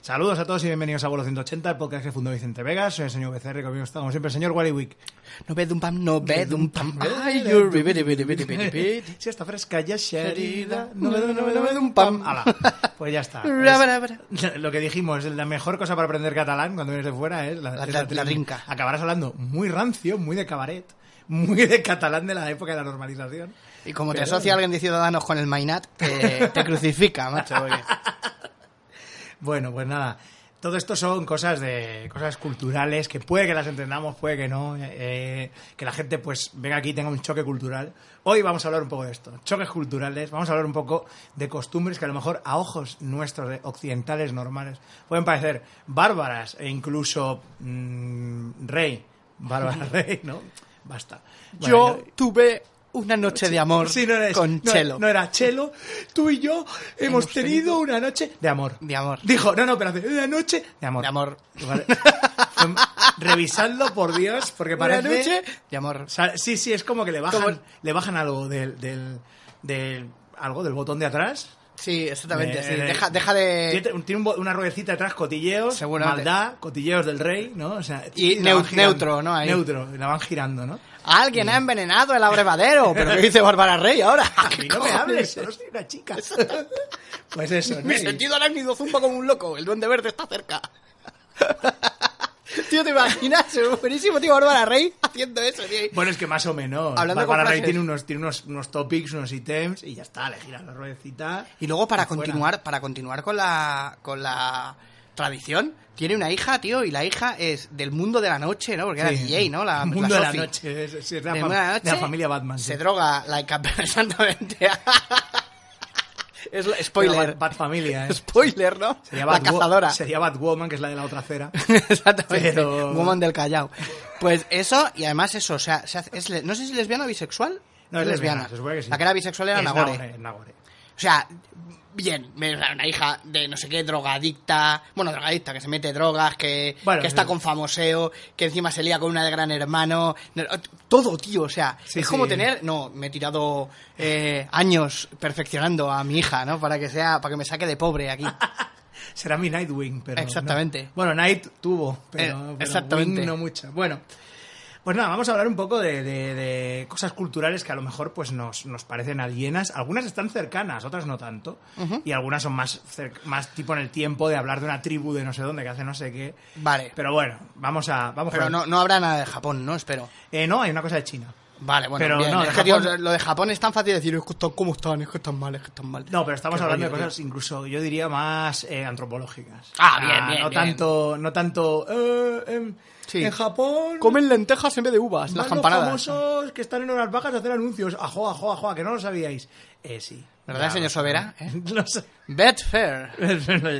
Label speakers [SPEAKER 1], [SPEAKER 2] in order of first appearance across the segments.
[SPEAKER 1] Saludos a todos y bienvenidos a Vuelo 180, el podcast que fundó Vicente Vegas. Soy el señor BCR, conmigo está como siempre el señor Wally Wick.
[SPEAKER 2] No bedum pam, no bedum pam. Ay, you're bidi, bidi, bidi, bidi, bidi.
[SPEAKER 1] Si está fresca ya herida, no me no me no me de un pam. Ala, pues ya está.
[SPEAKER 2] Ra, ra, ra.
[SPEAKER 1] Es- lo que dijimos, la mejor cosa para aprender catalán cuando vienes de fuera es la,
[SPEAKER 2] La-
[SPEAKER 1] es
[SPEAKER 2] la- la trinca.
[SPEAKER 1] Acabarás hablando muy rancio, muy de cabaret, muy de catalán de la época de la normalización.
[SPEAKER 2] Y como te asocia alguien de Ciudadanos con el Mainat, te, te crucifica, macho. porque-
[SPEAKER 1] Bueno, pues nada. Todo esto son cosas de cosas culturales que puede que las entendamos, puede que no, eh, eh, que la gente pues venga aquí y tenga un choque cultural. Hoy vamos a hablar un poco de esto, choques culturales, vamos a hablar un poco de costumbres que a lo mejor a ojos nuestros de occidentales normales pueden parecer bárbaras e incluso mm, rey, bárbara rey, ¿no? Basta. Bueno,
[SPEAKER 2] Yo tuve una noche de amor
[SPEAKER 1] Sí, no era eso.
[SPEAKER 2] con
[SPEAKER 1] No-
[SPEAKER 2] Chelo.
[SPEAKER 1] No era Chelo. Tú y yo hemos,
[SPEAKER 2] Hemos
[SPEAKER 1] tenido,
[SPEAKER 2] tenido
[SPEAKER 1] una noche de amor.
[SPEAKER 2] De amor.
[SPEAKER 1] Dijo, no, no, pero hace una noche de amor.
[SPEAKER 2] De amor.
[SPEAKER 1] Vale. Fue- Revisadlo, por Dios, porque
[SPEAKER 2] Una
[SPEAKER 1] parece...
[SPEAKER 2] noche de amor.
[SPEAKER 1] o sea, sí, sí, es como que le bajan,
[SPEAKER 2] Como-
[SPEAKER 1] le bajan algo del, del, del- algo del botón de atrás.
[SPEAKER 2] Sí, exactamente. sí.
[SPEAKER 1] Eh,
[SPEAKER 2] Deja, deja de...
[SPEAKER 1] Tiene, tiene un bo- una ruedecita atrás, cotilleos,
[SPEAKER 2] Seguramente.
[SPEAKER 1] maldad, cotilleos del rey, ¿no? O sea,
[SPEAKER 2] Y
[SPEAKER 1] la van
[SPEAKER 2] neu-
[SPEAKER 1] girando.
[SPEAKER 2] neutro, ¿no? Ahí.
[SPEAKER 1] Neutro, y la van girando, ¿no?
[SPEAKER 2] Alguien
[SPEAKER 1] Mm.
[SPEAKER 2] ha envenenado el abrevadero. ¿Pero qué dice Bárbara Rey ahora?
[SPEAKER 1] Y no me hables, solo soy una chica. Pues eso, ¿no?
[SPEAKER 2] Mi
[SPEAKER 1] Y-
[SPEAKER 2] sentido arácnido zumba como un loco. El duende verde está cerca. tío, ¿te imaginas? Buenísimo, tío, Bárbara Rey haciendo eso, tío.
[SPEAKER 1] Bueno, es que más o menos.
[SPEAKER 2] Hablando con
[SPEAKER 1] Bárbara Rey
[SPEAKER 2] frases.
[SPEAKER 1] tiene unos, tiene unos, unos topics, unos ítems y ya está, le giras la ruedecita.
[SPEAKER 2] Y luego para
[SPEAKER 1] fuera.
[SPEAKER 2] continuar, para continuar con la con la tradición, tiene una hija, tío, y la hija es del mundo de la noche, ¿no? Porque era
[SPEAKER 1] Sí.
[SPEAKER 2] DJ, ¿no? La,
[SPEAKER 1] mundo de la
[SPEAKER 2] Sophie.
[SPEAKER 1] noche. es- es- es de, la
[SPEAKER 2] Del
[SPEAKER 1] fam-
[SPEAKER 2] mundo de la noche
[SPEAKER 1] de la familia Batman.
[SPEAKER 2] Se
[SPEAKER 1] sí.
[SPEAKER 2] droga like a- exactamente. es la-
[SPEAKER 1] De la
[SPEAKER 2] spoiler.
[SPEAKER 1] Bat, Familia, ¿eh?
[SPEAKER 2] spoiler, ¿no?
[SPEAKER 1] Sería
[SPEAKER 2] la
[SPEAKER 1] Batwo-
[SPEAKER 2] cazadora.
[SPEAKER 1] Sería Batwoman, que es la de la otra cera.
[SPEAKER 2] Exactamente.
[SPEAKER 1] Pero-
[SPEAKER 2] Woman del Callao. Pues eso, y además eso, o sea, se hace- es le- no sé si es lesbiana o bisexual.
[SPEAKER 1] No, es lesbiana, se supone que sí.
[SPEAKER 2] La que era bisexual era
[SPEAKER 1] Es
[SPEAKER 2] Nagore.
[SPEAKER 1] es Nagore.
[SPEAKER 2] O sea, bien, me- una hija de no sé qué, drogadicta, bueno, drogadicta, que se mete drogas, que,
[SPEAKER 1] Bueno,
[SPEAKER 2] que está
[SPEAKER 1] sí.
[SPEAKER 2] con famoseo, que encima se lía con una de gran hermano, todo, tío, o sea,
[SPEAKER 1] Sí,
[SPEAKER 2] es como
[SPEAKER 1] sí.
[SPEAKER 2] tener, no, me he tirado eh, años perfeccionando a mi hija, ¿no? Para que sea, para que me saque de pobre aquí.
[SPEAKER 1] Será mi Nightwing, pero.
[SPEAKER 2] Exactamente.
[SPEAKER 1] no. Bueno, Night tuvo,
[SPEAKER 2] Eh,
[SPEAKER 1] pero. pero
[SPEAKER 2] exactamente.
[SPEAKER 1] Wing no mucha. Bueno. Pues nada, vamos a hablar un poco de, de- de cosas culturales que a lo mejor pues nos, nos parecen alienas. Algunas están cercanas, otras no tanto. Y algunas son más, cer- más tipo en el tiempo de hablar de una tribu de no sé dónde que hace no sé qué.
[SPEAKER 2] Vale. Pero,
[SPEAKER 1] Pero bueno, vamos a... Vamos por ahí.
[SPEAKER 2] no, no habrá nada de Japón, ¿no? Espero.
[SPEAKER 1] Eh, no, hay una cosa de China.
[SPEAKER 2] Vale, bueno,
[SPEAKER 1] Pero
[SPEAKER 2] bien.
[SPEAKER 1] no,
[SPEAKER 2] Es
[SPEAKER 1] de
[SPEAKER 2] que, tío,
[SPEAKER 1] Japón-
[SPEAKER 2] lo de Japón es tan fácil decir, es que están, ¿cómo están? Es que están mal, es que están mal.
[SPEAKER 1] No, pero estamos
[SPEAKER 2] Qué
[SPEAKER 1] hablando de
[SPEAKER 2] rollo,
[SPEAKER 1] cosas
[SPEAKER 2] tío.
[SPEAKER 1] incluso, yo diría, más eh, antropológicas.
[SPEAKER 2] Ah, bien, bien,
[SPEAKER 1] No
[SPEAKER 2] bien.
[SPEAKER 1] tanto... No tanto eh, em,
[SPEAKER 2] Sí.
[SPEAKER 1] En Japón...
[SPEAKER 2] Comen lentejas en vez de uvas, las
[SPEAKER 1] Van
[SPEAKER 2] campanadas.
[SPEAKER 1] Los famosos que están en horas bajas a hacer anuncios. Ajo, ajo, ajo, a que no lo sabíais. Eh, sí.
[SPEAKER 2] ¿Verdad, señor Sobera?
[SPEAKER 1] Lo sa-
[SPEAKER 2] Betfair.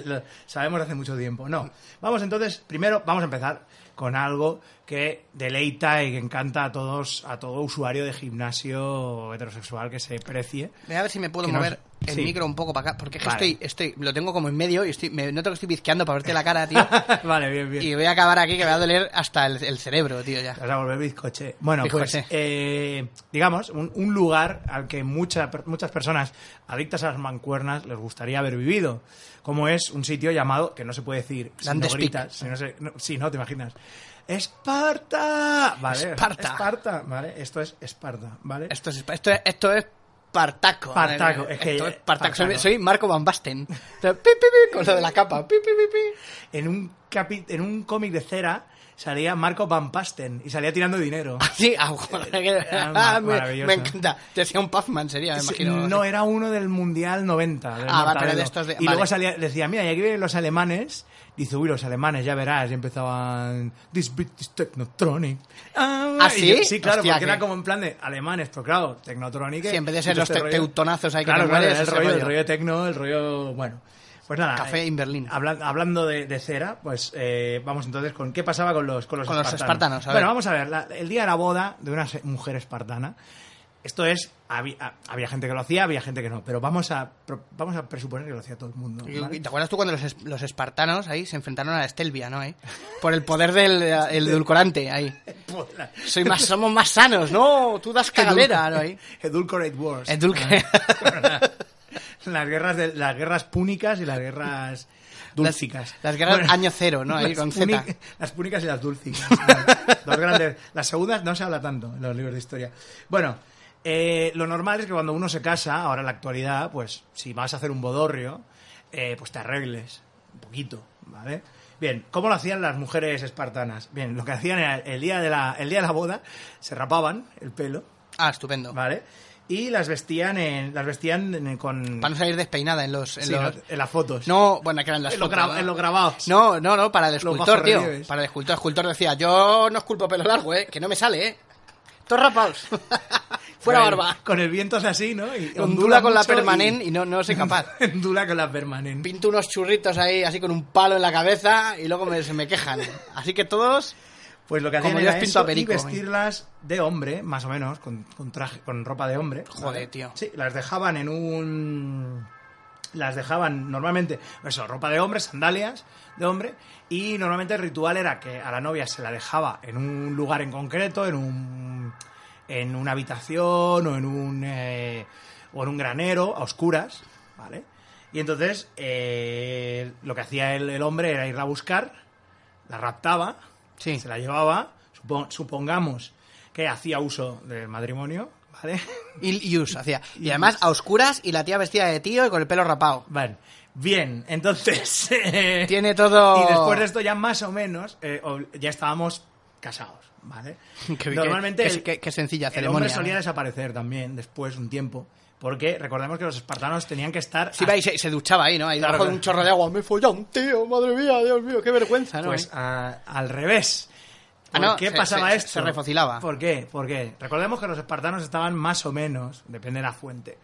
[SPEAKER 1] lo sabemos hace mucho tiempo. No. Vamos entonces, primero vamos a empezar con algo que deleita y que encanta a todos, a todo usuario de gimnasio heterosexual que se precie.
[SPEAKER 2] Voy a ver si me puedo
[SPEAKER 1] Que no-
[SPEAKER 2] mover el
[SPEAKER 1] sí.
[SPEAKER 2] micro un poco para acá, porque es que
[SPEAKER 1] Vale.
[SPEAKER 2] estoy, estoy, lo tengo como en medio y estoy, me noto que estoy bizqueando para verte la cara, tío.
[SPEAKER 1] vale, bien, bien.
[SPEAKER 2] y voy a acabar aquí que me va a doler hasta el, el cerebro, tío, ya.
[SPEAKER 1] Te vas a volver bizcoche. Bueno,
[SPEAKER 2] Bizcoche.
[SPEAKER 1] pues, eh, digamos, un, un lugar al que mucha- muchas personas adictas a las mancuernas les gustaría haber vivido. Como es un sitio llamado, que no se puede decir, si no
[SPEAKER 2] Dante's Peak.
[SPEAKER 1] gritas, si no, se- no- si no te imaginas. ¡Esparta! Vale,
[SPEAKER 2] Esparta.
[SPEAKER 1] Esparta, vale, esto es Esparta, ¿vale?
[SPEAKER 2] Esto es, esto es, esto es Partaco.
[SPEAKER 1] Partaco, es que-
[SPEAKER 2] esto es Partaco. Soy-
[SPEAKER 1] Partaco.
[SPEAKER 2] Soy, Marco Van Basten. O sea, pi, pi, pi, con lo de la capa. pi, pi, pi, pi.
[SPEAKER 1] En un, capi- en un cómic de cera salía Marco Van Pasten y salía tirando dinero.
[SPEAKER 2] Sí, ah, joder, que-
[SPEAKER 1] Ah,
[SPEAKER 2] ah, me,
[SPEAKER 1] maravilloso.
[SPEAKER 2] me encanta. Te hacía un Puffman, sería, me
[SPEAKER 1] Sí,
[SPEAKER 2] imagino.
[SPEAKER 1] No, era uno del Mundial 90. del
[SPEAKER 2] Ah, va,
[SPEAKER 1] Mortadelo.
[SPEAKER 2] pero de estos de-
[SPEAKER 1] Y luego
[SPEAKER 2] vale.
[SPEAKER 1] salía, decía, mira, y aquí vienen los alemanes. Dice, uy, los alemanes, ya verás. Y empezaban, this beat is technotronic. Ah,
[SPEAKER 2] ¿Ah,
[SPEAKER 1] y
[SPEAKER 2] sí?
[SPEAKER 1] yo- sí, claro,
[SPEAKER 2] Hostia,
[SPEAKER 1] porque
[SPEAKER 2] que-
[SPEAKER 1] era como en plan de alemanes, pero claro, technotronic.
[SPEAKER 2] Sí, en vez de
[SPEAKER 1] y
[SPEAKER 2] ser
[SPEAKER 1] todo
[SPEAKER 2] los
[SPEAKER 1] este
[SPEAKER 2] te-
[SPEAKER 1] rollo.
[SPEAKER 2] teutonazos ahí que
[SPEAKER 1] Claro,
[SPEAKER 2] te
[SPEAKER 1] claro,
[SPEAKER 2] mueres,
[SPEAKER 1] era el
[SPEAKER 2] ese
[SPEAKER 1] rollo, el
[SPEAKER 2] rollo.
[SPEAKER 1] rollo tecno, el rollo, bueno. Pues nada.
[SPEAKER 2] Café en Berlín.
[SPEAKER 1] hablan- hablando de, de cera, pues eh, vamos entonces con qué pasaba con los, con los
[SPEAKER 2] Con los
[SPEAKER 1] espartanos.
[SPEAKER 2] espartanos, a ver.
[SPEAKER 1] bueno, vamos a ver. la- el día de la boda de una se- mujer espartana, esto es, había, ah, había gente que lo hacía, había gente que no, pero vamos a, pro- vamos a presuponer que lo hacía todo el mundo.
[SPEAKER 2] Y-
[SPEAKER 1] ¿vale?
[SPEAKER 2] y ¿Te acuerdas tú cuando los, es- los espartanos ahí se enfrentaron a la estelvia, no? eh? Por el poder del eh, el edulcorante ahí.
[SPEAKER 1] Pola.
[SPEAKER 2] Soy más, somos más sanos, ¿no? Tú das cagadera, ¿no? Ahí.
[SPEAKER 1] Edulcorate Wars.
[SPEAKER 2] Edulca-
[SPEAKER 1] Ah. las guerras de, las guerras púnicas y las guerras dulcicas.
[SPEAKER 2] Las, las guerras
[SPEAKER 1] Bueno,
[SPEAKER 2] año cero, ¿no? Ahí
[SPEAKER 1] las
[SPEAKER 2] con Z.
[SPEAKER 1] púnic- Las púnicas y las dulcicas. las, dos grandes. Las segundas no se habla tanto en los libros de historia. Bueno, eh, lo normal es que cuando uno se casa, ahora en la actualidad, pues si vas a hacer un bodorrio, eh, pues te arregles un poquito, ¿vale? Bien, ¿cómo lo hacían las mujeres espartanas? Bien, lo que hacían era el día de la, el día de la boda, se rapaban el pelo,
[SPEAKER 2] Ah, estupendo.
[SPEAKER 1] ¿vale? Y las vestían, en, las vestían en- con...
[SPEAKER 2] Para no salir despeinada en los... En
[SPEAKER 1] sí,
[SPEAKER 2] los...
[SPEAKER 1] ¿no? en las fotos.
[SPEAKER 2] No, bueno, que eran las
[SPEAKER 1] en, los
[SPEAKER 2] fotos,
[SPEAKER 1] gra-
[SPEAKER 2] ¿no?
[SPEAKER 1] en los grabados.
[SPEAKER 2] No, no, no, para el
[SPEAKER 1] Los
[SPEAKER 2] escultor, tío.
[SPEAKER 1] bajorrelieves.
[SPEAKER 2] Para el escultor. El escultor decía, yo no esculpo pelo largo, eh, que no me sale, eh. Todos rapados. Fuera
[SPEAKER 1] Con el-
[SPEAKER 2] barba.
[SPEAKER 1] Con el viento es así, ¿no? Y
[SPEAKER 2] Ondula con la
[SPEAKER 1] mucho y-
[SPEAKER 2] permanente y, no, no soy capaz.
[SPEAKER 1] ondula con la permanente.
[SPEAKER 2] Pinto unos churritos ahí, así con un palo en la cabeza y luego me, se me quejan. Así que todos,
[SPEAKER 1] Pues lo que
[SPEAKER 2] Como
[SPEAKER 1] hacían
[SPEAKER 2] yo
[SPEAKER 1] era
[SPEAKER 2] os pinto
[SPEAKER 1] eso,
[SPEAKER 2] ¿eh? a Perico,
[SPEAKER 1] y vestirlas de hombre, más o menos, con, con traje, con ropa de hombre.
[SPEAKER 2] Joder, tío.
[SPEAKER 1] Sí, las dejaban en un... Las dejaban normalmente, eso, ropa de hombre, sandalias de hombre, y normalmente el ritual era que a la novia se la dejaba en un lugar en concreto, en un... en una habitación o en un... eh, o en un granero, a oscuras, ¿vale? Y entonces eh, lo que hacía el- el hombre era irla a buscar, la raptaba,
[SPEAKER 2] Sí.
[SPEAKER 1] se la llevaba, supo- supongamos que hacía uso del matrimonio, ¿vale?
[SPEAKER 2] il use, hacía. Y además a oscuras y la tía vestida de tío y con el pelo rapado.
[SPEAKER 1] Vale. Bien, entonces... eh,
[SPEAKER 2] Tiene todo...
[SPEAKER 1] Y después de esto ya más o menos, eh, ob- ya estábamos casados, ¿vale?
[SPEAKER 2] Qué- qué-
[SPEAKER 1] Normalmente
[SPEAKER 2] qué-
[SPEAKER 1] el-
[SPEAKER 2] qué- qué sencilla
[SPEAKER 1] el hombre
[SPEAKER 2] ceremonia,
[SPEAKER 1] solía
[SPEAKER 2] ¿no?
[SPEAKER 1] desaparecer también después un tiempo, porque recordemos que los espartanos tenían que estar...
[SPEAKER 2] Sí, va, y se, se duchaba ahí, ¿no? Ahí
[SPEAKER 1] Claro,
[SPEAKER 2] debajo de
[SPEAKER 1] claro.
[SPEAKER 2] un chorro de agua. Me folló un tío, madre mía, Dios mío, qué vergüenza, ¿no?
[SPEAKER 1] Pues
[SPEAKER 2] eh?
[SPEAKER 1] a- al revés.
[SPEAKER 2] Ah,
[SPEAKER 1] ¿Por
[SPEAKER 2] no,
[SPEAKER 1] qué
[SPEAKER 2] se-
[SPEAKER 1] pasaba
[SPEAKER 2] se- se-
[SPEAKER 1] esto?
[SPEAKER 2] se refocilaba.
[SPEAKER 1] ¿Por qué? ¿Por qué? Recordemos que los espartanos estaban más o menos, depende de la fuente,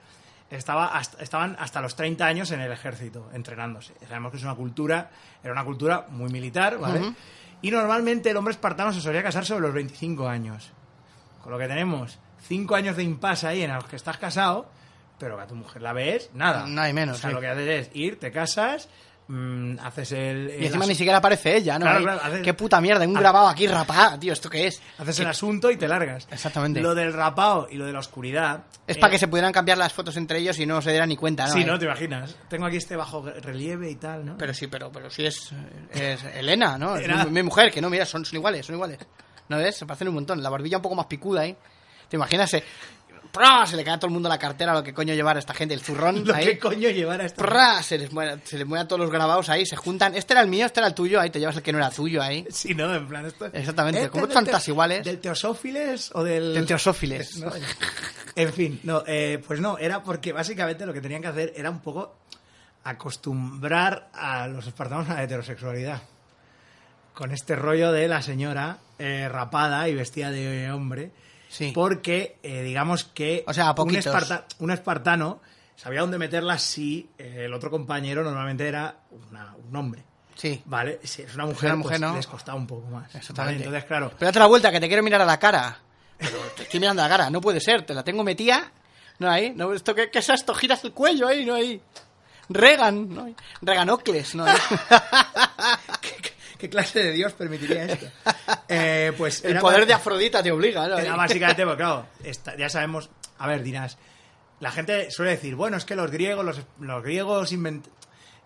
[SPEAKER 1] estaba hasta- estaban hasta los 30 años en el ejército, entrenándose. Sabemos que es una cultura, era una cultura muy militar, ¿vale? Y normalmente el hombre espartano se solía casar sobre los 25 años. Con lo que tenemos 5 años de impasse ahí en los que estás casado, pero que a tu mujer la ves, nada.
[SPEAKER 2] Nada y menos,
[SPEAKER 1] O sea,
[SPEAKER 2] sí.
[SPEAKER 1] lo que haces es ir, te casas, mm, haces el... el
[SPEAKER 2] Y encima
[SPEAKER 1] as-
[SPEAKER 2] ni siquiera aparece ella, ¿no?
[SPEAKER 1] Claro,
[SPEAKER 2] Ahí,
[SPEAKER 1] claro, hace-
[SPEAKER 2] Qué puta mierda, un
[SPEAKER 1] hace-
[SPEAKER 2] grabado aquí rapado, tío, ¿esto qué es?
[SPEAKER 1] Haces el asunto y te largas.
[SPEAKER 2] Exactamente.
[SPEAKER 1] Lo del rapao y lo de la oscuridad.
[SPEAKER 2] Es para que se pudieran cambiar las fotos entre ellos y no se dieran ni cuenta, ¿no?
[SPEAKER 1] Eh. Sí,
[SPEAKER 2] Eh,
[SPEAKER 1] ¿no? Te imaginas. Tengo aquí este bajo relieve y tal, ¿no?
[SPEAKER 2] Pero sí, pero, pero sí es, es Elena, ¿no? Es
[SPEAKER 1] Era-
[SPEAKER 2] mi, mi mujer, que no, mira, son, son iguales, son iguales. ¿No ves? Se parecen un montón. La barbilla un poco más picuda, ¿eh? ¿Te imaginas? eh? ¡Pra! Se le cae a todo el mundo la cartera, lo que coño llevar a esta gente, el zurrón
[SPEAKER 1] Lo
[SPEAKER 2] ahí.
[SPEAKER 1] que coño llevar a esta-
[SPEAKER 2] ¡Pra! Se les, muera- se les mueran todos los grabados ahí, se juntan. Este era el mío, este era el tuyo, ahí te llevas el que no era tuyo ahí.
[SPEAKER 1] Sí, ¿no? En plan, esto...
[SPEAKER 2] Exactamente,
[SPEAKER 1] Este
[SPEAKER 2] como
[SPEAKER 1] del
[SPEAKER 2] tantas
[SPEAKER 1] te-
[SPEAKER 2] iguales.
[SPEAKER 1] ¿Del teosófiles o del...?
[SPEAKER 2] Del teosófiles.
[SPEAKER 1] No, el- en fin, no, eh, pues no, era porque básicamente lo que tenían que hacer era un poco acostumbrar a los espartanos a la heterosexualidad. Con este rollo de la señora eh, rapada y vestida de hombre.
[SPEAKER 2] Sí.
[SPEAKER 1] Porque, eh, digamos que
[SPEAKER 2] O sea, a
[SPEAKER 1] un,
[SPEAKER 2] poquitos.
[SPEAKER 1] un espartano sabía dónde meterla si eh, el otro compañero normalmente era una- un hombre.
[SPEAKER 2] Sí.
[SPEAKER 1] ¿Vale? Si es una mujer,
[SPEAKER 2] una mujer,
[SPEAKER 1] pues,
[SPEAKER 2] ¿no?
[SPEAKER 1] les costaba un poco más.
[SPEAKER 2] Exactamente.
[SPEAKER 1] ¿vale? Entonces, claro,
[SPEAKER 2] Pero date la vuelta, que te quiero mirar a la cara. Pero te estoy mirando a la cara, no puede ser, te la tengo metida. No ahí, no, esto, ¿qué, qué es esto? Giras el cuello ahí, no ahí. Regan, ¿no? Reganocles, ¿no? ahí.
[SPEAKER 1] ¿qué clase de Dios permitiría esto? Eh, pues
[SPEAKER 2] El
[SPEAKER 1] era
[SPEAKER 2] poder
[SPEAKER 1] más-
[SPEAKER 2] de Afrodita te obliga, ¿no? ahí.
[SPEAKER 1] Era básicamente, porque claro, esta- ya sabemos, a ver, dirás, la gente suele decir, bueno, es que los griegos, los, los griegos invent-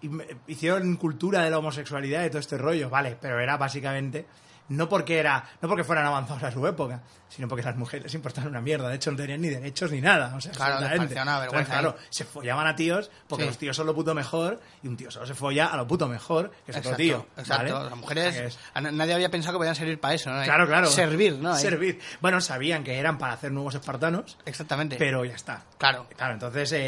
[SPEAKER 1] inve- hicieron cultura de la homosexualidad y todo este rollo, vale, pero era básicamente no porque era no porque fueran avanzados a su época, sino porque las mujeres les importaban una mierda, de hecho no tenían ni derechos ni nada, o sea,
[SPEAKER 2] Claro, les
[SPEAKER 1] absolutamente.
[SPEAKER 2] parecía una vergüenza,
[SPEAKER 1] Entonces,
[SPEAKER 2] ¿eh?
[SPEAKER 1] claro, se follaban a tíos porque
[SPEAKER 2] Sí.
[SPEAKER 1] los tíos son lo puto mejor y un tío solo se folla a lo puto mejor que es
[SPEAKER 2] Exacto,
[SPEAKER 1] otro tío,
[SPEAKER 2] exacto.
[SPEAKER 1] ¿vale?
[SPEAKER 2] Las
[SPEAKER 1] O sea, que
[SPEAKER 2] mujeres,
[SPEAKER 1] es-
[SPEAKER 2] a na- nadie había pensado que podían servir para eso, ¿no? ahí.
[SPEAKER 1] Claro, claro.
[SPEAKER 2] Servir, ¿no? ahí.
[SPEAKER 1] Servir. Bueno, sabían que eran para hacer nuevos espartanos,
[SPEAKER 2] Exactamente.
[SPEAKER 1] pero ya está.
[SPEAKER 2] Claro.
[SPEAKER 1] Claro, entonces, eh,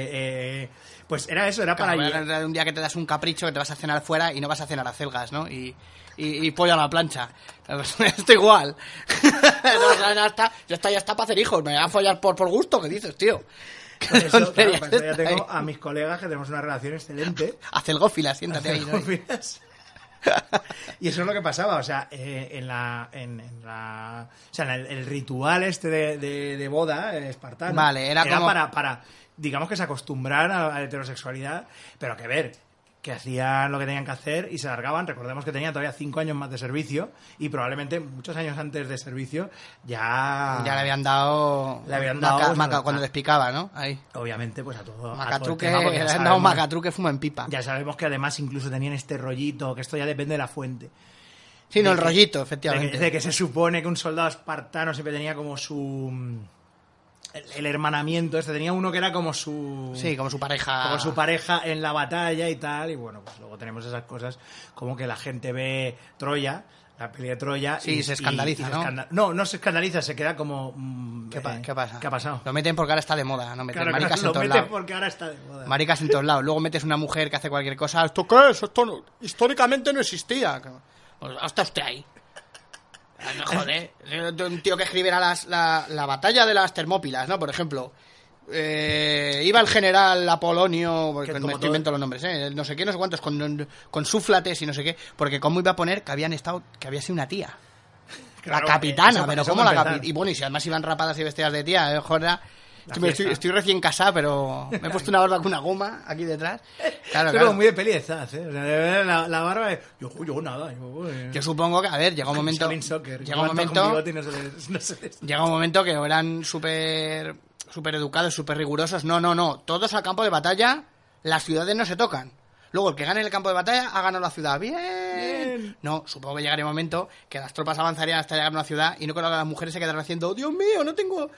[SPEAKER 1] eh, pues era eso, era
[SPEAKER 2] Claro,
[SPEAKER 1] para...
[SPEAKER 2] voy a tener un día que te das un capricho que te vas a cenar fuera y no vas a cenar a celgas, ¿no? Y, y, y pollo a la plancha. Esto igual. No, ya, ya está, ya está, ya está para hacer hijos. Me van a follar por, por gusto, ¿qué dices, tío? ¿Qué
[SPEAKER 1] Por eso, claro,
[SPEAKER 2] tonterías
[SPEAKER 1] por eso ya
[SPEAKER 2] está
[SPEAKER 1] tengo
[SPEAKER 2] ahí?
[SPEAKER 1] a mis colegas que tenemos una relación excelente.
[SPEAKER 2] A celgófila, siéntate ahí. ¿no?
[SPEAKER 1] Confías. y eso es lo que pasaba, o sea, eh, en la... En, en la o sea, en el, el ritual este de, de- de boda eh, espartano.
[SPEAKER 2] Vale, era como-
[SPEAKER 1] para, para, digamos que se acostumbrar a la heterosexualidad, pero que ver... que hacían lo que tenían que hacer y se largaban. Recordemos que tenían todavía cinco años más de servicio y probablemente muchos años antes de servicio ya...
[SPEAKER 2] Ya le habían dado.
[SPEAKER 1] Le habían dado
[SPEAKER 2] maca-
[SPEAKER 1] eso,
[SPEAKER 2] maca
[SPEAKER 1] ¿no?
[SPEAKER 2] cuando les picaba, ¿no? Ahí.
[SPEAKER 1] Obviamente, pues a todo... a todo el
[SPEAKER 2] Macatruque.
[SPEAKER 1] tema, porque
[SPEAKER 2] Le
[SPEAKER 1] ya
[SPEAKER 2] habían dado
[SPEAKER 1] sabemos-
[SPEAKER 2] macatruque fuma en pipa.
[SPEAKER 1] Ya sabemos que además incluso tenían este rollito, que esto ya depende de la fuente.
[SPEAKER 2] Sí, no, el
[SPEAKER 1] de que-
[SPEAKER 2] rollito,
[SPEAKER 1] De que,
[SPEAKER 2] efectivamente.
[SPEAKER 1] de que se supone que un soldado espartano siempre tenía como su... mm, El, el hermanamiento este, tenía uno que era como su...
[SPEAKER 2] Sí, como su pareja.
[SPEAKER 1] como su pareja en la batalla y tal. Y bueno, pues luego tenemos esas cosas como que la gente ve Troya, la peli de Troya.
[SPEAKER 2] Sí,
[SPEAKER 1] y
[SPEAKER 2] se escandaliza,
[SPEAKER 1] y- y se
[SPEAKER 2] ¿no?
[SPEAKER 1] escanda- no, no se escandaliza, se queda como. mm,
[SPEAKER 2] ¿Qué, pa-
[SPEAKER 1] eh,
[SPEAKER 2] qué pasa?
[SPEAKER 1] ¿Qué ha pasado?
[SPEAKER 2] Lo meten porque ahora está de moda, no meten
[SPEAKER 1] Claro, claro,
[SPEAKER 2] maricas en
[SPEAKER 1] lo
[SPEAKER 2] todos
[SPEAKER 1] mete
[SPEAKER 2] lados.
[SPEAKER 1] porque ahora está de moda.
[SPEAKER 2] Maricas en todos lados. Luego metes una mujer que hace cualquier cosa. ¿Esto qué es? Esto no- históricamente no existía. Pues hasta usted ahí. Ah, No joder. Un tío que escribiera las- la, la batalla de las Termópilas, ¿no? Por ejemplo. Eh, iba el general Apolonio, porque
[SPEAKER 1] Que
[SPEAKER 2] me
[SPEAKER 1] como
[SPEAKER 2] estoy
[SPEAKER 1] todo-
[SPEAKER 2] inventando los nombres, ¿eh? no sé qué, no sé cuántos, con, con súflates y no sé qué, porque cómo iba a poner que habían estado, que había sido una tía.
[SPEAKER 1] Claro, eh,
[SPEAKER 2] la capitana,
[SPEAKER 1] eso-
[SPEAKER 2] pero
[SPEAKER 1] eso
[SPEAKER 2] ¿cómo
[SPEAKER 1] va
[SPEAKER 2] la
[SPEAKER 1] a
[SPEAKER 2] capitana?
[SPEAKER 1] empezar.
[SPEAKER 2] Y bueno, y si además iban rapadas y vestidas de tía, eh, joder.
[SPEAKER 1] La
[SPEAKER 2] Estoy, estoy-
[SPEAKER 1] fiesta.
[SPEAKER 2] estoy recién casada, pero me he puesto una barba con una goma aquí detrás. Claro,
[SPEAKER 1] Estoy como
[SPEAKER 2] claro.
[SPEAKER 1] muy de peli de Zaz, ¿eh? O sea, de verdad, la, la barba de. Yo, yo nada. Yo, eh,
[SPEAKER 2] Yo supongo que, a ver, llega un momento.
[SPEAKER 1] Shaolin Soccer.
[SPEAKER 2] Llega un
[SPEAKER 1] Yo levanto
[SPEAKER 2] momento.
[SPEAKER 1] con bigote y no se les- no se les-
[SPEAKER 2] Llega un momento que eran súper súper educados, súper rigurosos. No, no, no. Todos al campo de batalla, las ciudades no se tocan. Luego, el que gane el campo de batalla ha ganado la ciudad. ¡Bien!
[SPEAKER 1] Bien.
[SPEAKER 2] No, supongo que llegaría un momento que las tropas avanzarían hasta llegar a una ciudad y no creo que las mujeres se quedaran haciendo, Dios mío, no tengo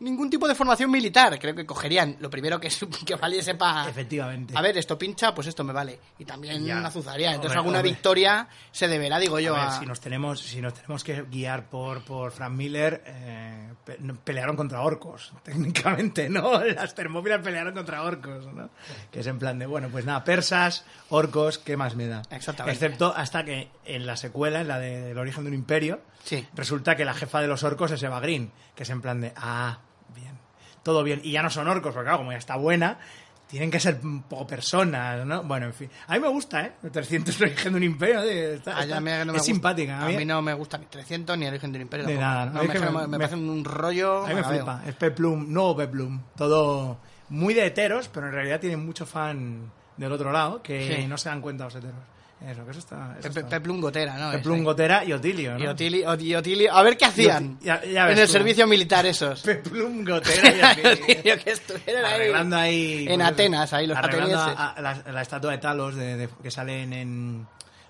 [SPEAKER 2] ningún tipo de formación militar. Creo que cogerían lo primero que, su- que valiese para...
[SPEAKER 1] Efectivamente.
[SPEAKER 2] Ah. A ver, esto pincha, pues esto me vale. Y también
[SPEAKER 1] Ya.
[SPEAKER 2] azuzaría. Entonces
[SPEAKER 1] Hombre,
[SPEAKER 2] alguna
[SPEAKER 1] hombre.
[SPEAKER 2] victoria se deberá, digo yo,
[SPEAKER 1] A ver,
[SPEAKER 2] a-
[SPEAKER 1] si nos tenemos si nos tenemos que guiar por por Frank Miller eh, pe- no, pelearon contra orcos técnicamente no las termópilas pelearon contra orcos ¿no? que es en plan de bueno pues nada persas orcos qué más me da
[SPEAKER 2] Exactamente.
[SPEAKER 1] excepto hasta que en la secuela en la del origen de un imperio
[SPEAKER 2] Sí.
[SPEAKER 1] resulta que la jefa de los orcos es Eva Green que es en plan de ah bien todo bien y ya no son orcos porque claro como ya está buena tienen que ser un poco personas, ¿no? Bueno, en fin. A mí me gusta, ¿eh? 300 origen de un imperio. eh, está-
[SPEAKER 2] Ah, ya, mira que no me
[SPEAKER 1] es
[SPEAKER 2] gusta.
[SPEAKER 1] simpática. ¿eh?
[SPEAKER 2] A mí no me gusta ni 300 ni el origen del imperio.
[SPEAKER 1] De
[SPEAKER 2] tampoco.
[SPEAKER 1] nada, ¿no?
[SPEAKER 2] No,
[SPEAKER 1] Es
[SPEAKER 2] me,
[SPEAKER 1] que
[SPEAKER 2] me,
[SPEAKER 1] me-
[SPEAKER 2] me
[SPEAKER 1] me-
[SPEAKER 2] parecen un rollo.
[SPEAKER 1] A mí me
[SPEAKER 2] macabeo.
[SPEAKER 1] flipa. Es Peplum, nuevo Peplum. Todo muy de heteros, pero en realidad tienen mucho fan del otro lado que
[SPEAKER 2] Sí.
[SPEAKER 1] no se dan cuenta los heteros. Eso, que eso está. eso
[SPEAKER 2] Pe- pe-
[SPEAKER 1] está.
[SPEAKER 2] Peplum Gotera, ¿no?
[SPEAKER 1] Peplum Gotera y Otilio, ¿no?
[SPEAKER 2] Y Otili, Ot- y Otili- a ver qué hacían
[SPEAKER 1] Yoti- ya- ya ves
[SPEAKER 2] en el
[SPEAKER 1] tú.
[SPEAKER 2] servicio militar esos.
[SPEAKER 1] Peplum Gotera y Otilio.
[SPEAKER 2] Otilio, que estuvieran ahí.
[SPEAKER 1] Arreglando ahí.
[SPEAKER 2] En
[SPEAKER 1] pues,
[SPEAKER 2] Atenas, ahí los
[SPEAKER 1] arreglando
[SPEAKER 2] atenienses.
[SPEAKER 1] a- a la, la estatua de Talos de- de- que salen en.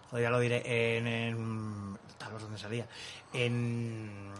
[SPEAKER 1] Joder, ya lo diré. En. en- Talos, ¿dónde salía? En.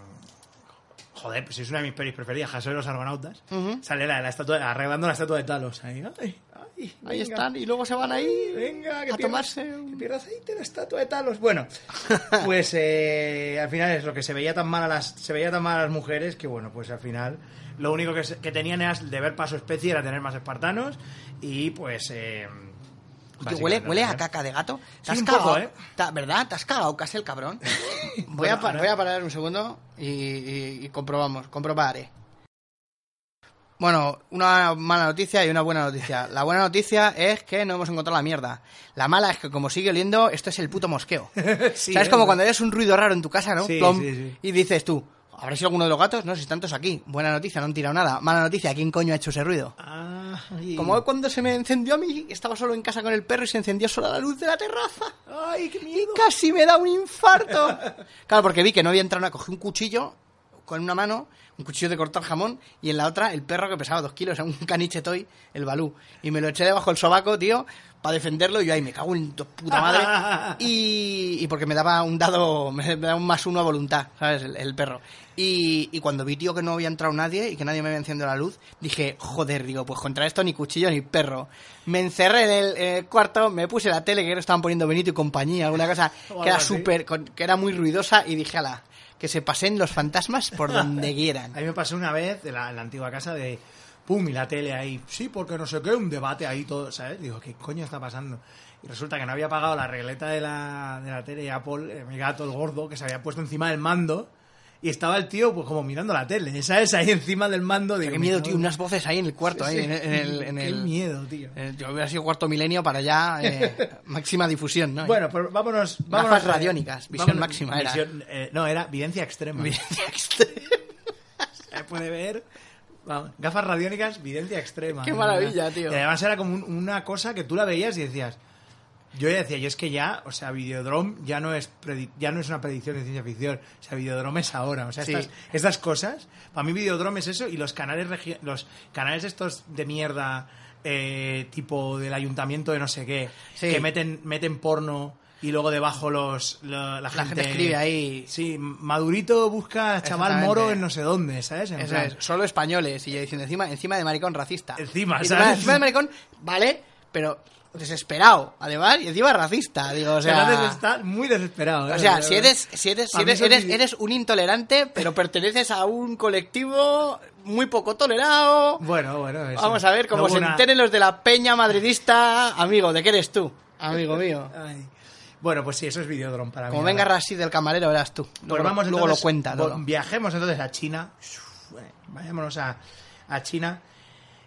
[SPEAKER 1] Joder, pues es una de mis pelis preferidas, Jason y los Argonautas.
[SPEAKER 2] Ujú.
[SPEAKER 1] Sale la, la estatua, arreglando la estatua de Talos. Ahí, ay, ay,
[SPEAKER 2] Ahí
[SPEAKER 1] venga.
[SPEAKER 2] están, y luego se van ahí
[SPEAKER 1] Venga, que
[SPEAKER 2] a
[SPEAKER 1] pierdas-
[SPEAKER 2] tomarse.
[SPEAKER 1] Que
[SPEAKER 2] un-
[SPEAKER 1] pierdas ahí la estatua de Talos. Bueno, pues eh, al final es lo que se veía tan mal a las se veía tan mal a las mujeres que bueno, pues al final lo único que, se- que tenían era el deber para su especie era tener más espartanos y pues eh,
[SPEAKER 2] Tío,
[SPEAKER 1] básicamente
[SPEAKER 2] Pues huele, huele a
[SPEAKER 1] tener-
[SPEAKER 2] caca de gato.
[SPEAKER 1] Sí, un
[SPEAKER 2] cagao-
[SPEAKER 1] poco, ¿eh?
[SPEAKER 2] ta- ¿Verdad? ¿Te has cagado casi el cabrón? Voy,
[SPEAKER 1] Bueno,
[SPEAKER 2] a, pa-
[SPEAKER 1] ahora-
[SPEAKER 2] voy a parar un segundo y, y- y comprobamos, comprobaré. Bueno, una mala noticia y una buena noticia. La buena noticia es que no hemos encontrado la mierda. La mala es que como sigue oliendo, esto es el puto mosqueo.
[SPEAKER 1] Sí,
[SPEAKER 2] ¿Sabes?
[SPEAKER 1] ¿eh?
[SPEAKER 2] Como cuando oyes un ruido raro en tu casa, ¿no?
[SPEAKER 1] Sí, sí, sí.
[SPEAKER 2] Y dices tú, ¿habrá sido alguno de los gatos? No, si están todos aquí. Buena noticia, no han tirado nada. Mala noticia, ¿quién coño ha hecho ese ruido?
[SPEAKER 1] Ay.
[SPEAKER 2] Como cuando se me encendió a mí, estaba solo en casa con el perro y se encendió sola la luz de la terraza.
[SPEAKER 1] Ay, qué miedo.
[SPEAKER 2] Casi me da un infarto. Claro, porque vi que no había entrado nada. Cogí un cuchillo con una mano, un cuchillo de cortar jamón, y en la otra el perro que pesaba dos kilos, era un caniche toy, el balú. Y me lo eché debajo del sobaco, tío, para defenderlo. Y yo ahí me cago en tu puta madre. Y, y porque me daba un dado, me, me daba un más uno a voluntad, ¿sabes? El, el perro. Y, y cuando vi, tío, que no había entrado nadie y que nadie me había encendido la luz, dije, joder, digo, pues contra esto ni cuchillo ni perro. Me encerré en el eh, cuarto, me puse la tele que creo estaban poniendo Benito y compañía, alguna cosa
[SPEAKER 1] O
[SPEAKER 2] que
[SPEAKER 1] algo
[SPEAKER 2] era
[SPEAKER 1] así.
[SPEAKER 2] súper, con- que era muy ruidosa y dije, ala, que se pasen los fantasmas por donde quieran.
[SPEAKER 1] A mí me pasó una vez en la, en la antigua casa de pum y la tele ahí, sí, porque no sé qué, un debate ahí todo, ¿sabes? Digo, ¿qué coño está pasando? Y resulta que no había pagado la regleta de la, de la tele y Apple, eh, mi gato, el gordo, que se había puesto encima del mando y estaba el tío pues como mirando la tele, ¿sabes? Ahí encima del mando. Digo,
[SPEAKER 2] Qué miedo,
[SPEAKER 1] me
[SPEAKER 2] tío,
[SPEAKER 1] cago en-
[SPEAKER 2] unas voces ahí en el cuarto, ahí,
[SPEAKER 1] Sí,
[SPEAKER 2] en, el- en el... en
[SPEAKER 1] Qué
[SPEAKER 2] el-
[SPEAKER 1] miedo, tío.
[SPEAKER 2] eh, yo hubiera sido cuarto milenio para ya eh, máxima difusión, ¿no?
[SPEAKER 1] Bueno, pues vámonos. vámonos a-
[SPEAKER 2] radiónicas, visión máxima era.
[SPEAKER 1] visión, eh, no, era evidencia extrema. se puede ver. Vamos, gafas radiónicas, videncia extrema.
[SPEAKER 2] Qué
[SPEAKER 1] ¿no?
[SPEAKER 2] maravilla, tío.
[SPEAKER 1] Y además era como un- una cosa que tú la veías y decías, Yo ya decía, yo es que ya, o sea, Videodrome ya no es predi- ya no es una predicción de ciencia ficción, o sea, Videodrome es ahora, o sea,
[SPEAKER 2] Sí.
[SPEAKER 1] estas, estas cosas, para mí Videodrome es eso y los canales regi- los canales estos de mierda eh, tipo del ayuntamiento de no sé qué,
[SPEAKER 2] Sí.
[SPEAKER 1] que meten meten porno y luego debajo los la, la
[SPEAKER 2] La gente escribe ahí.
[SPEAKER 1] Sí, Madurito busca chaval
[SPEAKER 2] Exactamente.
[SPEAKER 1] moro en no sé dónde, ¿sabes? En
[SPEAKER 2] Eso
[SPEAKER 1] plan,
[SPEAKER 2] es, solo españoles. Y yo diciendo, encima, encima de maricón racista.
[SPEAKER 1] Encima,
[SPEAKER 2] Y
[SPEAKER 1] ¿sabes?
[SPEAKER 2] Encima de maricón, vale, pero desesperado, además, y encima racista. Digo, o
[SPEAKER 1] Fernández
[SPEAKER 2] sea.
[SPEAKER 1] está muy desesperado. ¿eh?
[SPEAKER 2] O sea, si eres, si eres, si
[SPEAKER 1] A mí
[SPEAKER 2] eres,
[SPEAKER 1] eso
[SPEAKER 2] eres,
[SPEAKER 1] sí-
[SPEAKER 2] eres un intolerante, pero perteneces a un colectivo muy poco tolerado.
[SPEAKER 1] Bueno, bueno. eso.
[SPEAKER 2] Vamos a ver, como
[SPEAKER 1] Luego
[SPEAKER 2] se
[SPEAKER 1] una-
[SPEAKER 2] enteren los de la peña madridista, amigo, ¿de qué eres tú? Amigo mío.
[SPEAKER 1] Ay. Bueno, pues sí, eso es Videodrome para mí.
[SPEAKER 2] Como
[SPEAKER 1] ahora.
[SPEAKER 2] venga Rashid del camarero, verás tú.
[SPEAKER 1] Pues
[SPEAKER 2] Luego,
[SPEAKER 1] vamos
[SPEAKER 2] luego lo
[SPEAKER 1] entonces-
[SPEAKER 2] cuenta.
[SPEAKER 1] vo-
[SPEAKER 2] Lolo.
[SPEAKER 1] Viajemos entonces a China. Uf, eh, Vayámonos a, a China.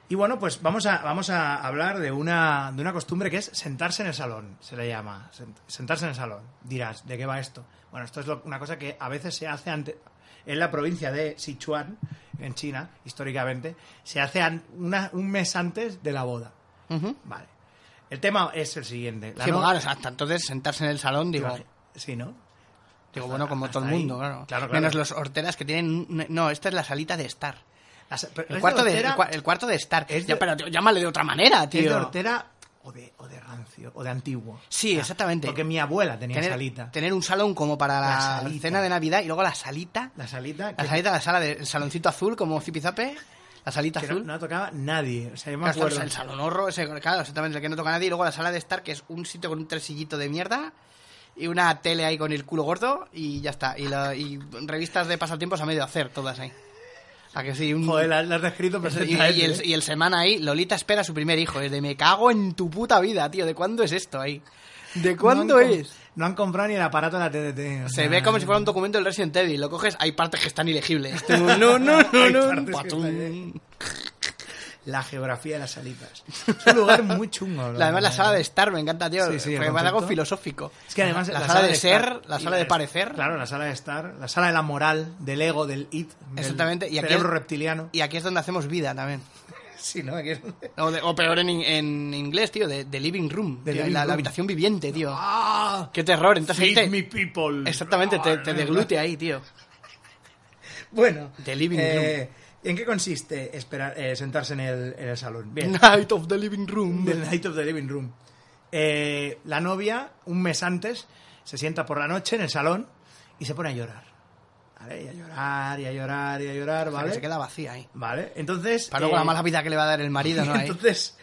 [SPEAKER 1] Y bueno, pues vamos a, vamos a hablar de una, de una costumbre que es sentarse en el salón, se le llama. Sent- Sentarse en el salón. Dirás, ¿de qué va esto? Bueno, esto es lo- una cosa que a veces se hace ante- en la provincia de Sichuan, en China, históricamente, se hace an- una- un mes antes de la boda.
[SPEAKER 2] Ujú.
[SPEAKER 1] Vale. El tema es el siguiente. La
[SPEAKER 2] Sí,
[SPEAKER 1] no-
[SPEAKER 2] claro, exacto. Entonces, sentarse en el salón, digo,
[SPEAKER 1] Sí, ¿no?
[SPEAKER 2] digo bueno, como
[SPEAKER 1] hasta
[SPEAKER 2] todo el
[SPEAKER 1] ahí.
[SPEAKER 2] mundo, claro.
[SPEAKER 1] Claro, claro.
[SPEAKER 2] Menos los horteras que tienen... un- No, esta es la salita de estar.
[SPEAKER 1] La sa- pero
[SPEAKER 2] El,
[SPEAKER 1] es
[SPEAKER 2] cuarto, de, el,
[SPEAKER 1] hortera-
[SPEAKER 2] cua- el cuarto de estar.
[SPEAKER 1] Es
[SPEAKER 2] Ya,
[SPEAKER 1] de-
[SPEAKER 2] pero tío, llámale de otra manera,
[SPEAKER 1] es de
[SPEAKER 2] tío.
[SPEAKER 1] hortera o de, o de rancio, o de antiguo.
[SPEAKER 2] Sí, exactamente.
[SPEAKER 1] Porque mi abuela tenía
[SPEAKER 2] Tener,
[SPEAKER 1] salita.
[SPEAKER 2] tener un salón como para
[SPEAKER 1] La
[SPEAKER 2] la,
[SPEAKER 1] salita.
[SPEAKER 2] cena de Navidad y luego la salita.
[SPEAKER 1] La salita que,
[SPEAKER 2] La salita, la sala del saloncito azul, como zipizape. La salita
[SPEAKER 1] que no,
[SPEAKER 2] azul.
[SPEAKER 1] no la tocaba nadie. O sea, yo me
[SPEAKER 2] Claro, está
[SPEAKER 1] acuerdo.
[SPEAKER 2] el salón horro, ese, claro, exactamente el que no toca nadie. Y luego la sala de estar, que es un sitio con un tresillito de mierda y una tele ahí con el culo gordo y ya está. Y, la- y revistas de pasatiempos a medio hacer, todas ahí. O sea que sí, un...
[SPEAKER 1] Joder, la, la has descrito
[SPEAKER 2] y,
[SPEAKER 1] perfectamente.
[SPEAKER 2] y el, y el semana ahí, Lolita espera a su primer hijo. Es de me cago en tu puta vida, tío. ¿De cuándo es esto ahí? ¿De cuándo
[SPEAKER 1] no han com-
[SPEAKER 2] es?
[SPEAKER 1] No han comprado ni el aparato de la TDT. o
[SPEAKER 2] Se
[SPEAKER 1] sea,
[SPEAKER 2] ve como si fuera un documento del Resident Evil. Lo coges, hay partes que están ilegibles. No, no, no, no.
[SPEAKER 1] Hay
[SPEAKER 2] no.
[SPEAKER 1] partes que
[SPEAKER 2] Patum.
[SPEAKER 1] están- La geografía de las salitas. Es un lugar muy chungo.
[SPEAKER 2] La- Además, la sala de estar me encanta, tío.
[SPEAKER 1] Sí, sí, el
[SPEAKER 2] porque me parece algo
[SPEAKER 1] concepto.
[SPEAKER 2] filosófico.
[SPEAKER 1] Es que además
[SPEAKER 2] la, sala, de, ser,
[SPEAKER 1] estar-
[SPEAKER 2] la
[SPEAKER 1] y
[SPEAKER 2] sala de parecer.
[SPEAKER 1] Claro, la sala de estar, la sala de la moral, del ego, del it, del
[SPEAKER 2] Exactamente, y aquí
[SPEAKER 1] cerebro
[SPEAKER 2] es-
[SPEAKER 1] reptiliano.
[SPEAKER 2] Y aquí es donde hacemos vida también.
[SPEAKER 1] Sí, ¿no? Aquí es-
[SPEAKER 2] O, de- o peor en, in- en inglés, tío, de, de living room.
[SPEAKER 1] De
[SPEAKER 2] tío,
[SPEAKER 1] living
[SPEAKER 2] la, la
[SPEAKER 1] room.
[SPEAKER 2] habitación viviente, tío.
[SPEAKER 1] ¡Ah!
[SPEAKER 2] ¡Qué terror! Entonces ahí
[SPEAKER 1] Feed
[SPEAKER 2] te-
[SPEAKER 1] me people. Ah,
[SPEAKER 2] Exactamente, te, te deglute ahí, tío.
[SPEAKER 1] Bueno,
[SPEAKER 2] The living
[SPEAKER 1] eh, ¿en qué consiste esperar, eh, sentarse en el, en el salón? Bien,
[SPEAKER 2] Night of the living room.
[SPEAKER 1] del night of the living room. Eh, la novia, un mes antes, se sienta por la noche en el salón y se pone a llorar. ¿Vale? Y a llorar, y a llorar, y a llorar,
[SPEAKER 2] O sea, que
[SPEAKER 1] ¿vale?
[SPEAKER 2] Se queda vacía ahí.
[SPEAKER 1] ¿Vale? Entonces...
[SPEAKER 2] Para luego
[SPEAKER 1] eh,
[SPEAKER 2] la mala vida que le va a dar el marido, ¿no? Ahí.
[SPEAKER 1] Entonces,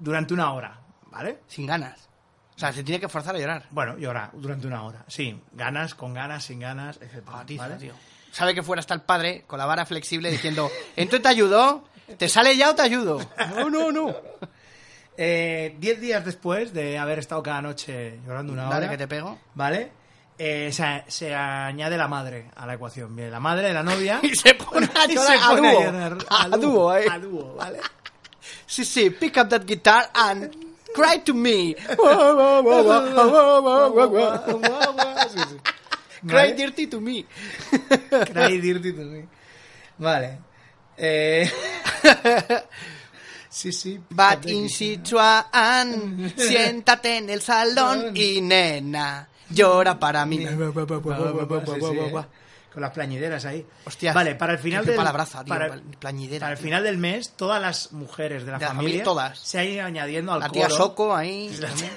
[SPEAKER 1] durante una hora, ¿vale?
[SPEAKER 2] Sin ganas. O sea, se tiene que forzar a llorar.
[SPEAKER 1] Bueno, llora durante una hora. Sí, ganas, con ganas, sin ganas, etc.
[SPEAKER 2] Patiza, Ah, tío. Sabe que fuera hasta el padre con la vara flexible diciendo, ¿entonces te ayudo? ¿Te sale ya o te ayudo? No, no, no.
[SPEAKER 1] Eh, diez días después de haber estado cada noche llorando una
[SPEAKER 2] Dale
[SPEAKER 1] hora,
[SPEAKER 2] que te pego.
[SPEAKER 1] ¿vale? Eh, se, se añade la madre a la ecuación. Bien, la madre de la novia.
[SPEAKER 2] Y se pone a
[SPEAKER 1] Y
[SPEAKER 2] llorar
[SPEAKER 1] se
[SPEAKER 2] a
[SPEAKER 1] pone a
[SPEAKER 2] dúo.
[SPEAKER 1] llorar,
[SPEAKER 2] A dúo, eh.
[SPEAKER 1] A dúo, ¿vale?
[SPEAKER 2] Sí, sí, pick up that guitar and cry to me.
[SPEAKER 1] Sí, sí.
[SPEAKER 2] Cry
[SPEAKER 1] ¿Vale?
[SPEAKER 2] dirty to me.
[SPEAKER 1] Cry dirty to me. Vale. Eh, Sí, sí.
[SPEAKER 2] But
[SPEAKER 1] fíjate
[SPEAKER 2] in
[SPEAKER 1] que-
[SPEAKER 2] Sichuan, siéntate en el salón y nena, llora para mí.
[SPEAKER 1] Sí, sí, eh. Con las plañideras ahí.
[SPEAKER 2] Hostias,
[SPEAKER 1] Vale, para el final
[SPEAKER 2] qué
[SPEAKER 1] del
[SPEAKER 2] palabraza, tío,
[SPEAKER 1] para,
[SPEAKER 2] pal- plañidera,
[SPEAKER 1] para el
[SPEAKER 2] tío.
[SPEAKER 1] final del mes, todas las mujeres de la,
[SPEAKER 2] De la
[SPEAKER 1] familia,
[SPEAKER 2] familia, todas.
[SPEAKER 1] se han ido añadiendo al
[SPEAKER 2] La tía
[SPEAKER 1] coro.
[SPEAKER 2] Soco ahí.
[SPEAKER 1] La tía,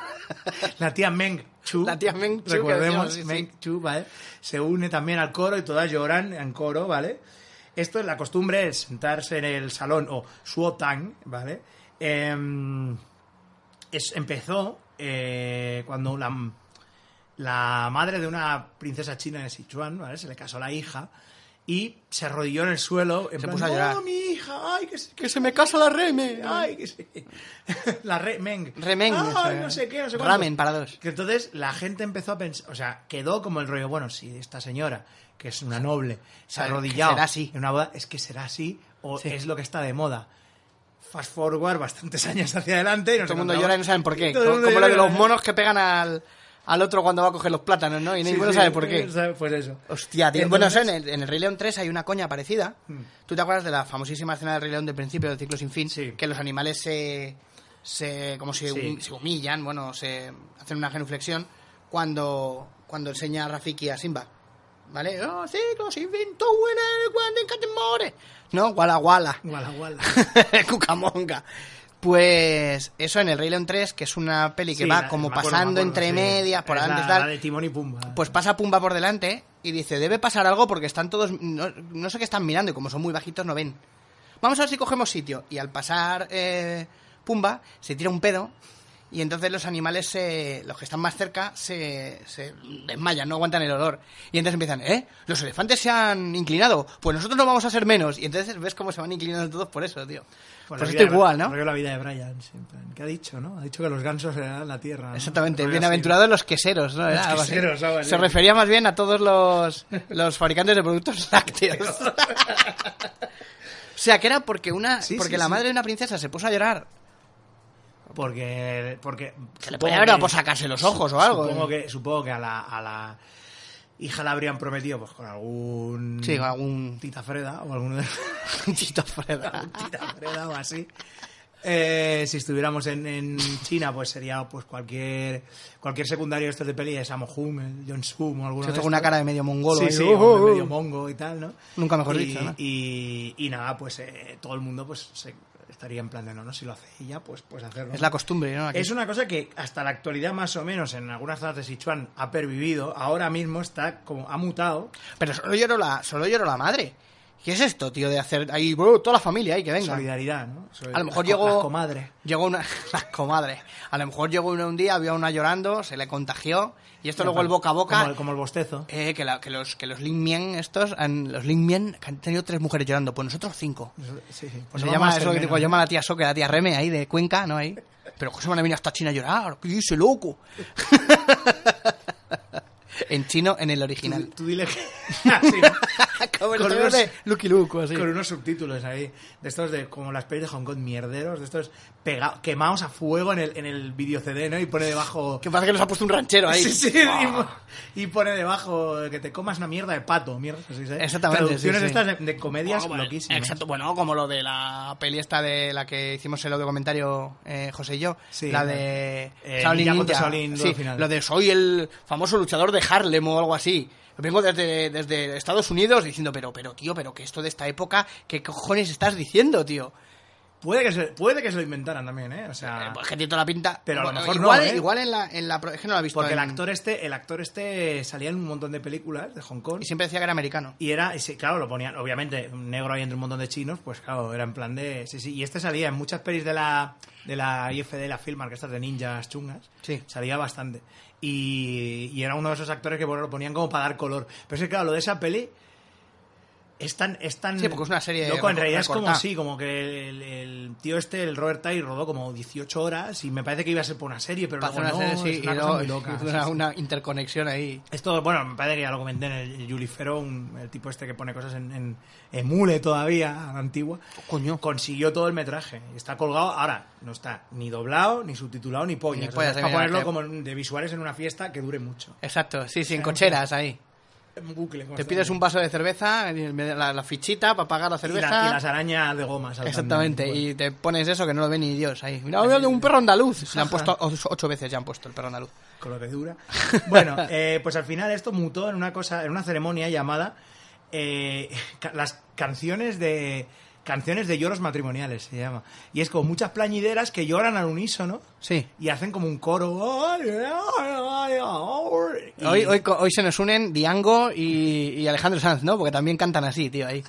[SPEAKER 1] la tía Meng Chu.
[SPEAKER 2] La tía Meng Chu, que
[SPEAKER 1] Recordemos,
[SPEAKER 2] decíamos, sí, sí.
[SPEAKER 1] Meng Chu, ¿vale? Se une también al coro y todas lloran en coro, ¿vale? Esto es la costumbre, es sentarse en el salón o suotang, ¿vale? Em, es- empezó eh, cuando la, la madre de una princesa china de Sichuan, ¿vale? Se le casó la hija y se arrodilló en el suelo. En
[SPEAKER 2] Se
[SPEAKER 1] plan,
[SPEAKER 2] puso a llorar. Mm.
[SPEAKER 1] "No, mi hija! ¡Ay, que se,
[SPEAKER 2] Que se me casa la reme.
[SPEAKER 1] Ay, que sí. La re Meng.
[SPEAKER 2] Remeng.
[SPEAKER 1] Ay,
[SPEAKER 2] eh.
[SPEAKER 1] no sé qué, no sé cuánto.
[SPEAKER 2] Ramen para dos.
[SPEAKER 1] Que entonces la gente empezó a pensar, o sea, quedó como el rollo, bueno, si esta señora, que es una noble, se ha
[SPEAKER 2] Sabe que
[SPEAKER 1] arrodillado
[SPEAKER 2] será así.
[SPEAKER 1] en una boda, es que será así o
[SPEAKER 2] Sí.
[SPEAKER 1] es lo que está de moda. Fast forward bastantes años hacia adelante y nos
[SPEAKER 2] Todo el mundo
[SPEAKER 1] encontramos-
[SPEAKER 2] llora y no saben por qué.
[SPEAKER 1] Todo el
[SPEAKER 2] Como,
[SPEAKER 1] mundo
[SPEAKER 2] como lo de
[SPEAKER 1] llora.
[SPEAKER 2] los monos que pegan al, al otro cuando va a coger los plátanos, ¿no? Y
[SPEAKER 1] Sí,
[SPEAKER 2] ninguno
[SPEAKER 1] sí,
[SPEAKER 2] sabe por qué.
[SPEAKER 1] sabe- Pues eso.
[SPEAKER 2] Hostia, tío.
[SPEAKER 1] Entonces-
[SPEAKER 2] bueno, eso en el, en el Rey León 3 hay una coña parecida.
[SPEAKER 1] Mm.
[SPEAKER 2] ¿Tú te acuerdas de la famosísima escena del Rey León del principio, del ciclo sin fin?
[SPEAKER 1] Sí.
[SPEAKER 2] Que los animales se, se como si
[SPEAKER 1] Sí.
[SPEAKER 2] hum- se humillan, bueno, se hacen una genuflexión cuando, cuando enseña a Rafiki a Simba. ¿Vale? Oh, sí, los inventó buena cuando en Catemore. No, guala guala.
[SPEAKER 1] Guala, guala.
[SPEAKER 2] Cucamonga. Pues eso en El Rey León 3, que es una peli que
[SPEAKER 1] Sí,
[SPEAKER 2] va
[SPEAKER 1] la-
[SPEAKER 2] como
[SPEAKER 1] me acuerdo,
[SPEAKER 2] pasando
[SPEAKER 1] me acuerdo,
[SPEAKER 2] entre
[SPEAKER 1] sí.
[SPEAKER 2] medias, por
[SPEAKER 1] Es
[SPEAKER 2] antes,
[SPEAKER 1] la,
[SPEAKER 2] tal.
[SPEAKER 1] la de Timón y Pumba.
[SPEAKER 2] Pues pasa Pumba por delante y dice, debe pasar algo porque están todos, no, no sé qué están mirando y como son muy bajitos no ven. Vamos a ver si cogemos sitio. Y al pasar eh, Pumba se tira un pedo y entonces los animales, se- los que están más cerca, se, se desmayan, no aguantan el olor. Y entonces empiezan, ¿eh? Los elefantes se han inclinado, pues nosotros no vamos a ser menos. Y entonces ves cómo se van inclinando todos por eso, tío.
[SPEAKER 1] Por
[SPEAKER 2] Pues,
[SPEAKER 1] la vida
[SPEAKER 2] esto
[SPEAKER 1] de-
[SPEAKER 2] igual, ¿no?
[SPEAKER 1] rollo la vida de Brian, sí, en plan, ¿qué ha dicho, no? Ha dicho que los gansos eran la tierra. ¿no?
[SPEAKER 2] Exactamente,
[SPEAKER 1] Rollo así.
[SPEAKER 2] bienaventurados los queseros, ¿no? Era
[SPEAKER 1] Los
[SPEAKER 2] algo así.
[SPEAKER 1] queseros, ah, vale.
[SPEAKER 2] Se refería más bien a todos los, los fabricantes de productos lácteos. o sea, que era porque una
[SPEAKER 1] Sí,
[SPEAKER 2] porque
[SPEAKER 1] sí,
[SPEAKER 2] la
[SPEAKER 1] sí.
[SPEAKER 2] madre de una princesa se puso a llorar.
[SPEAKER 1] Porque. porque
[SPEAKER 2] Se le
[SPEAKER 1] supongo
[SPEAKER 2] podía haber dado
[SPEAKER 1] que-
[SPEAKER 2] por sacarse los ojos o algo. ¿eh?
[SPEAKER 1] Supongo que, supongo que a, la, a la hija la habrían prometido pues con algún.
[SPEAKER 2] Sí, con algún
[SPEAKER 1] Tita Freda o alguno de.
[SPEAKER 2] tito Freda.
[SPEAKER 1] Tita Freda o así. Eh, si estuviéramos en, en China, pues sería pues cualquier cualquier secundario este de estos de peli de Samohum, el eh, John Sum o alguno
[SPEAKER 2] Se
[SPEAKER 1] de estos.
[SPEAKER 2] tocó una cara de medio mongolo. ahí,
[SPEAKER 1] Sí, sí,
[SPEAKER 2] ¡oh,
[SPEAKER 1] o de
[SPEAKER 2] oh, oh!
[SPEAKER 1] medio mongo y tal, ¿no?
[SPEAKER 2] Nunca mejor
[SPEAKER 1] Y-
[SPEAKER 2] dicho, ¿no?
[SPEAKER 1] Y, y nada, pues eh, todo el mundo pues se- estaría en plan de no, no, si lo hace ella, pues, pues hacerlo.
[SPEAKER 2] Es la costumbre, ¿no? Aquí.
[SPEAKER 1] Es una cosa que hasta la actualidad más o menos en algunas zonas de Sichuan ha pervivido, ahora mismo está como ha mutado.
[SPEAKER 2] Pero solo lloró, la, solo lloró la madre. ¿Qué es esto, tío? De hacer ahí, bro, toda la familia ahí, que venga.
[SPEAKER 1] Solidaridad, ¿no? Solidaridad.
[SPEAKER 2] A lo mejor
[SPEAKER 1] Las co-
[SPEAKER 2] llegó-
[SPEAKER 1] las comadres.
[SPEAKER 2] Llegó una. Las comadres. A lo mejor llegó una un día, había una llorando, se le contagió. Y esto luego el boca a boca.
[SPEAKER 1] Como el, como el bostezo.
[SPEAKER 2] eh, que, la- que los que los Lin Mien estos han, los Lin Mien que han tenido tres mujeres llorando pues nosotros cinco
[SPEAKER 1] Sí, sí.
[SPEAKER 2] pues
[SPEAKER 1] no vamos
[SPEAKER 2] se llama
[SPEAKER 1] a hacer
[SPEAKER 2] eso lo que digo,
[SPEAKER 1] menos.
[SPEAKER 2] llama a la tía Soque la tía Reme ahí de Cuenca no ahí pero José van a venir hasta China a llorar qué dice loco en chino en el original
[SPEAKER 1] Tú, tú dile que... Ah, sí, ¿no?
[SPEAKER 2] como el
[SPEAKER 1] Con
[SPEAKER 2] trailer
[SPEAKER 1] unos-
[SPEAKER 2] de Lucky Luke o así.
[SPEAKER 1] Con unos subtítulos ahí, de estos de como las pelis de Hong Kong, mierderos, de estos pega- quemados a fuego en el, en el video CD, ¿no? Y pone debajo...
[SPEAKER 2] que pasa que nos ha puesto un ranchero ahí
[SPEAKER 1] Sí, sí,
[SPEAKER 2] Ah.
[SPEAKER 1] y po- y pone debajo que te comas una mierda de pato, mierda. así, ¿sabes?
[SPEAKER 2] Exactamente,
[SPEAKER 1] Traducciones
[SPEAKER 2] sí, sí.
[SPEAKER 1] estas de, de comedias
[SPEAKER 2] Bueno, como el-
[SPEAKER 1] loquísimas.
[SPEAKER 2] Exacto, bueno, como lo de la peli esta de la que hicimos el audio comentario eh, José y yo,
[SPEAKER 1] Sí,
[SPEAKER 2] la
[SPEAKER 1] la-
[SPEAKER 2] de
[SPEAKER 1] eh,
[SPEAKER 2] Shaolin
[SPEAKER 1] Ninja
[SPEAKER 2] Ninja,
[SPEAKER 1] contra Shaolin,
[SPEAKER 2] sí,
[SPEAKER 1] duelo final.
[SPEAKER 2] lo de soy el famoso luchador de Harlem o algo así. Vengo desde, desde Estados Unidos diciendo, pero, pero, tío, pero que esto de esta época, ¿qué cojones estás diciendo, tío?
[SPEAKER 1] Puede que, se, puede que se lo inventaran también, ¿eh? O
[SPEAKER 2] Eh,
[SPEAKER 1] sea,
[SPEAKER 2] pues que tiene toda la pinta.
[SPEAKER 1] Pero a lo
[SPEAKER 2] Bueno,
[SPEAKER 1] mejor no,
[SPEAKER 2] igual,
[SPEAKER 1] ¿eh?
[SPEAKER 2] igual en la, en la pro- es que no la he visto.
[SPEAKER 1] porque el
[SPEAKER 2] en-
[SPEAKER 1] actor este, el actor este salía en un montón de películas de Hong Kong
[SPEAKER 2] y siempre decía que era americano.
[SPEAKER 1] y era, y sí, claro, lo ponían, obviamente, un negro ahí entre un montón de chinos, pues claro, era en plan de, sí, sí, y este salía en muchas pelis de la de la IFD, la Filmar, que estas de ninjas chungas,
[SPEAKER 2] Sí.
[SPEAKER 1] salía bastante y, y era uno de esos actores que bueno, lo ponían como para dar color, pero es que claro, lo de esa peli es tan, es tan-
[SPEAKER 2] Sí, porque es una serie
[SPEAKER 1] Loco, en
[SPEAKER 2] reco-
[SPEAKER 1] realidad es como
[SPEAKER 2] recortada.
[SPEAKER 1] así, como que el, el tío este, el Robert Ty, rodó como 18 horas y me parece que iba a ser por una serie, pero
[SPEAKER 2] Para hacer
[SPEAKER 1] luego
[SPEAKER 2] una
[SPEAKER 1] no,
[SPEAKER 2] serie, sí,
[SPEAKER 1] es una
[SPEAKER 2] y
[SPEAKER 1] cosa
[SPEAKER 2] luego-
[SPEAKER 1] muy loca.
[SPEAKER 2] y
[SPEAKER 1] sí,
[SPEAKER 2] una-
[SPEAKER 1] sí.
[SPEAKER 2] una interconexión ahí.
[SPEAKER 1] Esto, bueno, me parece que ya lo comenté en el Yulifero, el tipo este que pone cosas en, en emule todavía, a la antigua.
[SPEAKER 2] Coño.
[SPEAKER 1] Consiguió todo el metraje. Está colgado, ahora no está ni doblado, ni subtitulado, ni pollas.
[SPEAKER 2] Ni
[SPEAKER 1] O sea,
[SPEAKER 2] pollas,
[SPEAKER 1] es
[SPEAKER 2] eh,
[SPEAKER 1] para
[SPEAKER 2] mira,
[SPEAKER 1] ponerlo
[SPEAKER 2] que-
[SPEAKER 1] como en- de visuales en una fiesta que dure mucho.
[SPEAKER 2] Exacto, sí, sí, en cocheras ahí.
[SPEAKER 1] En bucle.
[SPEAKER 2] Te
[SPEAKER 1] constante.
[SPEAKER 2] pides un vaso de cerveza, la, la fichita para pagar la
[SPEAKER 1] Y la-
[SPEAKER 2] cerveza.
[SPEAKER 1] Y, las pues. arañas de goma. saltando.
[SPEAKER 2] Exactamente,
[SPEAKER 1] Bueno.
[SPEAKER 2] y te pones eso que no lo ve ni Dios ahí. Mira, mira, un perro andaluz. Le han puesto ocho ocho veces, ya han puesto el perro andaluz.
[SPEAKER 1] con lo que dura. Bueno, eh, pues al final esto mutó en una cosa, en una ceremonia llamada eh, ca- las canciones de canciones de lloros matrimoniales se llama. Y es como muchas plañideras que lloran al unísono
[SPEAKER 2] Sí.
[SPEAKER 1] y hacen como un coro. Y-
[SPEAKER 2] Hoy, hoy, co- hoy se nos unen Diango y, y Alejandro Sanz, ¿no? Porque también cantan así, tío, ahí.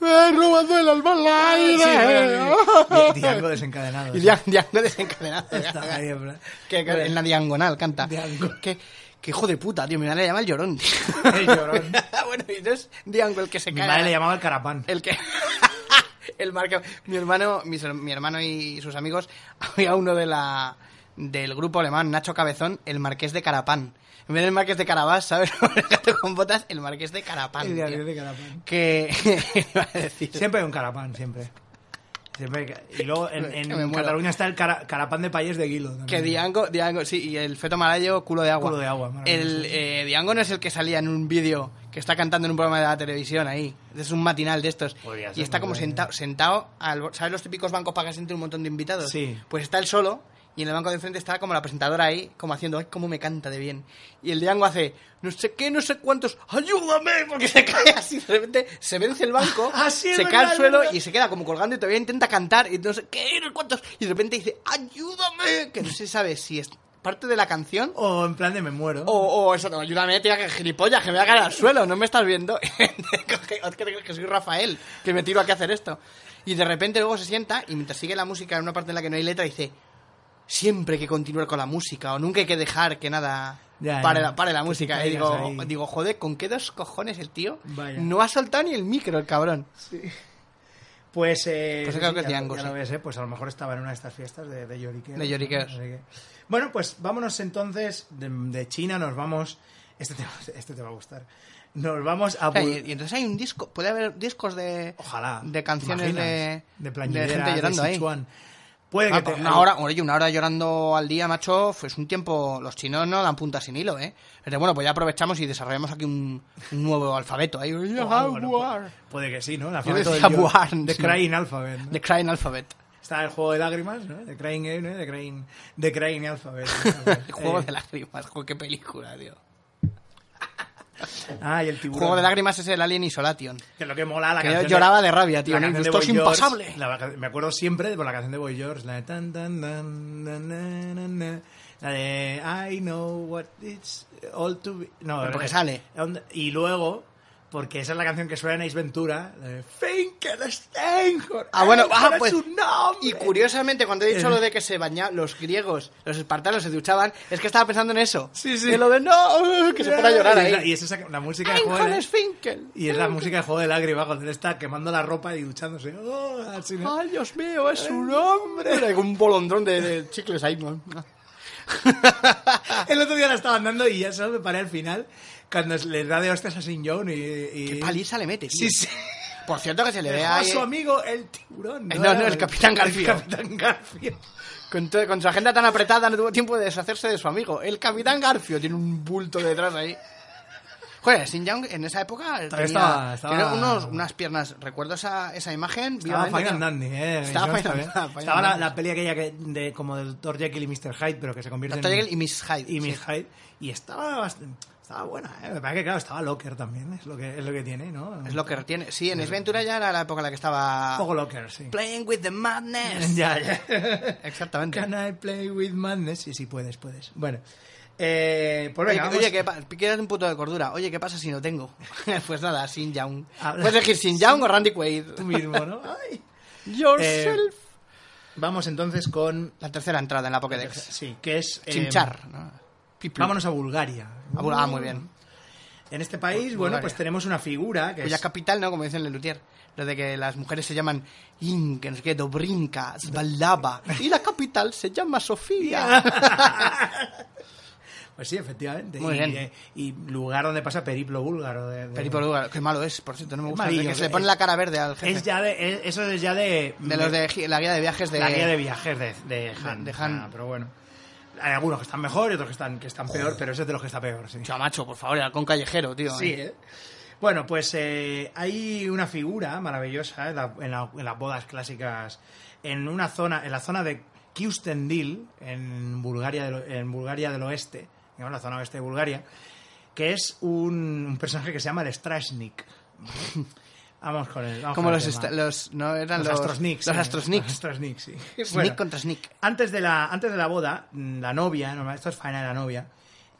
[SPEAKER 2] ¡Eh, robando el alma al
[SPEAKER 1] Sí,
[SPEAKER 2] aire!
[SPEAKER 1] bueno, di- Diango desencadenado.
[SPEAKER 2] Y
[SPEAKER 1] sí.
[SPEAKER 2] Dia- Diango desencadenado.
[SPEAKER 1] ¡Oh! Está ahí, en plan.
[SPEAKER 2] que, que en la diagonal canta.
[SPEAKER 1] Diango.
[SPEAKER 2] Que, que hijo de puta, tío. Mi madre le llama el llorón. tío.
[SPEAKER 1] El llorón.
[SPEAKER 2] bueno, y no es Diango el que se
[SPEAKER 1] Mi
[SPEAKER 2] cae.
[SPEAKER 1] madre le llamaba el carapán.
[SPEAKER 2] El que. el marca. Mi hermano, mis her- mi hermano y sus amigos, había uno de la del grupo alemán, Nacho Cabezón, el marqués de Carapán. En vez del marqués de Carabás, ¿sabes? El gato con botas, el marqués de Carapán.
[SPEAKER 1] El
[SPEAKER 2] tío.
[SPEAKER 1] diario de carapán.
[SPEAKER 2] Que. iba a decir.
[SPEAKER 1] Siempre hay un carapán, siempre. Siempre hay ca- y luego en,
[SPEAKER 2] Que
[SPEAKER 1] en
[SPEAKER 2] me muero.
[SPEAKER 1] Cataluña está el cara- carapán de payés de Guilo. también.
[SPEAKER 2] Que Diango, Diango, sí, y el feto malayo, culo de agua.
[SPEAKER 1] Culo de agua, maravilloso.
[SPEAKER 2] el eh, Diango no es el que salía en un vídeo que está cantando en un programa de la televisión ahí. Es un matinal de estos.
[SPEAKER 1] Podría
[SPEAKER 2] y
[SPEAKER 1] ser
[SPEAKER 2] está
[SPEAKER 1] muy
[SPEAKER 2] como
[SPEAKER 1] bueno.
[SPEAKER 2] sentado, sentado al bo- ¿sabes los típicos bancos para que se entre un montón de invitados?
[SPEAKER 1] Sí.
[SPEAKER 2] Pues está él solo y en el banco de enfrente está como la presentadora ahí, como haciendo, ay, cómo me canta de bien. Y el Django hace, no sé qué, no sé cuántos, ayúdame, porque se cae así, de repente se vence el banco,
[SPEAKER 1] Ah, sí, es
[SPEAKER 2] se cae
[SPEAKER 1] verdad,
[SPEAKER 2] al
[SPEAKER 1] es
[SPEAKER 2] suelo
[SPEAKER 1] verdad.
[SPEAKER 2] y se queda como colgando y todavía intenta cantar y no sé qué, no sé cuántos, y de repente dice, ayúdame, que no se sabe si es parte de la canción
[SPEAKER 1] O en plan de me muero.
[SPEAKER 2] o, o eso, no, ayúdame, tía, que gilipollas, que me voy a caer al suelo, no me estás viendo. Coge- ¿o es que te crees que soy Rafael, que me tiro aquí a hacer esto. Y de repente luego se sienta y mientras sigue la música en una parte en la que no hay letra dice, siempre hay que continuar con la música o nunca hay que dejar que nada
[SPEAKER 1] Ya,
[SPEAKER 2] pare,
[SPEAKER 1] ya.
[SPEAKER 2] la, pare la
[SPEAKER 1] Que
[SPEAKER 2] música.
[SPEAKER 1] te
[SPEAKER 2] Y digo,
[SPEAKER 1] caigas ahí.
[SPEAKER 2] digo, joder, ¿con qué dos cojones el tío?
[SPEAKER 1] Vaya.
[SPEAKER 2] No ha soltado ni el micro, el cabrón.
[SPEAKER 1] Pues, eh,
[SPEAKER 2] Pues creo que es
[SPEAKER 1] ya-
[SPEAKER 2] Django,
[SPEAKER 1] ya
[SPEAKER 2] sí.
[SPEAKER 1] lo ves, ¿eh? Pues a lo mejor estaba en una de estas fiestas de, de lloriqueos.
[SPEAKER 2] De lloriqueos.
[SPEAKER 1] Así que- Bueno, pues vámonos entonces de, de China, nos vamos... Este te, este te va a gustar. Nos vamos a...
[SPEAKER 2] O sea,
[SPEAKER 1] Bul-
[SPEAKER 2] y, y entonces hay un disco, puede haber discos de,
[SPEAKER 1] Ojalá.
[SPEAKER 2] de
[SPEAKER 1] ¿te
[SPEAKER 2] canciones
[SPEAKER 1] imaginas?
[SPEAKER 2] de,
[SPEAKER 1] de,
[SPEAKER 2] de
[SPEAKER 1] plañideras,
[SPEAKER 2] gente llorando
[SPEAKER 1] de
[SPEAKER 2] ahí.
[SPEAKER 1] Sichuan. Puede
[SPEAKER 2] Ah,
[SPEAKER 1] que
[SPEAKER 2] pero
[SPEAKER 1] te-
[SPEAKER 2] una hora, oye, una hora llorando al día, macho, es un tiempo. Los chinos no dan punta sin hilo, ¿eh? Pero bueno, pues ya aprovechamos y desarrollamos aquí un, un nuevo alfabeto. ahí.
[SPEAKER 1] Ah, bueno, puede, puede que sí, ¿no? La foto
[SPEAKER 2] decía
[SPEAKER 1] del yo-
[SPEAKER 2] Buar,
[SPEAKER 1] de
[SPEAKER 2] sí.
[SPEAKER 1] Crying Alphabet. ¿no?
[SPEAKER 2] The Crying Alphabet.
[SPEAKER 1] Está el juego de lágrimas, ¿no? De Crying Game, ¿no? De Crying, de Crying Alphabet.
[SPEAKER 2] El juego
[SPEAKER 1] Eh,
[SPEAKER 2] de lágrimas, jo, qué película, tío.
[SPEAKER 1] Ah, y el
[SPEAKER 2] El
[SPEAKER 1] tiburón.
[SPEAKER 2] juego de lágrimas es el Alien Isolation.
[SPEAKER 1] Que lo que mola la
[SPEAKER 2] Que
[SPEAKER 1] canción.
[SPEAKER 2] yo lloraba de rabia, tío.
[SPEAKER 1] la
[SPEAKER 2] ¿no?
[SPEAKER 1] canción de
[SPEAKER 2] Esto es
[SPEAKER 1] Boy George,
[SPEAKER 2] impasable.
[SPEAKER 1] la vaca- me acuerdo siempre de por la canción de Boy George, la de tan tan tan na, na, na, na, la de I know what it's all to be. No,
[SPEAKER 2] Pero porque
[SPEAKER 1] eh,
[SPEAKER 2] sale.
[SPEAKER 1] on- Y luego porque esa es la canción que suena en Ace Ventura, la de Finkelstein.
[SPEAKER 2] Ah, bueno, ah,
[SPEAKER 1] es
[SPEAKER 2] pues-
[SPEAKER 1] su nombre.
[SPEAKER 2] Y curiosamente, cuando he dicho
[SPEAKER 1] Eh.
[SPEAKER 2] lo de que se bañaban los griegos, los espartanos se duchaban, es que estaba pensando en eso.
[SPEAKER 1] Sí, sí.
[SPEAKER 2] En lo de no, que se pone a llorar
[SPEAKER 1] Y es Eh, la-
[SPEAKER 2] ahí.
[SPEAKER 1] Y es esa, la música de
[SPEAKER 2] Ein
[SPEAKER 1] juego. de-
[SPEAKER 2] Finkel.
[SPEAKER 1] Y es la música de juego de lágrimas cuando él está quemando la ropa y duchándose. Oh, así, ¿no?
[SPEAKER 2] ¡Ay, Dios mío! ¡Es un hombre! Era un bolondrón de, de chicles ahí, ¿no?
[SPEAKER 1] El otro día la estaba andando y ya solo me paré al final cuando le da de hostias a Sin John y, y-
[SPEAKER 2] ¡Qué paliza le mete, tío!
[SPEAKER 1] Sí, sí.
[SPEAKER 2] Por cierto, que se le ve
[SPEAKER 1] Dejó a
[SPEAKER 2] ahí
[SPEAKER 1] su amigo el tiburón.
[SPEAKER 2] Eh, no, no, el Capitán Garfio.
[SPEAKER 1] El Capitán Garfio.
[SPEAKER 2] con, to- con su agenda tan apretada no tuvo tiempo de deshacerse de su amigo. El Capitán Garfio tiene un bulto detrás ahí. Joder, Sin Young en esa época tenía,
[SPEAKER 1] estaba- estaba-
[SPEAKER 2] tenía unos, unas piernas. Recuerdo esa, esa imagen.
[SPEAKER 1] Estaba
[SPEAKER 2] vivamente,
[SPEAKER 1] Final
[SPEAKER 2] tío.
[SPEAKER 1] Dandy, eh.
[SPEAKER 2] Estaba
[SPEAKER 1] John
[SPEAKER 2] Final-
[SPEAKER 1] Favreau.
[SPEAKER 2] estaba Final
[SPEAKER 1] Estaba la,
[SPEAKER 2] Dandy.
[SPEAKER 1] la peli aquella que de, como de Dr. Jekyll y Mr. Hyde, pero que se convierte
[SPEAKER 2] Dr.
[SPEAKER 1] en...
[SPEAKER 2] Jekyll y Miss Hyde,
[SPEAKER 1] Y Miss
[SPEAKER 2] sí.
[SPEAKER 1] Hyde. Y estaba bastante... Estaba buena, ¿eh? Me parece que, claro, estaba Locker también, es lo que, es lo que tiene, ¿no?
[SPEAKER 2] Es lo que retiene. Sí, en Sventura ya era la época en la que estaba...
[SPEAKER 1] Un poco Locker, sí.
[SPEAKER 2] Playing with the madness.
[SPEAKER 1] Ya, ya.
[SPEAKER 2] Exactamente.
[SPEAKER 1] Can I play with madness? Sí, sí, puedes, puedes. Bueno, eh, pues
[SPEAKER 2] Oye,
[SPEAKER 1] venga,
[SPEAKER 2] que-
[SPEAKER 1] vamos-
[SPEAKER 2] oye, que pa- quieres un punto de cordura. Oye, ¿qué pasa si no tengo? pues nada, Sin Young.
[SPEAKER 1] Habla-
[SPEAKER 2] Puedes elegir Sin Young o Randy Quaid.
[SPEAKER 1] tú mismo, ¿no? Ay. Eh,
[SPEAKER 2] Yourself.
[SPEAKER 1] Vamos entonces con...
[SPEAKER 2] La tercera entrada en la Pokédex.
[SPEAKER 1] Sí, que es... eh, mm,
[SPEAKER 2] Chinchar. ¿no? Pip, pip.
[SPEAKER 1] vámonos a Bulgaria.
[SPEAKER 2] Ah, bu- Ah, muy bien.
[SPEAKER 1] En este país,
[SPEAKER 2] Bu-
[SPEAKER 1] bueno,
[SPEAKER 2] Bulgaria. Pues
[SPEAKER 1] pues tenemos una figura que
[SPEAKER 2] Cuya
[SPEAKER 1] es...
[SPEAKER 2] capital, ¿no? Como dicen Lelutier. Lo de que las mujeres se llaman In, que no sé qué, Dobrinka, Svalava. Y la capital se llama Sofía.
[SPEAKER 1] Pues sí, efectivamente.
[SPEAKER 2] Muy
[SPEAKER 1] y,
[SPEAKER 2] bien.
[SPEAKER 1] eh, y lugar donde pasa periplo búlgaro. de- de-
[SPEAKER 2] Periplo lugar. Qué malo es, por cierto, no me
[SPEAKER 1] Es
[SPEAKER 2] gusta.
[SPEAKER 1] malillo,
[SPEAKER 2] que se le
[SPEAKER 1] es-
[SPEAKER 2] pone la cara verde al jefe.
[SPEAKER 1] Es ya de... es- eso es ya de...
[SPEAKER 2] De los de gi- la guía de viajes de...
[SPEAKER 1] La guía de viajes de, de Han.
[SPEAKER 2] de Han.
[SPEAKER 1] Ah, pero bueno. Hay algunos que están mejor y otros que están, que están peor, pero ese es de los que está peor, sí.
[SPEAKER 2] Chamacho, por favor, el halcón callejero, tío.
[SPEAKER 1] Sí, ¿eh? Bueno, pues eh, hay una figura maravillosa en, la- en la- en las bodas clásicas en una zona, en la zona de Kyustendil, en Bulgaria del, o- en Bulgaria del Oeste, digamos la zona oeste de Bulgaria, que es un, un personaje que se llama el Strashnik. vamos con él. vamos
[SPEAKER 2] Como
[SPEAKER 1] con el
[SPEAKER 2] los,
[SPEAKER 1] tema.
[SPEAKER 2] esta- los no eran
[SPEAKER 1] los, eh.
[SPEAKER 2] los,
[SPEAKER 1] Astrosniks.
[SPEAKER 2] los
[SPEAKER 1] sí,
[SPEAKER 2] Astrosniks.
[SPEAKER 1] Los Astrosniks, sí.
[SPEAKER 2] Snick
[SPEAKER 1] Bueno,
[SPEAKER 2] contra Snick.
[SPEAKER 1] Antes de la, antes de la boda, mm, la novia, normal, esto es faena de la novia,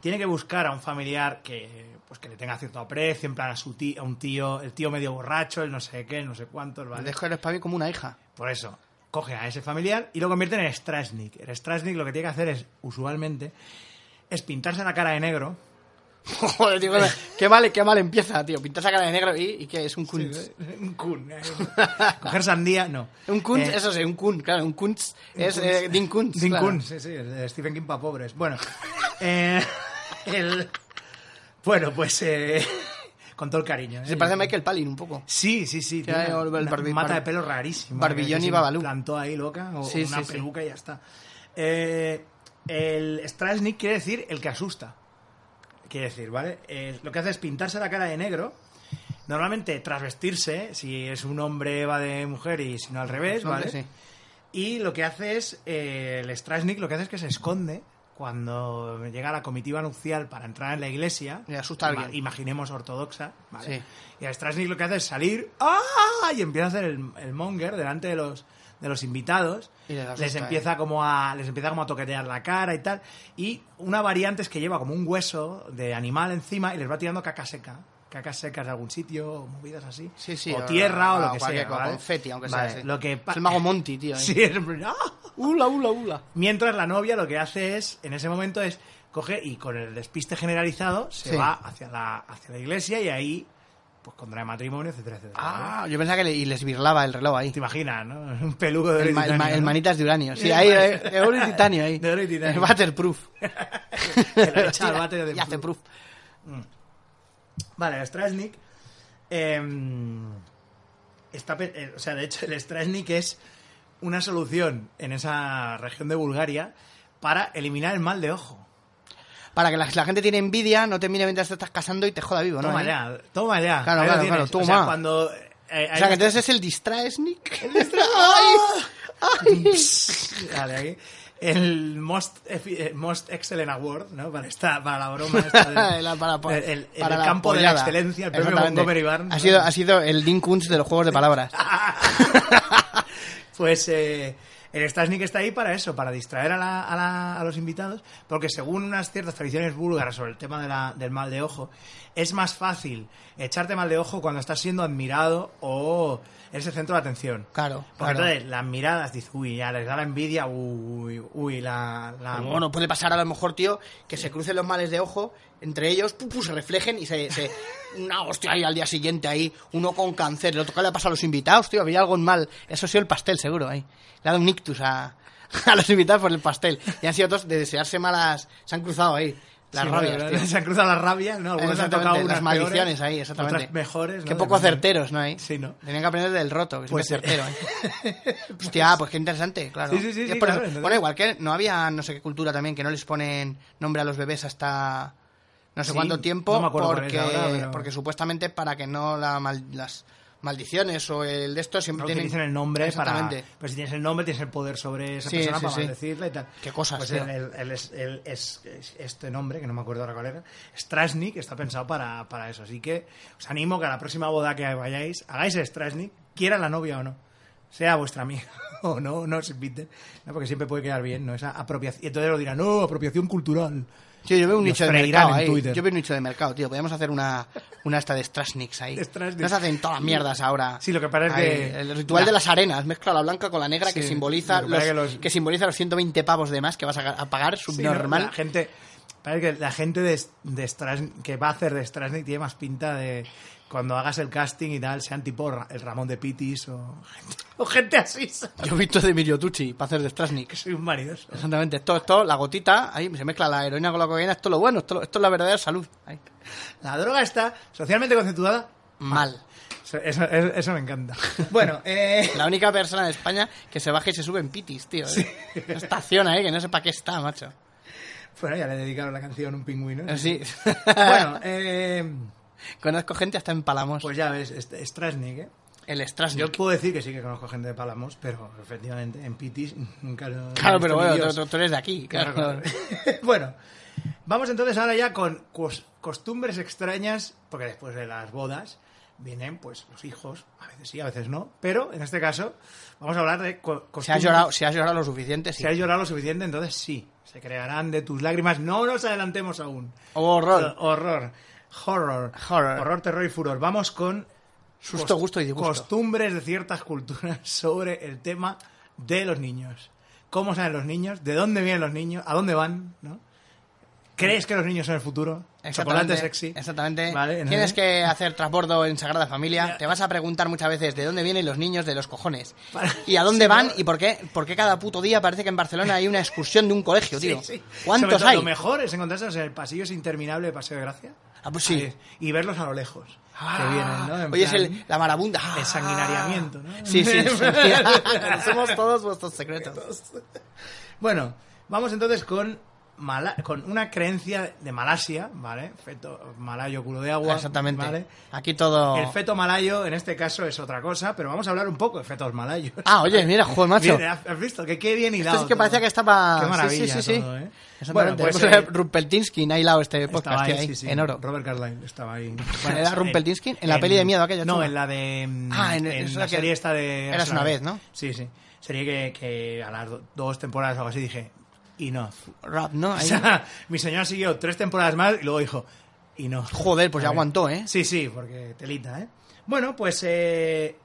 [SPEAKER 1] tiene que buscar a un familiar que, pues, que le tenga cierto aprecio, en plan a su tío, a un tío, el tío medio borracho, el no sé qué, el no sé cuánto, el
[SPEAKER 2] Vale.
[SPEAKER 1] vale.
[SPEAKER 2] Dejo el espacio como una hija.
[SPEAKER 1] Por eso, coge a ese familiar y lo convierte en Strasnik. El Strasnik lo que tiene que hacer es, usualmente, es pintarse la cara de negro.
[SPEAKER 2] Joder, tío, qué mal, qué mal empieza, tío. Pintas la cara de negro y, y que es un kunz.
[SPEAKER 1] Un kun. eh. Coger sandía, no.
[SPEAKER 2] Un kunz,
[SPEAKER 1] Eh,
[SPEAKER 2] eso sí, un kunz, claro, un kunz es
[SPEAKER 1] Kunz.
[SPEAKER 2] eh, Dean Kunz.
[SPEAKER 1] Dean
[SPEAKER 2] claro.
[SPEAKER 1] Kunz, sí, sí, el de Stephen King para pobres. Bueno, eh, el- bueno pues eh, con todo el cariño. ¿eh?
[SPEAKER 2] Se parece a Michael Palin un poco.
[SPEAKER 1] Sí, sí, sí.
[SPEAKER 2] Que
[SPEAKER 1] tiene
[SPEAKER 2] hay
[SPEAKER 1] una,
[SPEAKER 2] el
[SPEAKER 1] una
[SPEAKER 2] barbi-
[SPEAKER 1] mata de
[SPEAKER 2] barbi-
[SPEAKER 1] pelo rarísima.
[SPEAKER 2] Barbillón
[SPEAKER 1] que
[SPEAKER 2] y
[SPEAKER 1] se
[SPEAKER 2] Babalu.
[SPEAKER 1] Plantó ahí loca o,
[SPEAKER 2] Sí,
[SPEAKER 1] o una
[SPEAKER 2] sí, sí.
[SPEAKER 1] peluca y ya está. Eh, el Strasnik quiere decir el que asusta. quiere decir, ¿vale? Eh, lo que hace es pintarse la cara de negro. Normalmente trasvestirse, si es un hombre va de mujer y si no al revés,
[SPEAKER 2] Hombre,
[SPEAKER 1] ¿vale?
[SPEAKER 2] sí.
[SPEAKER 1] Y lo que hace es, eh, el Strasnik lo que hace es que se esconde cuando llega la comitiva nupcial para entrar en la iglesia.
[SPEAKER 2] Y asusta a
[SPEAKER 1] Ima-
[SPEAKER 2] alguien.
[SPEAKER 1] Imaginemos ortodoxa. ¿vale?
[SPEAKER 2] Sí.
[SPEAKER 1] Y el Strasnik lo que hace es salir ¡ah! y empieza a hacer el, el monger delante de los, de los invitados.
[SPEAKER 2] Y les asusta, ¿eh?
[SPEAKER 1] les, empieza como a, les empieza como a toquetear la cara y tal. Y una variante es que lleva como un hueso de animal encima y les va tirando caca seca. Cacas secas de algún sitio, o movidas así.
[SPEAKER 2] Sí, sí,
[SPEAKER 1] o
[SPEAKER 2] o-
[SPEAKER 1] tierra o,
[SPEAKER 2] o
[SPEAKER 1] lo que
[SPEAKER 2] cualquier
[SPEAKER 1] sea.
[SPEAKER 2] cosa,
[SPEAKER 1] ¿vale?
[SPEAKER 2] confeti, aunque sea,
[SPEAKER 1] Vale,
[SPEAKER 2] sí.
[SPEAKER 1] Lo que pa-
[SPEAKER 2] Es el mago Monty, tío, ¿eh? ahí.
[SPEAKER 1] Sí, es- ¡Ah!
[SPEAKER 2] Ula, ula, ula.
[SPEAKER 1] Mientras la novia lo que hace es, en ese momento, es coge y con el despiste generalizado se
[SPEAKER 2] Sí.
[SPEAKER 1] va hacia la, hacia la iglesia y ahí pues contrae matrimonio, etcétera, etcétera. ¿vale?
[SPEAKER 2] Ah, yo pensaba que le, y les virlaba el reloj ahí.
[SPEAKER 1] Te imaginas, ¿no? Un peludo de oro
[SPEAKER 2] El,
[SPEAKER 1] y
[SPEAKER 2] ma- el
[SPEAKER 1] titanio,
[SPEAKER 2] ma- el
[SPEAKER 1] ¿no?
[SPEAKER 2] manitas de uranio. Sí,
[SPEAKER 1] El
[SPEAKER 2] ahí,
[SPEAKER 1] ma-
[SPEAKER 2] eh, de oro y titanio ahí.
[SPEAKER 1] De oro y titanio.
[SPEAKER 2] El waterproof.
[SPEAKER 1] Que lo echa al váter de
[SPEAKER 2] y hace proof.
[SPEAKER 1] Vale, el Strasnik. em, está, pe- eh, o sea, de hecho, el Strasnik es una solución en esa región de Bulgaria para eliminar el mal de ojo.
[SPEAKER 2] Para que la, la gente tiene envidia, no te mire mientras te estás casando y te joda vivo, ¿no? ¿Eh?
[SPEAKER 1] Toma
[SPEAKER 2] Ahí.
[SPEAKER 1] ya, toma ya.
[SPEAKER 2] Claro,
[SPEAKER 1] Ahí lo
[SPEAKER 2] claro,
[SPEAKER 1] tienes.
[SPEAKER 2] claro,
[SPEAKER 1] O sea,
[SPEAKER 2] toma.
[SPEAKER 1] cuando... eh,
[SPEAKER 2] O
[SPEAKER 1] hay
[SPEAKER 2] sea, que
[SPEAKER 1] unas-
[SPEAKER 2] entonces es el distrae sneak.
[SPEAKER 1] Ah.
[SPEAKER 2] ¡Ay! ¡Ay!
[SPEAKER 1] Vale, ahí. El most, efi- eh, most Excellent Award, ¿no? Para, esta, para la broma. esta de-
[SPEAKER 2] La- para- para-
[SPEAKER 1] el, el-
[SPEAKER 2] para
[SPEAKER 1] el
[SPEAKER 2] la
[SPEAKER 1] campo de la
[SPEAKER 2] pollada.
[SPEAKER 1] excelencia, el premio
[SPEAKER 2] Exactamente.
[SPEAKER 1] Montgomery Barnes.
[SPEAKER 2] Ha
[SPEAKER 1] ¿no?
[SPEAKER 2] sido, ha sido el Dean Kuntz de los juegos de palabras.
[SPEAKER 1] pues eh, el Stasnik está ahí para eso, para distraer a, la- a la- a los invitados, porque según unas ciertas tradiciones búlgaras sobre el tema de la- del mal de ojo, es más fácil echarte mal de ojo cuando estás siendo admirado o eres el centro de atención.
[SPEAKER 2] Claro,
[SPEAKER 1] Porque
[SPEAKER 2] claro.
[SPEAKER 1] Pues entonces las miradas, dices, uy, ya les da la envidia, uy, uy, la... la-
[SPEAKER 2] Pero bueno, puede pasar a lo mejor, tío, que se crucen los males de ojo entre ellos, pu, pu, se reflejen y se, se- Una hostia ahí al día siguiente, ahí, uno con cáncer. Lo que le ha pasado a los invitados, tío, había algo en mal. Eso ha sido el pastel, seguro, ahí. Le ha dado un ictus a, a los invitados por el pastel. Y han sido dos de desearse malas. Se han cruzado ahí. Las
[SPEAKER 1] Sí,
[SPEAKER 2] rabias,
[SPEAKER 1] bueno,
[SPEAKER 2] tío.
[SPEAKER 1] Se han cruzado las rabias, ¿no? Algunos han
[SPEAKER 2] Exactamente,
[SPEAKER 1] tocado unas
[SPEAKER 2] las maldiciones
[SPEAKER 1] peores,
[SPEAKER 2] ahí, exactamente.
[SPEAKER 1] Otras mejores, ¿no?
[SPEAKER 2] Qué poco
[SPEAKER 1] Depende.
[SPEAKER 2] certeros, ¿no? Ahí.
[SPEAKER 1] Sí, ¿no?
[SPEAKER 2] Tenían que aprender del roto, que
[SPEAKER 1] Pues,
[SPEAKER 2] pues, certero.
[SPEAKER 1] eh.
[SPEAKER 2] ¿eh? Hostia, pues qué interesante, claro.
[SPEAKER 1] Sí, sí, sí,
[SPEAKER 2] Y es
[SPEAKER 1] sí,
[SPEAKER 2] por
[SPEAKER 1] claro,
[SPEAKER 2] eso-
[SPEAKER 1] entonces-
[SPEAKER 2] Bueno, igual que no había no sé qué cultura también que no les ponen nombre a los bebés hasta no sé
[SPEAKER 1] Sí,
[SPEAKER 2] cuánto tiempo
[SPEAKER 1] no me acuerdo cuál es
[SPEAKER 2] porque,
[SPEAKER 1] ahora, pero-
[SPEAKER 2] porque supuestamente para que no la mal- las maldiciones o el de esto siempre
[SPEAKER 1] No
[SPEAKER 2] tienen...
[SPEAKER 1] utilicen el nombre para...
[SPEAKER 2] Exactamente.
[SPEAKER 1] Pero si tienes el nombre, tienes el poder sobre esa
[SPEAKER 2] Sí,
[SPEAKER 1] persona
[SPEAKER 2] sí,
[SPEAKER 1] para
[SPEAKER 2] sí.
[SPEAKER 1] maldecirla y tal.
[SPEAKER 2] Qué cosas,
[SPEAKER 1] Pues
[SPEAKER 2] tío.
[SPEAKER 1] el, el- el es, el es- es- este nombre, que no me acuerdo ahora cuál era, Strasnik, está pensado para, para eso. Así que os animo que a la próxima boda que vayáis, hagáis el Strasnik, quiera la novia o no. Sea vuestra amiga o no, no os inviten. No, porque siempre puede quedar bien, ¿no? Esa apropiación. Y entonces lo dirán, no, apropiación cultural.
[SPEAKER 2] Tío, yo veo un
[SPEAKER 1] Nos
[SPEAKER 2] nicho de
[SPEAKER 1] freirán
[SPEAKER 2] mercado
[SPEAKER 1] en
[SPEAKER 2] ahí.
[SPEAKER 1] Twitter.
[SPEAKER 2] Yo veo un nicho de mercado, tío. Podríamos hacer una, una esta de Strasniks ahí.
[SPEAKER 1] De Strasniks.
[SPEAKER 2] Nos hacen todas mierdas ahora.
[SPEAKER 1] Sí, lo que pasa es
[SPEAKER 2] Ahí,
[SPEAKER 1] que-
[SPEAKER 2] El ritual
[SPEAKER 1] la-
[SPEAKER 2] de las arenas. Mezcla la blanca con la negra que
[SPEAKER 1] Sí,
[SPEAKER 2] simboliza
[SPEAKER 1] lo que pasa
[SPEAKER 2] los,
[SPEAKER 1] es
[SPEAKER 2] que,
[SPEAKER 1] que los-
[SPEAKER 2] simboliza los 120 pavos de más que vas a, a pagar,
[SPEAKER 1] Sí, ¿no?
[SPEAKER 2] subnormal.
[SPEAKER 1] La gente, parece que la gente de, de Stras- que va a hacer de Strasnik tiene más pinta de cuando hagas el casting y tal, sean tipo Ra- el Ramón de Pitis o gente, o gente así. ¿sabes?
[SPEAKER 2] Yo he visto de Emilio Tucci para hacer de
[SPEAKER 1] Que
[SPEAKER 2] Strasniks.
[SPEAKER 1] soy un vanidoso.
[SPEAKER 2] Exactamente. Esto, esto, la gotita. Ahí se mezcla la heroína con la cocaína. Esto es lo bueno. Esto, lo- esto es la verdadera salud. Ahí.
[SPEAKER 1] La droga está socialmente conceptuada.
[SPEAKER 2] Mal.
[SPEAKER 1] Eso, eso- eso- eso me encanta. Bueno, eh,
[SPEAKER 2] La única persona de España que se baja y se sube en pitis, tío. Estación ahí, que no sé para qué está, macho.
[SPEAKER 1] bueno, ya le dedicaron la canción un pingüino.
[SPEAKER 2] Sí.
[SPEAKER 1] Bueno, eh,
[SPEAKER 2] Conozco gente hasta en Palamos.
[SPEAKER 1] pues ya ves, este- Strasnik, ¿eh?
[SPEAKER 2] el Strasnik.
[SPEAKER 1] Yo puedo decir que sí que conozco gente de Palamos, pero efectivamente en Pitis nunca lo... no
[SPEAKER 2] Claro,
[SPEAKER 1] he
[SPEAKER 2] pero
[SPEAKER 1] visto ni
[SPEAKER 2] bueno,
[SPEAKER 1] Dios.
[SPEAKER 2] tú, tú- tú eres de aquí. Claro,
[SPEAKER 1] Claro, claro. bueno, vamos entonces ahora ya con cos- costumbres extrañas, porque después de las bodas vienen pues los hijos, a veces sí, a veces no, pero en este caso vamos a hablar de co- costumbres.
[SPEAKER 2] Si has llorado, si has llorado lo suficiente, sí.
[SPEAKER 1] Si has llorado lo suficiente, entonces sí, se crearán de tus lágrimas. No nos adelantemos aún.
[SPEAKER 2] Oh, horror.
[SPEAKER 1] Eh, horror. Horror.
[SPEAKER 2] Horror.
[SPEAKER 1] Horror, terror y furor. Vamos con...
[SPEAKER 2] Susto,
[SPEAKER 1] cost-
[SPEAKER 2] gusto y disgusto.
[SPEAKER 1] Costumbres de ciertas culturas sobre el tema de los niños. ¿Cómo salen los niños? ¿De dónde vienen los niños? ¿A dónde van? ¿No? ¿Crees que los niños son el futuro?
[SPEAKER 2] Exactamente,
[SPEAKER 1] Chocolate sexy.
[SPEAKER 2] Exactamente.
[SPEAKER 1] Vale, ¿no?
[SPEAKER 2] Tienes que hacer trasbordo en Sagrada Familia.
[SPEAKER 1] Ya.
[SPEAKER 2] Te vas a preguntar muchas veces de dónde vienen los niños de los cojones.
[SPEAKER 1] Para-
[SPEAKER 2] Y a dónde
[SPEAKER 1] Sí,
[SPEAKER 2] van
[SPEAKER 1] ¿no?
[SPEAKER 2] y por qué, por qué cada puto día parece que en Barcelona hay una excursión de un colegio, tío.
[SPEAKER 1] Sí, sí. Sobre
[SPEAKER 2] ¿Cuántos
[SPEAKER 1] todo,
[SPEAKER 2] hay?
[SPEAKER 1] Lo mejor es encontrarse en el pasillo ese interminable de Paseo de Gracia.
[SPEAKER 2] Ah, pues sí.
[SPEAKER 1] Ahí es. Y verlos a lo lejos.
[SPEAKER 2] Ah,
[SPEAKER 1] que vienen, ¿no? En
[SPEAKER 2] Oye, es
[SPEAKER 1] plan-
[SPEAKER 2] el, la marabunda. Ah.
[SPEAKER 1] El sanguinariamiento, ¿no?
[SPEAKER 2] Sí, sí. Somos todos vuestros secretos.
[SPEAKER 1] Bueno, vamos entonces con mala- con una creencia de Malasia, ¿vale? Feto malayo, culo de agua.
[SPEAKER 2] Exactamente.
[SPEAKER 1] ¿vale?
[SPEAKER 2] Aquí todo.
[SPEAKER 1] El feto malayo en este caso es otra cosa, pero vamos a hablar un poco de fetos malayos.
[SPEAKER 2] Ah, oye, mira, joder, macho.
[SPEAKER 1] Bien, ¿has has visto? Que qué bien hilado.
[SPEAKER 2] Esto sí que
[SPEAKER 1] todo.
[SPEAKER 2] parecía que estaba.
[SPEAKER 1] Qué maravilla
[SPEAKER 2] sí, sí, sí. sí.
[SPEAKER 1] todo, ¿eh?
[SPEAKER 2] Exactamente.
[SPEAKER 1] Bueno, pues,
[SPEAKER 2] Pues,
[SPEAKER 1] eh,
[SPEAKER 2] Rumpeltinsky ha hilado este podcast
[SPEAKER 1] Estaba ahí,
[SPEAKER 2] tío, ahí,
[SPEAKER 1] sí, sí,
[SPEAKER 2] en oro.
[SPEAKER 1] Robert Carlyle estaba ahí.
[SPEAKER 2] ¿Era Rumpelstiltskin? ¿En la peli de miedo aquella
[SPEAKER 1] No,
[SPEAKER 2] chunga?
[SPEAKER 1] en la de. mm,
[SPEAKER 2] Ah, en-
[SPEAKER 1] en,
[SPEAKER 2] es la
[SPEAKER 1] la
[SPEAKER 2] que-
[SPEAKER 1] serie esta de.
[SPEAKER 2] Eras una vez, ¿no?
[SPEAKER 1] Sí, sí. Sería que, que a las do- dos temporadas o algo así dije, y no.
[SPEAKER 2] Rap, ¿no?
[SPEAKER 1] O
[SPEAKER 2] Ahí.
[SPEAKER 1] sea, mi señora siguió tres temporadas más y luego dijo, y no.
[SPEAKER 2] Joder, pues ya
[SPEAKER 1] A ver.
[SPEAKER 2] aguantó, ¿eh?
[SPEAKER 1] Sí, sí, porque telita, ¿eh? Bueno, pues eh,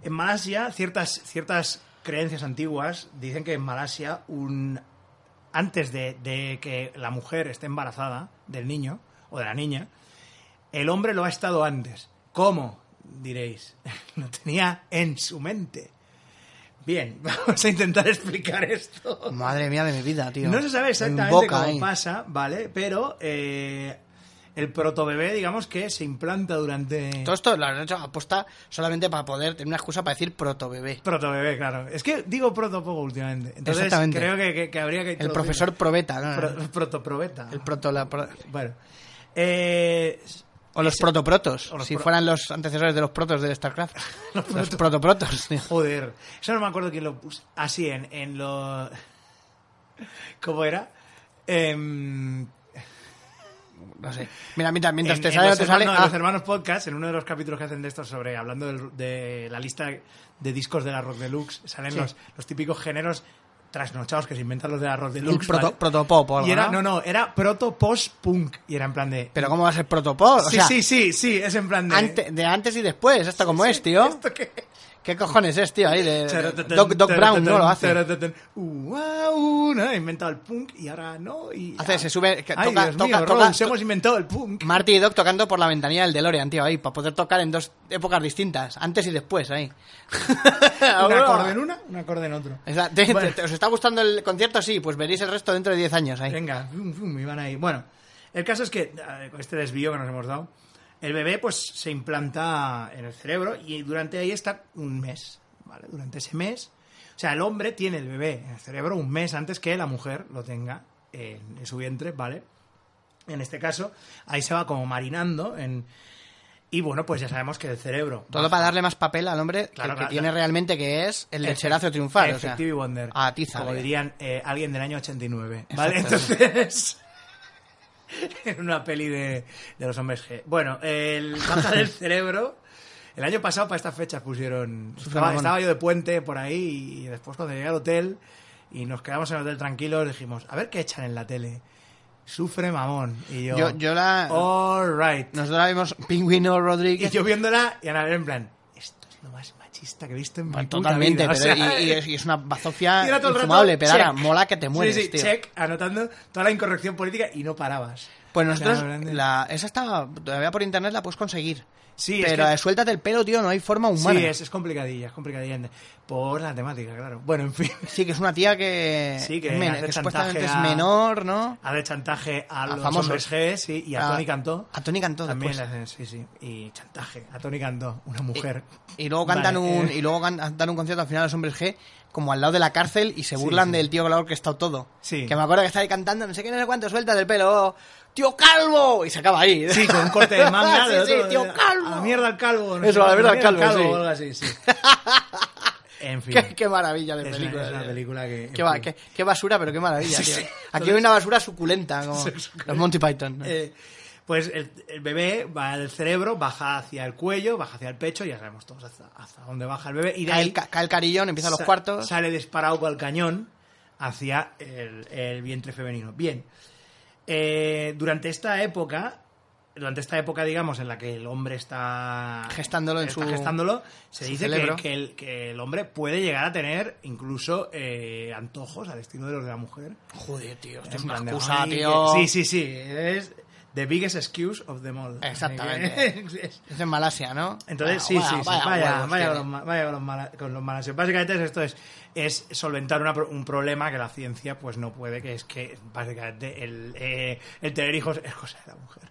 [SPEAKER 1] en Malasia ciertas, ciertas creencias antiguas dicen que en Malasia un, antes de, de que la mujer esté embarazada del niño o de la niña, el hombre lo ha estado antes. ¿Cómo? Diréis. Lo tenía en su mente. Bien, vamos a intentar explicar esto.
[SPEAKER 2] Madre mía de mi vida, tío.
[SPEAKER 1] No se sabe exactamente
[SPEAKER 2] En boca,
[SPEAKER 1] cómo
[SPEAKER 2] ahí.
[SPEAKER 1] pasa, ¿vale? Pero eh, el protobebé, digamos que se implanta durante...
[SPEAKER 2] Todo esto lo han hecho aposta solamente para poder tener una excusa para decir protobebé.
[SPEAKER 1] Protobebé, claro. Es que digo proto poco últimamente. Entonces
[SPEAKER 2] Exactamente.
[SPEAKER 1] creo que, que- que habría que...
[SPEAKER 2] El
[SPEAKER 1] introducir-
[SPEAKER 2] profesor probeta, ¿no?
[SPEAKER 1] Pro- protoprobeta.
[SPEAKER 2] El proto, la pro-
[SPEAKER 1] Bueno. Eh,
[SPEAKER 2] O los protoprotos,
[SPEAKER 1] o los
[SPEAKER 2] si
[SPEAKER 1] pro-
[SPEAKER 2] fueran los antecesores de los protos del StarCraft. los protoprotos. tío.
[SPEAKER 1] joder. Eso no me acuerdo quién lo puso. Así, en, en lo... ¿Cómo era? Em,
[SPEAKER 2] No sé. Mira, mientras, mientras
[SPEAKER 1] en-
[SPEAKER 2] te
[SPEAKER 1] en
[SPEAKER 2] sale, no
[SPEAKER 1] los
[SPEAKER 2] te
[SPEAKER 1] hermanos-
[SPEAKER 2] sale.
[SPEAKER 1] no, en
[SPEAKER 2] ah,
[SPEAKER 1] los hermanos podcast, en uno de los capítulos que hacen de esto sobre hablando del- de la lista de discos de la Rock Deluxe, salen
[SPEAKER 2] Sí.
[SPEAKER 1] los, los típicos géneros trasnochados que se inventan los de la Rock Deluxe.
[SPEAKER 2] el proto,
[SPEAKER 1] ¿vale?
[SPEAKER 2] protopop o algo,
[SPEAKER 1] y era, no,
[SPEAKER 2] ¿no?
[SPEAKER 1] no, era proto post punk y era en plan de
[SPEAKER 2] Pero ¿cómo va a ser protopop? O
[SPEAKER 1] Sí,
[SPEAKER 2] sea,
[SPEAKER 1] sí, sí, sí, es en plan de
[SPEAKER 2] ante- de antes y después, ¿esto cómo es, tío?
[SPEAKER 1] ¿Esto qué?
[SPEAKER 2] ¿Qué cojones es, tío? Ahí de- de- de-
[SPEAKER 1] Charatatan,
[SPEAKER 2] Doc, Doc Brown no lo hace.
[SPEAKER 1] charatatan, uau, ¿no? Ha inventado el punk y ahora no y
[SPEAKER 2] Hace, se sube- que
[SPEAKER 1] Ay,
[SPEAKER 2] toca-
[SPEAKER 1] Dios
[SPEAKER 2] toca-
[SPEAKER 1] mío,
[SPEAKER 2] toca-
[SPEAKER 1] Rose, hemos inventado el punk.
[SPEAKER 2] Marty y Doc tocando por la ventanilla del DeLorean, tío, ahí, para poder tocar en dos épocas distintas, antes y después, ahí.
[SPEAKER 1] Un acorde en una, un acorde en otro.
[SPEAKER 2] O sea, te- te-
[SPEAKER 1] Bueno.
[SPEAKER 2] te- ¿Os está gustando el concierto? Sí, pues veréis el resto dentro de 10 años ahí.
[SPEAKER 1] Venga, fum, fum, y van ahí. Bueno, el caso es que, eh, con este desvío que nos hemos dado, el bebé pues se implanta en el cerebro y durante ahí está un mes, ¿vale? Durante ese mes, o sea, el hombre tiene el bebé en el cerebro un mes antes que la mujer lo tenga en, en su vientre, ¿vale? En este caso, ahí se va como marinando en... Y bueno, pues ya sabemos que el cerebro...
[SPEAKER 2] Todo para darle más papel al hombre que-
[SPEAKER 1] Claro,
[SPEAKER 2] que,
[SPEAKER 1] claro.
[SPEAKER 2] tiene realmente que es el lecherazo triunfal. O sea,
[SPEAKER 1] Eh, Efectivo y Wonder.
[SPEAKER 2] A tiza.
[SPEAKER 1] Como
[SPEAKER 2] vale.
[SPEAKER 1] dirían eh, alguien del año 89. ¿Vale?
[SPEAKER 2] Exacto.
[SPEAKER 1] Entonces. en una peli de, de los hombres G. Bueno, el baja del cerebro. El año pasado, para estas fechas, pusieron. Estaba,
[SPEAKER 2] mamón.
[SPEAKER 1] estaba yo de puente por ahí y después, cuando llegué al hotel y nos quedamos en el hotel tranquilos, dijimos: A ver qué echan en la tele. Sufre mamón. Y yo.
[SPEAKER 2] Yo, yo la...
[SPEAKER 1] All right.
[SPEAKER 2] Nosotros la vimos Pingüino
[SPEAKER 1] Oh. Y
[SPEAKER 2] Rodríguez.
[SPEAKER 1] yo viéndola y Ana Belén en plan: Esto es lo más machista que he visto en mi puta
[SPEAKER 2] Pues Totalmente,
[SPEAKER 1] vida". O
[SPEAKER 2] pero-
[SPEAKER 1] sea, eh,
[SPEAKER 2] y, y es- y es una bazofia
[SPEAKER 1] Y era todo el rato,
[SPEAKER 2] infumable, pero ahora
[SPEAKER 1] check.
[SPEAKER 2] mola que te mueres,
[SPEAKER 1] Sí, sí,
[SPEAKER 2] tío.
[SPEAKER 1] check, anotando toda la incorrección política y no parabas.
[SPEAKER 2] Pues nosotros,
[SPEAKER 1] Claro, grande.
[SPEAKER 2] la, esa estaba, todavía por internet la puedes conseguir.
[SPEAKER 1] Sí, es
[SPEAKER 2] pero
[SPEAKER 1] que-
[SPEAKER 2] eh, suéltate el pelo, tío, no hay forma humana.
[SPEAKER 1] Sí, es, es complicadilla, es complicadilla. Por la temática, claro. Bueno, en fin.
[SPEAKER 2] Sí, que es una tía que,
[SPEAKER 1] Sí, que
[SPEAKER 2] es men-
[SPEAKER 1] hace chantaje
[SPEAKER 2] supuestamente es
[SPEAKER 1] a-
[SPEAKER 2] menor, ¿no?
[SPEAKER 1] A de chantaje a,
[SPEAKER 2] A
[SPEAKER 1] los
[SPEAKER 2] famosos.
[SPEAKER 1] hombres G, sí, y a, Tony Cantó.
[SPEAKER 2] A Tony Cantó
[SPEAKER 1] También
[SPEAKER 2] después.
[SPEAKER 1] le hacen- sí, sí. Y chantaje a Tony Cantó, una mujer.
[SPEAKER 2] Y luego cantan
[SPEAKER 1] Vale,
[SPEAKER 2] un
[SPEAKER 1] eh.
[SPEAKER 2] y luego cantan un concierto al final los hombres G como al lado de la cárcel y se burlan
[SPEAKER 1] sí.
[SPEAKER 2] del tío con la que está todo.
[SPEAKER 1] Sí.
[SPEAKER 2] Que me acuerdo que está ahí cantando, no sé qué, no sé cuánto, suelta del pelo, tío calvo y se acaba ahí.
[SPEAKER 1] Sí, con un corte de manga.
[SPEAKER 2] sí,
[SPEAKER 1] de
[SPEAKER 2] sí,
[SPEAKER 1] otro-
[SPEAKER 2] tío calvo.
[SPEAKER 1] A la mierda al calvo.
[SPEAKER 2] Eso,
[SPEAKER 1] sé,
[SPEAKER 2] a la mierda al
[SPEAKER 1] mierda al
[SPEAKER 2] calvo, sí.
[SPEAKER 1] o algo así, sí. En fin.
[SPEAKER 2] Qué, qué maravilla de
[SPEAKER 1] es,
[SPEAKER 2] película.
[SPEAKER 1] una, es una
[SPEAKER 2] tío.
[SPEAKER 1] película que.
[SPEAKER 2] Qué,
[SPEAKER 1] en
[SPEAKER 2] va-
[SPEAKER 1] fin.
[SPEAKER 2] qué- qué basura, pero qué maravilla,
[SPEAKER 1] Sí,
[SPEAKER 2] tío.
[SPEAKER 1] sí.
[SPEAKER 2] Aquí hay una basura suculenta, como
[SPEAKER 1] Sí, suculenta.
[SPEAKER 2] los Monty Python. ¿no?
[SPEAKER 1] Eh, pues el, el bebé va al cerebro, baja hacia el cuello, baja hacia el pecho, ya sabemos todos hasta, hasta dónde baja el bebé. Y de
[SPEAKER 2] cae,
[SPEAKER 1] ahí
[SPEAKER 2] el, ca- cae el carillón, empiezan los
[SPEAKER 1] sa-
[SPEAKER 2] cuartos.
[SPEAKER 1] sale disparado con el cañón hacia el, el vientre femenino. Bien, Eh, durante esta época, durante esta época, digamos, en la que el hombre está
[SPEAKER 2] Gestándolo en
[SPEAKER 1] está
[SPEAKER 2] su-
[SPEAKER 1] gestándolo, se
[SPEAKER 2] su
[SPEAKER 1] dice que,
[SPEAKER 2] cerebro.
[SPEAKER 1] que el, que el hombre puede llegar a tener incluso eh, antojos al estilo de los de la mujer.
[SPEAKER 2] Joder, tío, esto
[SPEAKER 1] En
[SPEAKER 2] es una
[SPEAKER 1] plan de,
[SPEAKER 2] excusa,
[SPEAKER 1] "Ay,
[SPEAKER 2] tío.
[SPEAKER 1] Sí, sí, sí. Es the biggest excuse of them all.
[SPEAKER 2] Exactamente. Es en Malasia, ¿no?
[SPEAKER 1] Entonces,
[SPEAKER 2] Ah,
[SPEAKER 1] sí,
[SPEAKER 2] guau,
[SPEAKER 1] sí, sí,
[SPEAKER 2] vaya
[SPEAKER 1] Vaya,
[SPEAKER 2] huevos
[SPEAKER 1] vaya con
[SPEAKER 2] tiene.
[SPEAKER 1] los, ma- vaya con los mala- con los malas. Básicamente es esto es, es solventar una pro- un problema que la ciencia pues no puede, que es que básicamente el, eh, el tener hijos es cosa de la mujer.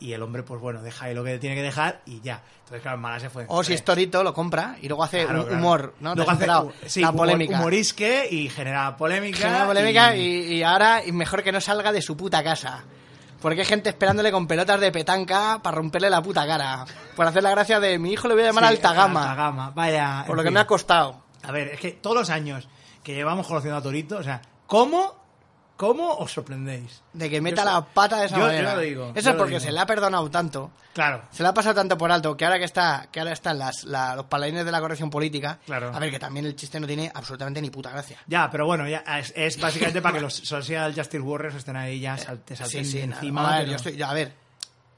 [SPEAKER 1] y el hombre, pues bueno, deja ahí lo que tiene que dejar y ya. Entonces, claro, el mala se fue. Eh,
[SPEAKER 2] O si es torito, lo compra y luego hace
[SPEAKER 1] Claro,
[SPEAKER 2] hu-
[SPEAKER 1] claro.
[SPEAKER 2] humor, ¿no? ¿Te
[SPEAKER 1] Luego
[SPEAKER 2] has
[SPEAKER 1] hace
[SPEAKER 2] enterado?
[SPEAKER 1] hu- sí,
[SPEAKER 2] la
[SPEAKER 1] humor-
[SPEAKER 2] polémica.
[SPEAKER 1] Humorisque y genera polémica.
[SPEAKER 2] Genera polémica y... y ahora y mejor que no salga de su puta casa. Porque hay gente esperándole con pelotas de petanca para romperle la puta cara. Por hacer la gracia de mi hijo le voy a llamar
[SPEAKER 1] Sí,
[SPEAKER 2] alta gama.
[SPEAKER 1] alta gama, vaya.
[SPEAKER 2] Por
[SPEAKER 1] en
[SPEAKER 2] lo que
[SPEAKER 1] fin.
[SPEAKER 2] me ha costado.
[SPEAKER 1] A ver, es que todos los años que llevamos conociendo a Torito, o sea, ¿cómo, cómo os sorprendéis?
[SPEAKER 2] De que meta
[SPEAKER 1] Yo-
[SPEAKER 2] la pata de esa
[SPEAKER 1] yo- yo
[SPEAKER 2] manera.
[SPEAKER 1] lo digo,
[SPEAKER 2] Eso
[SPEAKER 1] yo
[SPEAKER 2] es
[SPEAKER 1] lo
[SPEAKER 2] porque
[SPEAKER 1] digo.
[SPEAKER 2] se le ha perdonado tanto.
[SPEAKER 1] Claro.
[SPEAKER 2] Se le ha pasado tanto por alto que ahora que está, que ahora están las, la- los paladines de la corrección política.
[SPEAKER 1] Claro.
[SPEAKER 2] A ver, que también el chiste no tiene absolutamente ni puta gracia.
[SPEAKER 1] Ya, pero bueno, ya es, es básicamente para que los Social Justice Warriors estén ahí ya salte, salten
[SPEAKER 2] nada.
[SPEAKER 1] encima.
[SPEAKER 2] a, ver,
[SPEAKER 1] pero-
[SPEAKER 2] yo estoy- yo- a ver,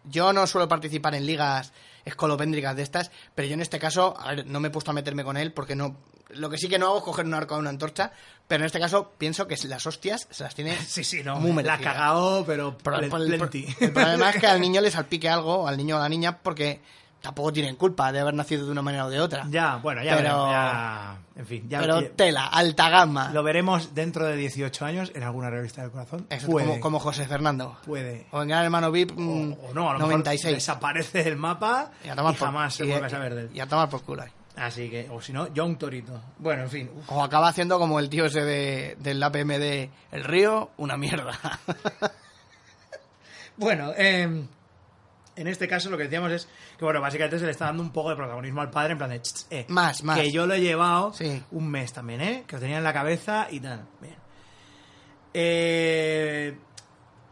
[SPEAKER 2] yo no suelo participar en ligas escolopéndricas de estas, pero yo en este caso, a ver, no me he puesto a meterme con él porque no. Lo que sí que no hago es coger un arco o una antorcha, pero en este caso pienso que las hostias se las tiene
[SPEAKER 1] Sí, sí, no.
[SPEAKER 2] muy
[SPEAKER 1] la ha
[SPEAKER 2] merecidas.
[SPEAKER 1] cagado, pero
[SPEAKER 2] Pro-
[SPEAKER 1] plen-
[SPEAKER 2] pro- el, pro-
[SPEAKER 1] plenty.
[SPEAKER 2] el problema es que al niño le salpique algo, al niño o a la niña, porque tampoco tienen culpa de haber nacido de una manera o de otra.
[SPEAKER 1] Ya, bueno, ya,
[SPEAKER 2] Pero-
[SPEAKER 1] veremos, ya- En fin, ya
[SPEAKER 2] pero
[SPEAKER 1] ya-
[SPEAKER 2] tela, alta gama.
[SPEAKER 1] lo veremos dentro de 18 años en alguna revista del corazón.
[SPEAKER 2] Eso,
[SPEAKER 1] puede,
[SPEAKER 2] como, como José Fernando.
[SPEAKER 1] puede.
[SPEAKER 2] O en Gran Hermano VIP
[SPEAKER 1] O,
[SPEAKER 2] mm,
[SPEAKER 1] o no, a lo mejor
[SPEAKER 2] 96.
[SPEAKER 1] desaparece del mapa y,
[SPEAKER 2] Y a tomar por-
[SPEAKER 1] jamás se
[SPEAKER 2] y-
[SPEAKER 1] vuelve a saber de él.
[SPEAKER 2] Y a tomar por culo. ahí.
[SPEAKER 1] Así que, o si no, John Torito. Bueno, en fin. uf.
[SPEAKER 2] O acaba haciendo como el tío ese de, del APM de El Río, una mierda.
[SPEAKER 1] Bueno, eh, en este caso lo que decíamos es que, bueno, básicamente se le está dando un poco de protagonismo al padre en plan de... "Ch, ch, eh,
[SPEAKER 2] Más, más.
[SPEAKER 1] Que yo lo he llevado
[SPEAKER 2] Sí.
[SPEAKER 1] un mes también, ¿eh? Que lo tenía en la cabeza y tal. Bien. Eh,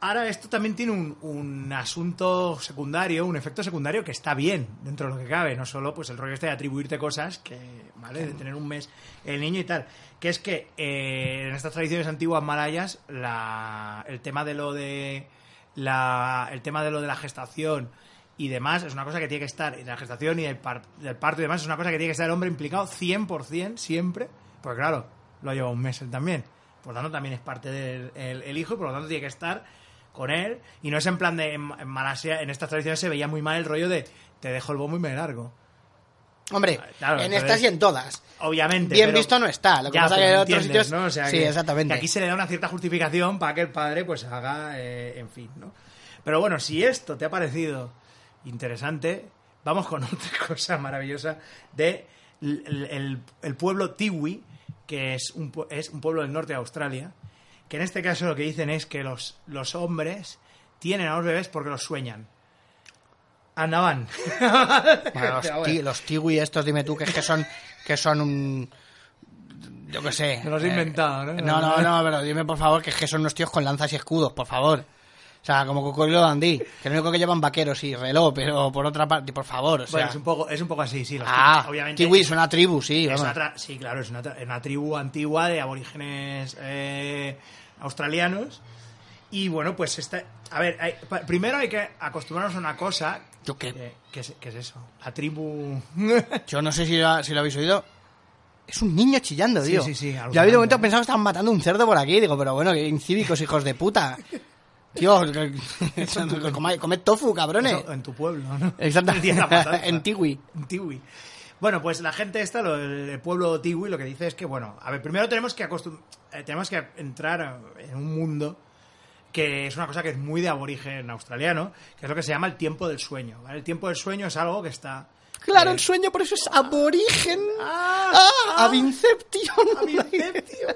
[SPEAKER 1] ahora esto también tiene un, un asunto secundario, un efecto secundario que está bien dentro de lo que cabe, no solo pues el rollo este de atribuirte cosas, que, ¿vale? De tener un mes el niño y tal. Que es que eh, en estas tradiciones antiguas malayas, la, el tema de lo de la, el tema de lo de la gestación y demás es una cosa que tiene que estar, y la gestación y el, par- del parto y demás es una cosa que tiene que estar el hombre implicado 100% siempre, porque claro, lo ha llevado un mes él también. Por lo tanto, también es parte del el- el hijo y por lo tanto tiene que estar con él. Y no es en plan de. En, en Malasia, en estas tradiciones se veía muy mal el rollo de te dejo el bombo y me largo.
[SPEAKER 2] Hombre,
[SPEAKER 1] Claro,
[SPEAKER 2] en
[SPEAKER 1] pero
[SPEAKER 2] estas
[SPEAKER 1] es-
[SPEAKER 2] y en todas.
[SPEAKER 1] Obviamente.
[SPEAKER 2] Bien
[SPEAKER 1] pero-
[SPEAKER 2] visto no está. Lo que
[SPEAKER 1] Ya,
[SPEAKER 2] pasa
[SPEAKER 1] pero
[SPEAKER 2] que en
[SPEAKER 1] me
[SPEAKER 2] otros
[SPEAKER 1] entiendes,
[SPEAKER 2] sitios.
[SPEAKER 1] ¿no? O sea,
[SPEAKER 2] sí,
[SPEAKER 1] que-
[SPEAKER 2] exactamente.
[SPEAKER 1] que aquí se le da una cierta justificación para que el padre pues haga, eh, en fin, ¿no? Pero bueno, si esto te ha parecido interesante, vamos con otra cosa maravillosa de l- l- el, el pueblo Tiwi, que es un, pue- es un pueblo del norte de Australia, que en este caso lo que dicen es que los, los hombres tienen a los bebés porque los sueñan. Andaban.
[SPEAKER 2] Bueno, los, ti- los tiwi estos, dime tú, que es que son, que son un... Yo qué sé.
[SPEAKER 1] Me los he
[SPEAKER 2] eh,
[SPEAKER 1] inventado, ¿no?
[SPEAKER 2] No, no, no, pero dime por favor que es que son unos tíos con lanzas y escudos, por favor. O sea, como Cocodrilo Dandí, que lo único que llevan vaqueros y reloj, pero por otra parte, por favor, o sea...
[SPEAKER 1] Bueno, es un poco, es un poco así, sí. los
[SPEAKER 2] ah,
[SPEAKER 1] tiwi, obviamente.
[SPEAKER 2] tiwi es una tribu, sí,
[SPEAKER 1] Es
[SPEAKER 2] vamos.
[SPEAKER 1] una tra- sí, claro, es una, tra- una tribu antigua de aborígenes eh, australianos. Y bueno, pues esta. A ver, hay- pa- primero hay que acostumbrarnos a una cosa.
[SPEAKER 2] Yo qué-
[SPEAKER 1] Que, que es, que es eso? La tribu.
[SPEAKER 2] Yo no sé si lo, si lo habéis oído. Es un niño chillando,
[SPEAKER 1] Sí,
[SPEAKER 2] tío.
[SPEAKER 1] sí, sí,
[SPEAKER 2] Yo ha habido
[SPEAKER 1] alucinante.
[SPEAKER 2] momentos pensado que estaban matando un cerdo por aquí. Digo, pero bueno, qué incívicos, hijos de puta. Tío, comed, comed tofu, cabrones.
[SPEAKER 1] Eso eh, en tu pueblo, ¿no? Tiene la
[SPEAKER 2] Exactamente.
[SPEAKER 1] matanza.
[SPEAKER 2] en Tiwi.
[SPEAKER 1] En Tiwi. Bueno, pues la gente esta, lo- el pueblo Tiwi, lo que dice es que, bueno, a ver, primero tenemos que, acostum- eh, tenemos que entrar en un mundo que es una cosa que es muy de aborigen australiano, que es lo que se llama el tiempo del sueño. ¿vale? El tiempo del sueño es algo que está...
[SPEAKER 2] Claro,
[SPEAKER 1] eh,
[SPEAKER 2] el sueño por eso es aborigen.
[SPEAKER 1] Ah,
[SPEAKER 2] Ah, Avinception.
[SPEAKER 1] a mi inceptio.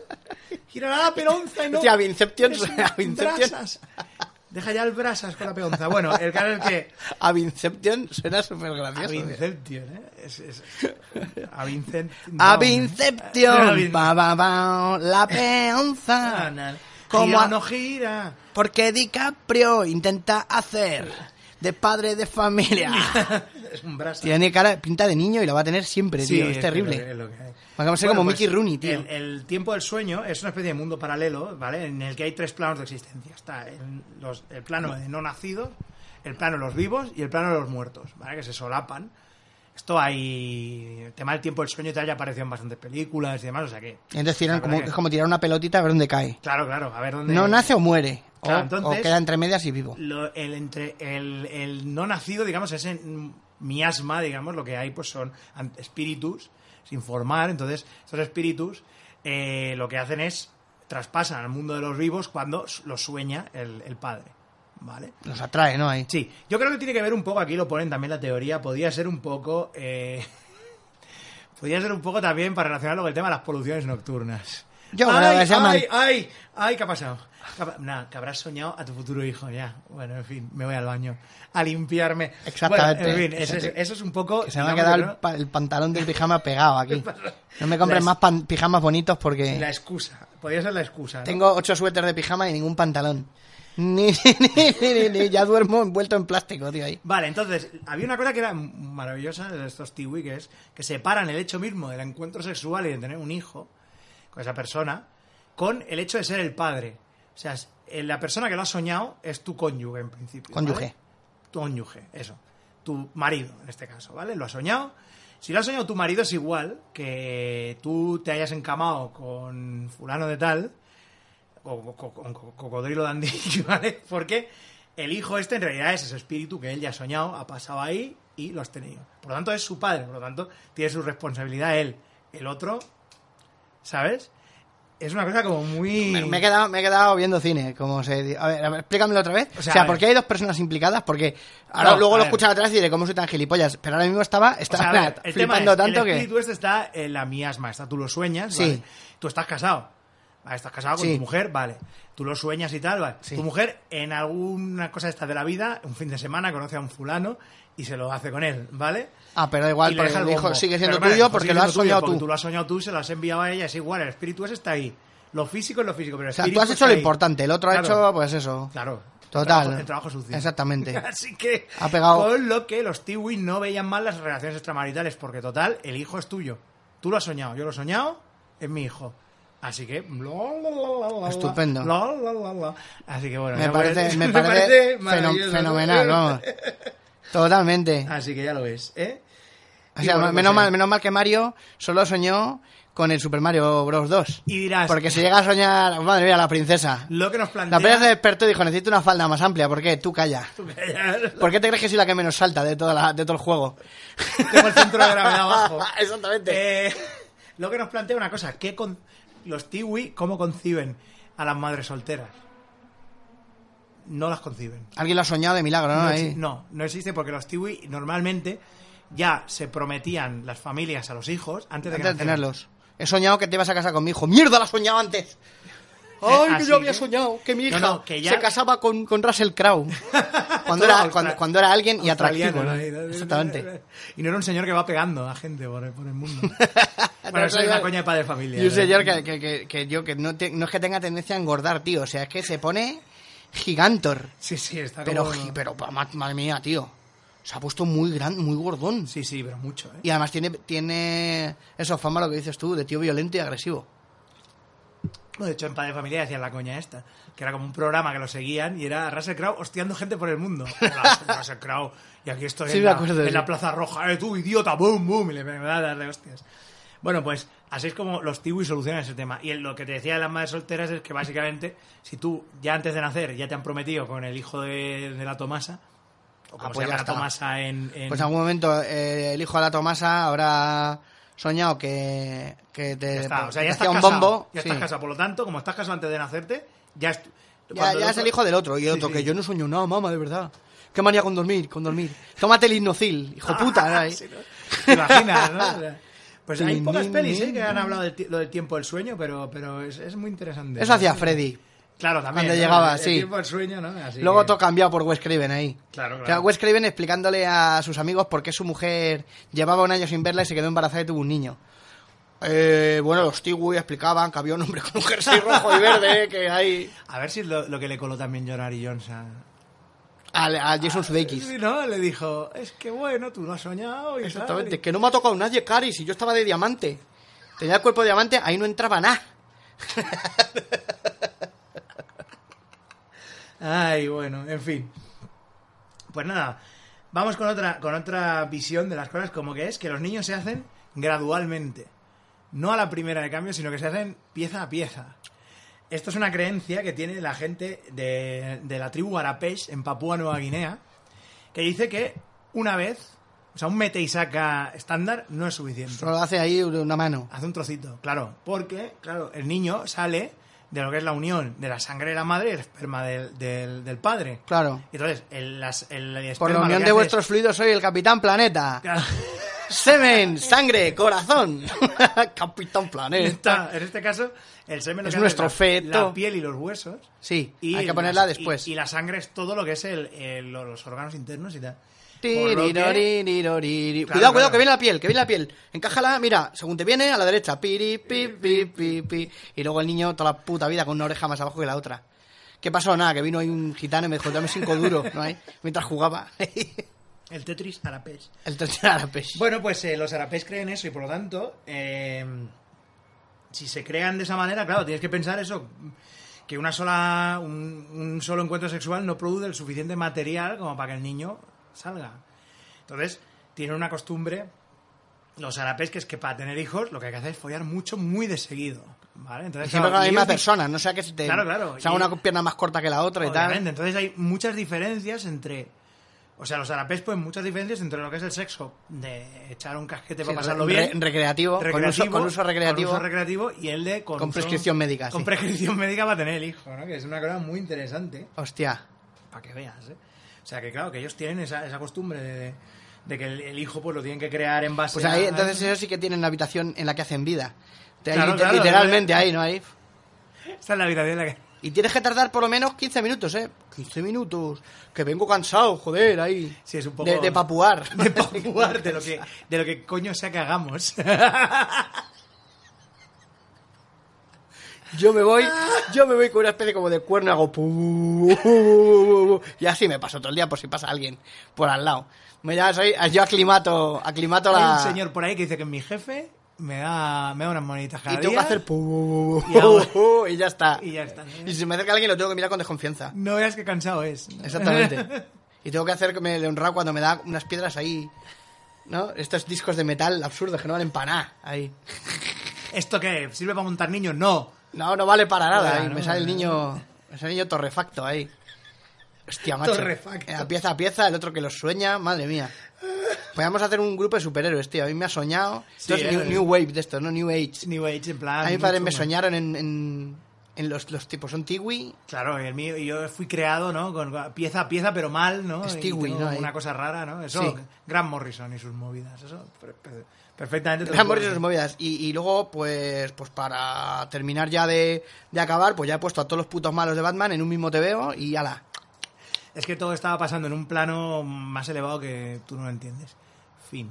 [SPEAKER 1] Girará la pelonza y no...
[SPEAKER 2] Hostia, Avinception,
[SPEAKER 1] Eres un
[SPEAKER 2] Avinception.
[SPEAKER 1] brasas. Deja ya el brasas con la pelonza. Bueno, el caso es que...
[SPEAKER 2] Avinception suena súper gracioso. tío.
[SPEAKER 1] Avinception, ¿eh? Es, es... Avincent... no. ¿eh?
[SPEAKER 2] Avinception.
[SPEAKER 1] Avin-
[SPEAKER 2] Ba, ba, ba, la
[SPEAKER 1] Ah,
[SPEAKER 2] peonza. Como
[SPEAKER 1] Como
[SPEAKER 2] a-
[SPEAKER 1] no gira.
[SPEAKER 2] Porque DiCaprio intenta hacer de padre de familia.
[SPEAKER 1] es un brazo.
[SPEAKER 2] Tiene cara, pinta de niño y la va a tener siempre, tío. es, terrible. Vamos a ser como Mickey Rooney, tío.
[SPEAKER 1] pues, El, el tiempo del sueño es una especie de mundo paralelo, ¿vale? En el que hay tres planos de existencia. Está el, los- el plano de no nacidos, el plano de los vivos y el plano de los muertos, ¿vale? Que se solapan. Esto hay... El tema del tiempo del sueño y tal ya apareció en bastantes películas y demás, o sea que...
[SPEAKER 2] Es decir,
[SPEAKER 1] la verdad
[SPEAKER 2] como,
[SPEAKER 1] que-
[SPEAKER 2] es como tirar una pelotita a ver dónde cae.
[SPEAKER 1] Claro, claro, a ver dónde...
[SPEAKER 2] No nace o muere. O,
[SPEAKER 1] Claro, entonces-
[SPEAKER 2] o queda entre medias y vivo.
[SPEAKER 1] lo- el entre el, el no nacido, digamos, ese mm, miasma, digamos, lo que hay pues son an- espíritus sin formar, entonces estos espíritus eh, lo que hacen es traspasan al mundo de los vivos cuando s- los sueña el, el padre. ¿vale?
[SPEAKER 2] Nos atrae, ¿no? Ahí.
[SPEAKER 1] Sí, yo creo que tiene que ver un poco, aquí lo ponen también la teoría, podría ser un poco... eh, podría ser un poco también para relacionarlo con el tema de las poluciones nocturnas.
[SPEAKER 2] Yo creo
[SPEAKER 1] ay,
[SPEAKER 2] que se llaman-
[SPEAKER 1] ay, ay, ay, ¿qué ha pasado? ¿Qué ha pa- Nada, que habrás soñado a tu futuro hijo, ya. Bueno, en fin, me voy al baño a limpiarme.
[SPEAKER 2] Exactamente.
[SPEAKER 1] Bueno, en fin, eso,
[SPEAKER 2] Exacto.
[SPEAKER 1] eso es un poco...
[SPEAKER 2] Que se me ha
[SPEAKER 1] digamos,
[SPEAKER 2] quedado
[SPEAKER 1] ¿no?
[SPEAKER 2] el, pa- el pantalón del pijama pegado aquí. No me compren
[SPEAKER 1] Las-
[SPEAKER 2] más pan- pijamas bonitos porque
[SPEAKER 1] La excusa, podría ser la excusa. ¿no?
[SPEAKER 2] eh. tengo ocho suéteres de pijama y ningún pantalón. Ni, ni- ni- ni- ni- ya duermo envuelto en plástico, tío, ahí.
[SPEAKER 1] Vale, entonces, había una cosa que era maravillosa de estos tiwi, que es que separan el hecho mismo del encuentro sexual y de tener un hijo con esa persona, con el hecho de ser el padre. O sea, es- eh, la persona que lo ha soñado es tu cónyuge, en principio. ¿vale?
[SPEAKER 2] Cónyuge.
[SPEAKER 1] Tu cónyuge, eso. Tu marido, en este caso, ¿vale? Lo ha soñado. Si lo ha soñado tu marido es igual que tú te hayas encamado con fulano de tal, o co- co- co- cocodrilo dandy, ¿vale? Porque el hijo este en realidad es ese espíritu que él ya ha soñado, ha pasado ahí y lo has tenido. Por lo tanto es su padre, por lo tanto tiene su responsabilidad él. El otro, ¿sabes? Es una cosa como muy...
[SPEAKER 2] Me he, quedado, me he quedado viendo cine, como se... di- A ver, a ver, explícamelo otra vez.
[SPEAKER 1] O
[SPEAKER 2] O
[SPEAKER 1] sea,
[SPEAKER 2] sea,
[SPEAKER 1] a ver.
[SPEAKER 2] ¿por qué hay dos personas implicadas? Porque ahora
[SPEAKER 1] No, a
[SPEAKER 2] luego lo
[SPEAKER 1] ver.
[SPEAKER 2] escucharé atrás y diré, ¿cómo soy tan gilipollas? Pero ahora mismo estaba,
[SPEAKER 1] O
[SPEAKER 2] estaba
[SPEAKER 1] sea, a ver, el tema
[SPEAKER 2] flipando
[SPEAKER 1] es,
[SPEAKER 2] tanto
[SPEAKER 1] el
[SPEAKER 2] que...
[SPEAKER 1] espíritu este está en la miasma, está tú lo sueñas,
[SPEAKER 2] Sí.
[SPEAKER 1] ¿vale? Tú estás casado, ¿vale? Estás casado con
[SPEAKER 2] Sí.
[SPEAKER 1] tu mujer, vale. Tú lo sueñas y tal, ¿vale?
[SPEAKER 2] Sí.
[SPEAKER 1] Tu mujer en alguna cosa esta de la vida, un fin de semana, conoce a un fulano y se lo hace con él, ¿vale?
[SPEAKER 2] Ah, pero da
[SPEAKER 1] Y
[SPEAKER 2] igual,
[SPEAKER 1] le
[SPEAKER 2] porque
[SPEAKER 1] deja el
[SPEAKER 2] el hijo
[SPEAKER 1] bombo.
[SPEAKER 2] sigue
[SPEAKER 1] Pero,
[SPEAKER 2] siendo
[SPEAKER 1] hermano, el
[SPEAKER 2] tuyo
[SPEAKER 1] hijo
[SPEAKER 2] porque
[SPEAKER 1] sigue
[SPEAKER 2] lo has
[SPEAKER 1] siendo tuyo,
[SPEAKER 2] soñado
[SPEAKER 1] porque
[SPEAKER 2] tú.
[SPEAKER 1] Tú lo has soñado tú, se lo has enviado a ella, es igual, el espíritu ese está ahí. Lo físico es lo físico, pero el
[SPEAKER 2] O sea, tú
[SPEAKER 1] espíritu
[SPEAKER 2] has
[SPEAKER 1] está
[SPEAKER 2] hecho lo
[SPEAKER 1] ahí.
[SPEAKER 2] importante, el otro ha
[SPEAKER 1] Claro,
[SPEAKER 2] hecho, pues eso.
[SPEAKER 1] Claro.
[SPEAKER 2] Total.
[SPEAKER 1] El trabajo, el trabajo sucio.
[SPEAKER 2] Exactamente.
[SPEAKER 1] Así que.
[SPEAKER 2] Ha pegado-
[SPEAKER 1] Con lo que los Tiwi no veían mal las relaciones extramaritales, porque total, el hijo es tuyo. Tú lo has soñado, yo lo he soñado, es mi hijo. Así que. la, la, la, la, la, la.
[SPEAKER 2] Estupendo.
[SPEAKER 1] La, la, la, la. Así que bueno.
[SPEAKER 2] Me
[SPEAKER 1] ya pues,
[SPEAKER 2] parece, me parece feno-
[SPEAKER 1] maravilloso.
[SPEAKER 2] fenomenal, vamos. Totalmente.
[SPEAKER 1] Así que ya lo ves, ¿eh?
[SPEAKER 2] O
[SPEAKER 1] Y
[SPEAKER 2] sea,
[SPEAKER 1] bueno,
[SPEAKER 2] menos,
[SPEAKER 1] pues, eh,
[SPEAKER 2] mal, menos mal que Mario solo soñó con el Super Mario Bros. 2.
[SPEAKER 1] Y dirás-
[SPEAKER 2] Porque si llega a soñar, madre mía, la princesa.
[SPEAKER 1] Lo que nos
[SPEAKER 2] La princesa se
[SPEAKER 1] plantea.
[SPEAKER 2] despertó y dijo, necesito una falda más amplia. ¿Por qué? Tú calla. ¿Por qué te crees que soy la que menos salta de, toda la- de todo el juego?
[SPEAKER 1] Tengo el centro de gravedad abajo.
[SPEAKER 2] Exactamente.
[SPEAKER 1] Eh, lo que nos plantea una cosa, ¿qué con los tiwi cómo conciben a las madres solteras? No las conciben.
[SPEAKER 2] Alguien lo ha soñado de milagro, ¿no?
[SPEAKER 1] No,
[SPEAKER 2] Ah, Ahí.
[SPEAKER 1] exi- no, no existe porque los tiwi normalmente ya se prometían las familias a los hijos antes de, que
[SPEAKER 2] Antes de
[SPEAKER 1] nacieran.
[SPEAKER 2] tenerlos. He soñado que te ibas a casa con mi hijo. ¡Mierda, la he soñado antes! ¡Ay,
[SPEAKER 1] Eh, así
[SPEAKER 2] que yo había
[SPEAKER 1] que-
[SPEAKER 2] soñado que mi
[SPEAKER 1] No,
[SPEAKER 2] hija
[SPEAKER 1] no, que ya-
[SPEAKER 2] se casaba con, con Russell Crowe!
[SPEAKER 1] Todo
[SPEAKER 2] Cuando, era,
[SPEAKER 1] austra-
[SPEAKER 2] cuando, cuando era alguien y atractivo.
[SPEAKER 1] Australiano,
[SPEAKER 2] ¿no?
[SPEAKER 1] ¿no?
[SPEAKER 2] Exactamente.
[SPEAKER 1] Y no era un señor que va pegando a gente por el, por el mundo.
[SPEAKER 2] No,
[SPEAKER 1] bueno, eso es
[SPEAKER 2] no,
[SPEAKER 1] una
[SPEAKER 2] no.
[SPEAKER 1] coña de padre de familia.
[SPEAKER 2] Y un
[SPEAKER 1] ¿no?
[SPEAKER 2] señor que, que- que- que yo, que no, te- no es que tenga tendencia a engordar, tío. O sea, es que se pone gigantor.
[SPEAKER 1] Sí, sí, está
[SPEAKER 2] Pero,
[SPEAKER 1] como-
[SPEAKER 2] gi- pero pa- ma- madre mía, tío. Se ha puesto muy gran, muy gordón.
[SPEAKER 1] Sí, sí, pero mucho, ¿eh?
[SPEAKER 2] Y además tiene, tiene eso, fama lo que dices tú, de tío violento y agresivo.
[SPEAKER 1] No, de hecho, en Padre Familia hacían la coña esta, que era como un programa que lo seguían y era Russell Crowe hostiando gente por el mundo. Hola, Russell Crowe, y aquí estoy
[SPEAKER 2] Sí,
[SPEAKER 1] en,
[SPEAKER 2] me
[SPEAKER 1] la,
[SPEAKER 2] acuerdo,
[SPEAKER 1] en
[SPEAKER 2] sí.
[SPEAKER 1] la Plaza Roja, ¡eh, tú, idiota! ¡Bum, bum! Y le me da darle hostias. Bueno, pues así es como los tiwis solucionan ese tema. Y en lo que te decía de las madres solteras es que básicamente, si tú ya antes de nacer ya te han prometido con el hijo de, de la Tomasa, o como
[SPEAKER 2] Ah,
[SPEAKER 1] se
[SPEAKER 2] pues
[SPEAKER 1] llama
[SPEAKER 2] ya
[SPEAKER 1] la
[SPEAKER 2] está.
[SPEAKER 1] Tomasa en... en-
[SPEAKER 2] Pues en algún momento eh, el hijo de la Tomasa habrá soñado que, que te,
[SPEAKER 1] ya está, o sea,
[SPEAKER 2] te
[SPEAKER 1] ya estás
[SPEAKER 2] hacía un
[SPEAKER 1] casado,
[SPEAKER 2] bombo.
[SPEAKER 1] ya
[SPEAKER 2] sí.
[SPEAKER 1] estás casado. Por lo tanto, como estás casado antes de nacerte, ya es...
[SPEAKER 2] Ya,
[SPEAKER 1] cuando
[SPEAKER 2] ya es el hijo del otro. Y el
[SPEAKER 1] Sí,
[SPEAKER 2] otro,
[SPEAKER 1] sí.
[SPEAKER 2] que yo no sueño nada, mamá, de verdad. Qué manía con dormir, con dormir. Tómate el hipnocil, hijo puta. ¿no? Ahí.
[SPEAKER 1] Sí, ¿no? ¿Te imaginas, no? O sea, pues hay
[SPEAKER 2] Tin,
[SPEAKER 1] pocas
[SPEAKER 2] nin,
[SPEAKER 1] pelis ¿eh?
[SPEAKER 2] nin,
[SPEAKER 1] que han hablado del ti- lo del tiempo del sueño, pero, pero es, es muy interesante.
[SPEAKER 2] Eso hacía Freddy.
[SPEAKER 1] Claro, también.
[SPEAKER 2] cuando
[SPEAKER 1] ¿no?
[SPEAKER 2] llegaba,
[SPEAKER 1] El
[SPEAKER 2] sí.
[SPEAKER 1] tiempo del sueño, ¿no? Así
[SPEAKER 2] Luego
[SPEAKER 1] que-
[SPEAKER 2] todo cambiado por Wes Craven ahí.
[SPEAKER 1] Claro,
[SPEAKER 2] O sea,
[SPEAKER 1] claro.
[SPEAKER 2] Wes Craven explicándole a sus amigos por qué su mujer llevaba un año sin verla y se quedó embarazada y tuvo un niño. Eh, bueno, los Tiwi explicaban que había un hombre con un jersey rojo y verde que hay...
[SPEAKER 1] A ver si es lo, lo que le coló también John Ari Jones a...
[SPEAKER 2] Al, a Jason Sudeikis.
[SPEAKER 1] Sí, ¿no? Le dijo, es que bueno, tú lo has soñado y
[SPEAKER 2] Exactamente.
[SPEAKER 1] tal".
[SPEAKER 2] Que no me ha tocado nadie, Cari, si yo estaba de diamante. Tenía el cuerpo de diamante, ahí no entraba nada.
[SPEAKER 1] Ay, bueno, en fin. Pues nada, vamos con otra, con otra visión de las cosas, como que es que los niños se hacen gradualmente. No a la primera de cambio, sino que se hacen pieza a pieza. Esto es una creencia que tiene la gente de, de la tribu Arapesh en Papúa Nueva Guinea, que dice que una vez, o sea, un mete y saca estándar no es suficiente.
[SPEAKER 2] Solo hace ahí una mano.
[SPEAKER 1] Hace un trocito, claro. Porque, claro, el niño sale de lo que es la unión de la sangre de la madre y el esperma del, del, del padre.
[SPEAKER 2] Claro.
[SPEAKER 1] Entonces, el, las- el esperma
[SPEAKER 2] Por la
[SPEAKER 1] lo
[SPEAKER 2] unión
[SPEAKER 1] que
[SPEAKER 2] de
[SPEAKER 1] hace
[SPEAKER 2] vuestros fluidos soy el Capitán Planeta. Semen, sangre, corazón. Capitán
[SPEAKER 1] es-
[SPEAKER 2] Planeta.
[SPEAKER 1] está- en este caso, el semen lo
[SPEAKER 2] Es
[SPEAKER 1] que hace
[SPEAKER 2] nuestro
[SPEAKER 1] la-
[SPEAKER 2] feto.
[SPEAKER 1] La piel y los huesos.
[SPEAKER 2] Sí,
[SPEAKER 1] Y
[SPEAKER 2] hay que
[SPEAKER 1] la-
[SPEAKER 2] ponerla después.
[SPEAKER 1] Y, y la sangre es todo lo que es el, el- los órganos internos y tal. Por lo que-
[SPEAKER 2] Tiriroririroriri.
[SPEAKER 1] Claro,
[SPEAKER 2] Cuidado, cuidado,
[SPEAKER 1] claro.
[SPEAKER 2] que viene la piel, que viene la piel. Encájala, mira, según te viene, a la derecha. Piri, pi, pi, pi, pi. Y luego el niño toda la puta vida con una oreja más abajo que la otra. ¿Qué pasó? Nada, que vino ahí un gitano y me dijo, dame cinco duros, ¿no hay? Mientras jugaba.
[SPEAKER 1] El Tetris a la pez.
[SPEAKER 2] El tercer arapés.
[SPEAKER 1] Bueno, pues eh, los arapés creen eso y por lo tanto, eh, si se crean de esa manera, claro, tienes que pensar eso, que una sola, un, un solo encuentro sexual no produce el suficiente material como para que el niño salga. Entonces, tienen una costumbre, los arapés, que es que para tener hijos lo que hay que hacer es follar mucho, muy de seguido. ¿vale? Entonces,
[SPEAKER 2] Siempre
[SPEAKER 1] claro,
[SPEAKER 2] con la
[SPEAKER 1] y
[SPEAKER 2] misma
[SPEAKER 1] ellos-
[SPEAKER 2] persona, no sea que se te
[SPEAKER 1] Claro, claro,
[SPEAKER 2] sea
[SPEAKER 1] y-
[SPEAKER 2] una pierna más corta que la otra y tal.
[SPEAKER 1] Obviamente, entonces hay muchas diferencias entre. O sea, los arapés ponen muchas diferencias entre lo que es el sexo de echar un casquete
[SPEAKER 2] Sí,
[SPEAKER 1] para pasarlo
[SPEAKER 2] re-
[SPEAKER 1] bien.
[SPEAKER 2] recreativo, con uso- con uso recreativo.
[SPEAKER 1] con uso recreativo y el de. Con,
[SPEAKER 2] Con
[SPEAKER 1] uso-
[SPEAKER 2] prescripción médica,
[SPEAKER 1] Con
[SPEAKER 2] sí.
[SPEAKER 1] prescripción médica para tener el hijo, ¿no? Que es una cosa muy interesante
[SPEAKER 2] Hostia.
[SPEAKER 1] para que veas, ¿eh? O sea, que claro, que ellos tienen esa, esa costumbre de, de que el, el hijo pues lo tienen que crear en base
[SPEAKER 2] Pues
[SPEAKER 1] a-
[SPEAKER 2] ahí, entonces ellos sí que tienen la habitación en la que hacen vida. Te- ahí,
[SPEAKER 1] Claro,
[SPEAKER 2] te-
[SPEAKER 1] claro,
[SPEAKER 2] literalmente ahí, ¿no? Ahí.
[SPEAKER 1] Esta es la habitación en la que.
[SPEAKER 2] Y tienes que tardar por lo menos 15 minutos, ¿eh? 15 minutos. Que vengo cansado, joder, ahí.
[SPEAKER 1] Sí, es un poco-
[SPEAKER 2] De, de papuar.
[SPEAKER 1] De papuar, de lo que, de lo que coño sea que hagamos.
[SPEAKER 2] Yo me voy,
[SPEAKER 1] Ah.
[SPEAKER 2] yo me voy con una especie como de cuerno y hago... pu- Y así me paso todo el día por si pasa alguien por al lado. Me ya soy, yo aclimato, aclimato
[SPEAKER 1] Hay
[SPEAKER 2] la...
[SPEAKER 1] un señor por ahí que dice que mi jefe me da, me da unas moneditas cada
[SPEAKER 2] Y tengo que
[SPEAKER 1] día.
[SPEAKER 2] hacer... pu-
[SPEAKER 1] Y hago-
[SPEAKER 2] Y ya está.
[SPEAKER 1] Y ya está, ¿no?
[SPEAKER 2] Y si me acerca alguien lo tengo que mirar con desconfianza.
[SPEAKER 1] No veas qué cansado es.
[SPEAKER 2] Exactamente. Y tengo que hacer que me le honra cuando me da unas piedras ahí. ¿No? Estos discos de metal absurdos que no valen para nada. Ahí.
[SPEAKER 1] ¿Esto qué? ¿Sirve para montar niños? No.
[SPEAKER 2] No, no vale para nada.
[SPEAKER 1] Claro,
[SPEAKER 2] ahí. Me
[SPEAKER 1] no,
[SPEAKER 2] sale el
[SPEAKER 1] no.
[SPEAKER 2] niño. Me sale el niño torrefacto ahí. Hostia, macho.
[SPEAKER 1] Torrefacto.
[SPEAKER 2] Eh, pieza a pieza, el otro que los sueña, madre mía. Podríamos hacer un grupo de superhéroes, tío. A mí me ha soñado.
[SPEAKER 1] Sí,
[SPEAKER 2] Esto es
[SPEAKER 1] eh.
[SPEAKER 2] new, new Wave de esto, ¿no? New Age.
[SPEAKER 1] New Age, en plan.
[SPEAKER 2] A mis
[SPEAKER 1] muy
[SPEAKER 2] padres me
[SPEAKER 1] chungo.
[SPEAKER 2] soñaron en, en, en los, los tipos. Son Tiwi.
[SPEAKER 1] Claro, y el mío, y yo fui creado, ¿no? Con con pieza a pieza, pero mal, ¿no? Y
[SPEAKER 2] Stewie,
[SPEAKER 1] tengo
[SPEAKER 2] ¿no? Ahí.
[SPEAKER 1] Una cosa rara, ¿no? Eso,
[SPEAKER 2] Sí.
[SPEAKER 1] Grant Morrison y sus movidas. Eso, per- per- perfectamente. te lo
[SPEAKER 2] Las
[SPEAKER 1] puedo
[SPEAKER 2] movidas,
[SPEAKER 1] decir.
[SPEAKER 2] sus movidas. Y, y luego, pues, pues para terminar ya de, de acabar, pues ya he puesto a todos los putos malos de Batman en un mismo TVO y ala.
[SPEAKER 1] Es que todo estaba pasando en un plano más elevado que tú no lo entiendes. Fin.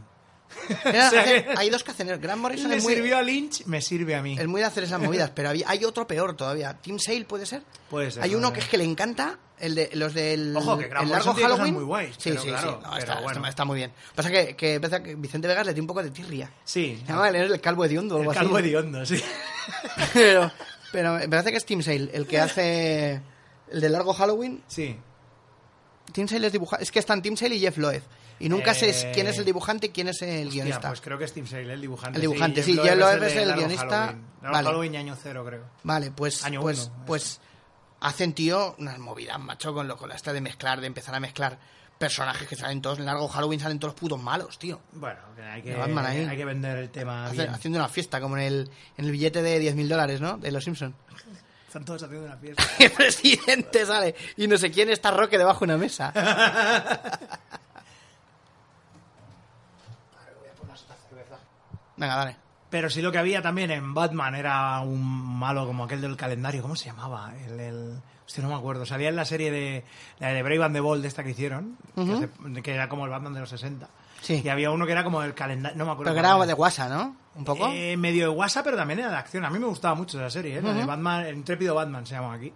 [SPEAKER 2] Era-
[SPEAKER 1] O sea
[SPEAKER 2] hacen-
[SPEAKER 1] que-
[SPEAKER 2] hay dos que hacen. el Grant Morrison
[SPEAKER 1] Le
[SPEAKER 2] es muy,
[SPEAKER 1] sirvió a Lynch, me sirve a mí.
[SPEAKER 2] es muy de hacer esas movidas, pero había- hay otro peor todavía. Team Sale puede ser.
[SPEAKER 1] Puede ser,
[SPEAKER 2] Hay uno
[SPEAKER 1] joder.
[SPEAKER 2] que es que le encanta. El de, los del
[SPEAKER 1] Ojo, que Grant
[SPEAKER 2] el largo
[SPEAKER 1] Morrison tiene cosas
[SPEAKER 2] Halloween.
[SPEAKER 1] muy guays,
[SPEAKER 2] sí,
[SPEAKER 1] pero
[SPEAKER 2] sí,
[SPEAKER 1] claro,
[SPEAKER 2] sí. No,
[SPEAKER 1] pero
[SPEAKER 2] está, está-
[SPEAKER 1] bueno.
[SPEAKER 2] está muy bien. Pasa que, que parece que Vicente Vegas le dio un poco de tirria.
[SPEAKER 1] Sí.
[SPEAKER 2] Se llama el calvo hediondo o
[SPEAKER 1] El
[SPEAKER 2] algo así.
[SPEAKER 1] calvo hediondo, sí.
[SPEAKER 2] pero, pero me parece que es Team Sale el que hace el de largo Halloween
[SPEAKER 1] Sí.
[SPEAKER 2] Tim Sale es dibuja- Es que están Tim Sale y Jeff Loeb. Y nunca sé es-
[SPEAKER 1] Eh,
[SPEAKER 2] quién es el dibujante y quién es el
[SPEAKER 1] Hostia,
[SPEAKER 2] guionista.
[SPEAKER 1] pues creo que es Steve Sale, el dibujante.
[SPEAKER 2] El dibujante, sí,
[SPEAKER 1] Jeff
[SPEAKER 2] Jeff
[SPEAKER 1] Loeb
[SPEAKER 2] Loeb es
[SPEAKER 1] de
[SPEAKER 2] el
[SPEAKER 1] Largo
[SPEAKER 2] guionista.
[SPEAKER 1] Halloween. Largo
[SPEAKER 2] Vale.
[SPEAKER 1] Halloween año cero, creo.
[SPEAKER 2] Vale, pues,
[SPEAKER 1] Año
[SPEAKER 2] pues,
[SPEAKER 1] uno, eso.
[SPEAKER 2] pues hacen, tío, unas movidas, macho, con lo con la esta de mezclar, de empezar a mezclar personajes que salen todos. En largo Halloween salen todos los putos malos, tío.
[SPEAKER 1] Bueno, que hay que,
[SPEAKER 2] De Batman ahí.
[SPEAKER 1] hay que vender el tema.
[SPEAKER 2] Hace-
[SPEAKER 1] bien.
[SPEAKER 2] haciendo una fiesta, como en el, en el billete de 10.000 dólares, ¿no? De los Simpsons.
[SPEAKER 1] Están todos haciendo una fiesta.
[SPEAKER 2] El presidente sale y no sé quién está Roque debajo de una mesa. Venga, dale.
[SPEAKER 1] Pero sí lo que había también en Batman era un malo como aquel del calendario. ¿Cómo se llamaba? El, el... Hostia, no me acuerdo. Salía en la serie de, la de Brave and the Bold, esta que hicieron, que se- que, era como el Batman de los 60.
[SPEAKER 2] Sí.
[SPEAKER 1] Y había uno que era como el calendario. No me acuerdo.
[SPEAKER 2] Pero que
[SPEAKER 1] cuál
[SPEAKER 2] era
[SPEAKER 1] era.
[SPEAKER 2] de guasa, ¿no? Un poco.
[SPEAKER 1] Eh, medio de WhatsApp, pero también era de acción. A mí me gustaba mucho esa serie, ¿eh? La de Batman, el intrépido Batman se llama aquí.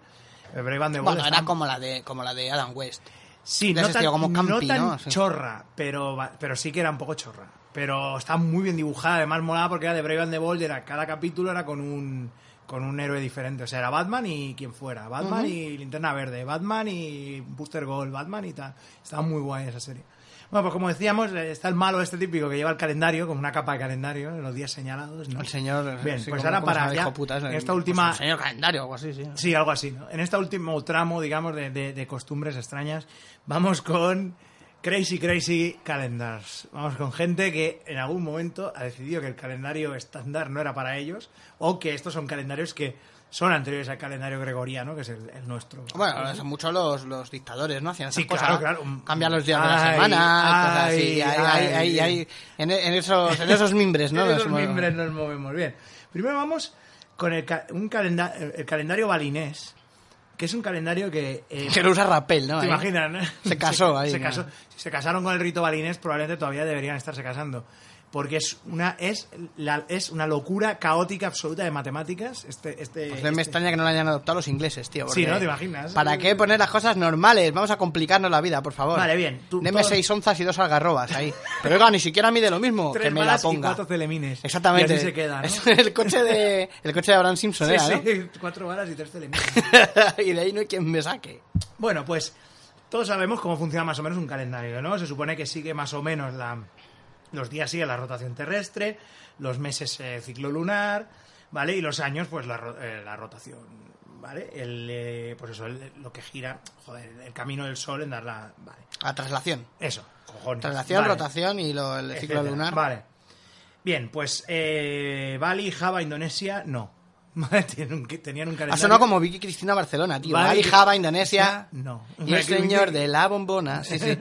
[SPEAKER 1] El Brave and the Bold
[SPEAKER 2] bueno,
[SPEAKER 1] está-
[SPEAKER 2] era como la de como la de Adam West.
[SPEAKER 1] Sí,
[SPEAKER 2] de
[SPEAKER 1] no
[SPEAKER 2] ese
[SPEAKER 1] tan,
[SPEAKER 2] estilo, como campi,
[SPEAKER 1] no tan
[SPEAKER 2] ¿no? Sí.
[SPEAKER 1] chorra, pero, va- pero sí que era un poco chorra. Pero está muy bien dibujada, además molaba porque era de Brave and the Bold, era, cada capítulo era con un, con un héroe diferente. O sea, era Batman y quien fuera. Batman y Linterna Verde, Batman y Booster Gold, Batman y tal. Estaba muy guay esa serie. Bueno, pues como decíamos, eh, está el malo este típico que lleva el calendario, con una capa de calendario, en los días señalados, ¿no?
[SPEAKER 2] El señor.
[SPEAKER 1] Bien,
[SPEAKER 2] sí,
[SPEAKER 1] pues
[SPEAKER 2] como-
[SPEAKER 1] ahora
[SPEAKER 2] como se
[SPEAKER 1] para
[SPEAKER 2] llama,
[SPEAKER 1] ya,
[SPEAKER 2] hijo puta, es
[SPEAKER 1] en
[SPEAKER 2] el-
[SPEAKER 1] esta
[SPEAKER 2] pues,
[SPEAKER 1] última...
[SPEAKER 2] el señor calendario o algo así, sí.
[SPEAKER 1] Sí, algo así, ¿no? En este último tramo, digamos, de, de- de costumbres extrañas, vamos con Crazy Crazy Calendars. Vamos con gente que en algún momento ha decidido que el calendario estándar no era para ellos o que estos son calendarios que son anteriores al calendario gregoriano, que es el, el nuestro.
[SPEAKER 2] Bueno, son muchos los, los dictadores, ¿no? Hacían esas
[SPEAKER 1] Sí,
[SPEAKER 2] cosas.
[SPEAKER 1] claro,
[SPEAKER 2] ¿no?
[SPEAKER 1] claro. Mm.
[SPEAKER 2] Cambian los días de la
[SPEAKER 1] Ay,
[SPEAKER 2] semana, cosas
[SPEAKER 1] ay,
[SPEAKER 2] así. Ahí, ahí,
[SPEAKER 1] ay.
[SPEAKER 2] ahí, ahí, en, en esos, en esos mimbres, ¿no?
[SPEAKER 1] En esos
[SPEAKER 2] Nos movemos.
[SPEAKER 1] mimbres nos movemos bien. Primero vamos con el, ca- un calenda- el calendario balinés, que es un calendario que... eh,
[SPEAKER 2] Que lo usa Rappel, ¿no?
[SPEAKER 1] ¿Te
[SPEAKER 2] Ahí.
[SPEAKER 1] imaginas, no?
[SPEAKER 2] Se casó ahí,
[SPEAKER 1] Se
[SPEAKER 2] claro.
[SPEAKER 1] casó. Si se casaron con el rito balinés, probablemente todavía deberían estarse casando. Porque es una, es la- es una locura caótica absoluta de matemáticas. Este, este,
[SPEAKER 2] Pues me
[SPEAKER 1] este-
[SPEAKER 2] extraña que no lo hayan adoptado los ingleses, tío.
[SPEAKER 1] Sí,
[SPEAKER 2] porque
[SPEAKER 1] ¿no? ¿Te imaginas?
[SPEAKER 2] ¿Para qué poner las cosas normales? Vamos a complicarnos la vida, por favor.
[SPEAKER 1] Vale, bien. Tú-
[SPEAKER 2] Deme
[SPEAKER 1] todo-
[SPEAKER 2] seis onzas y dos algarrobas ahí. Pero oiga, ni siquiera mide lo mismo.
[SPEAKER 1] Tres
[SPEAKER 2] que me la
[SPEAKER 1] balas y
[SPEAKER 2] ponga.
[SPEAKER 1] cuatro celemines.
[SPEAKER 2] Exactamente.
[SPEAKER 1] Y así se queda, ¿no?
[SPEAKER 2] Es el coche de, el coche de Abraham Simpson,
[SPEAKER 1] Sí,
[SPEAKER 2] era, ¿no?
[SPEAKER 1] sí, cuatro balas y tres telemines.
[SPEAKER 2] y de ahí no hay quien me saque.
[SPEAKER 1] Bueno, pues todos sabemos cómo funciona más o menos un calendario, ¿no? Se supone que sigue más o menos la... Los días siguen la rotación terrestre, los meses eh, ciclo lunar, ¿vale? Y los años, pues la, ro- eh, la rotación, ¿vale? El, eh, pues eso, el- lo que gira, joder, el camino del sol en dar la... Vale,
[SPEAKER 2] A traslación.
[SPEAKER 1] eso, cojones.
[SPEAKER 2] Traslación,
[SPEAKER 1] Vale.
[SPEAKER 2] rotación y lo- el ciclo
[SPEAKER 1] Etcétera.
[SPEAKER 2] lunar.
[SPEAKER 1] Vale. Bien, pues eh, Bali, Java, Indonesia, no. Vale, tienen un- Tenían un calendario.
[SPEAKER 2] Ha sonado Ah, como Vicky Cristina Barcelona, tío.
[SPEAKER 1] Vale.
[SPEAKER 2] Bali, Java, Indonesia.
[SPEAKER 1] No.
[SPEAKER 2] Y el señor de la bombona. Sí, sí.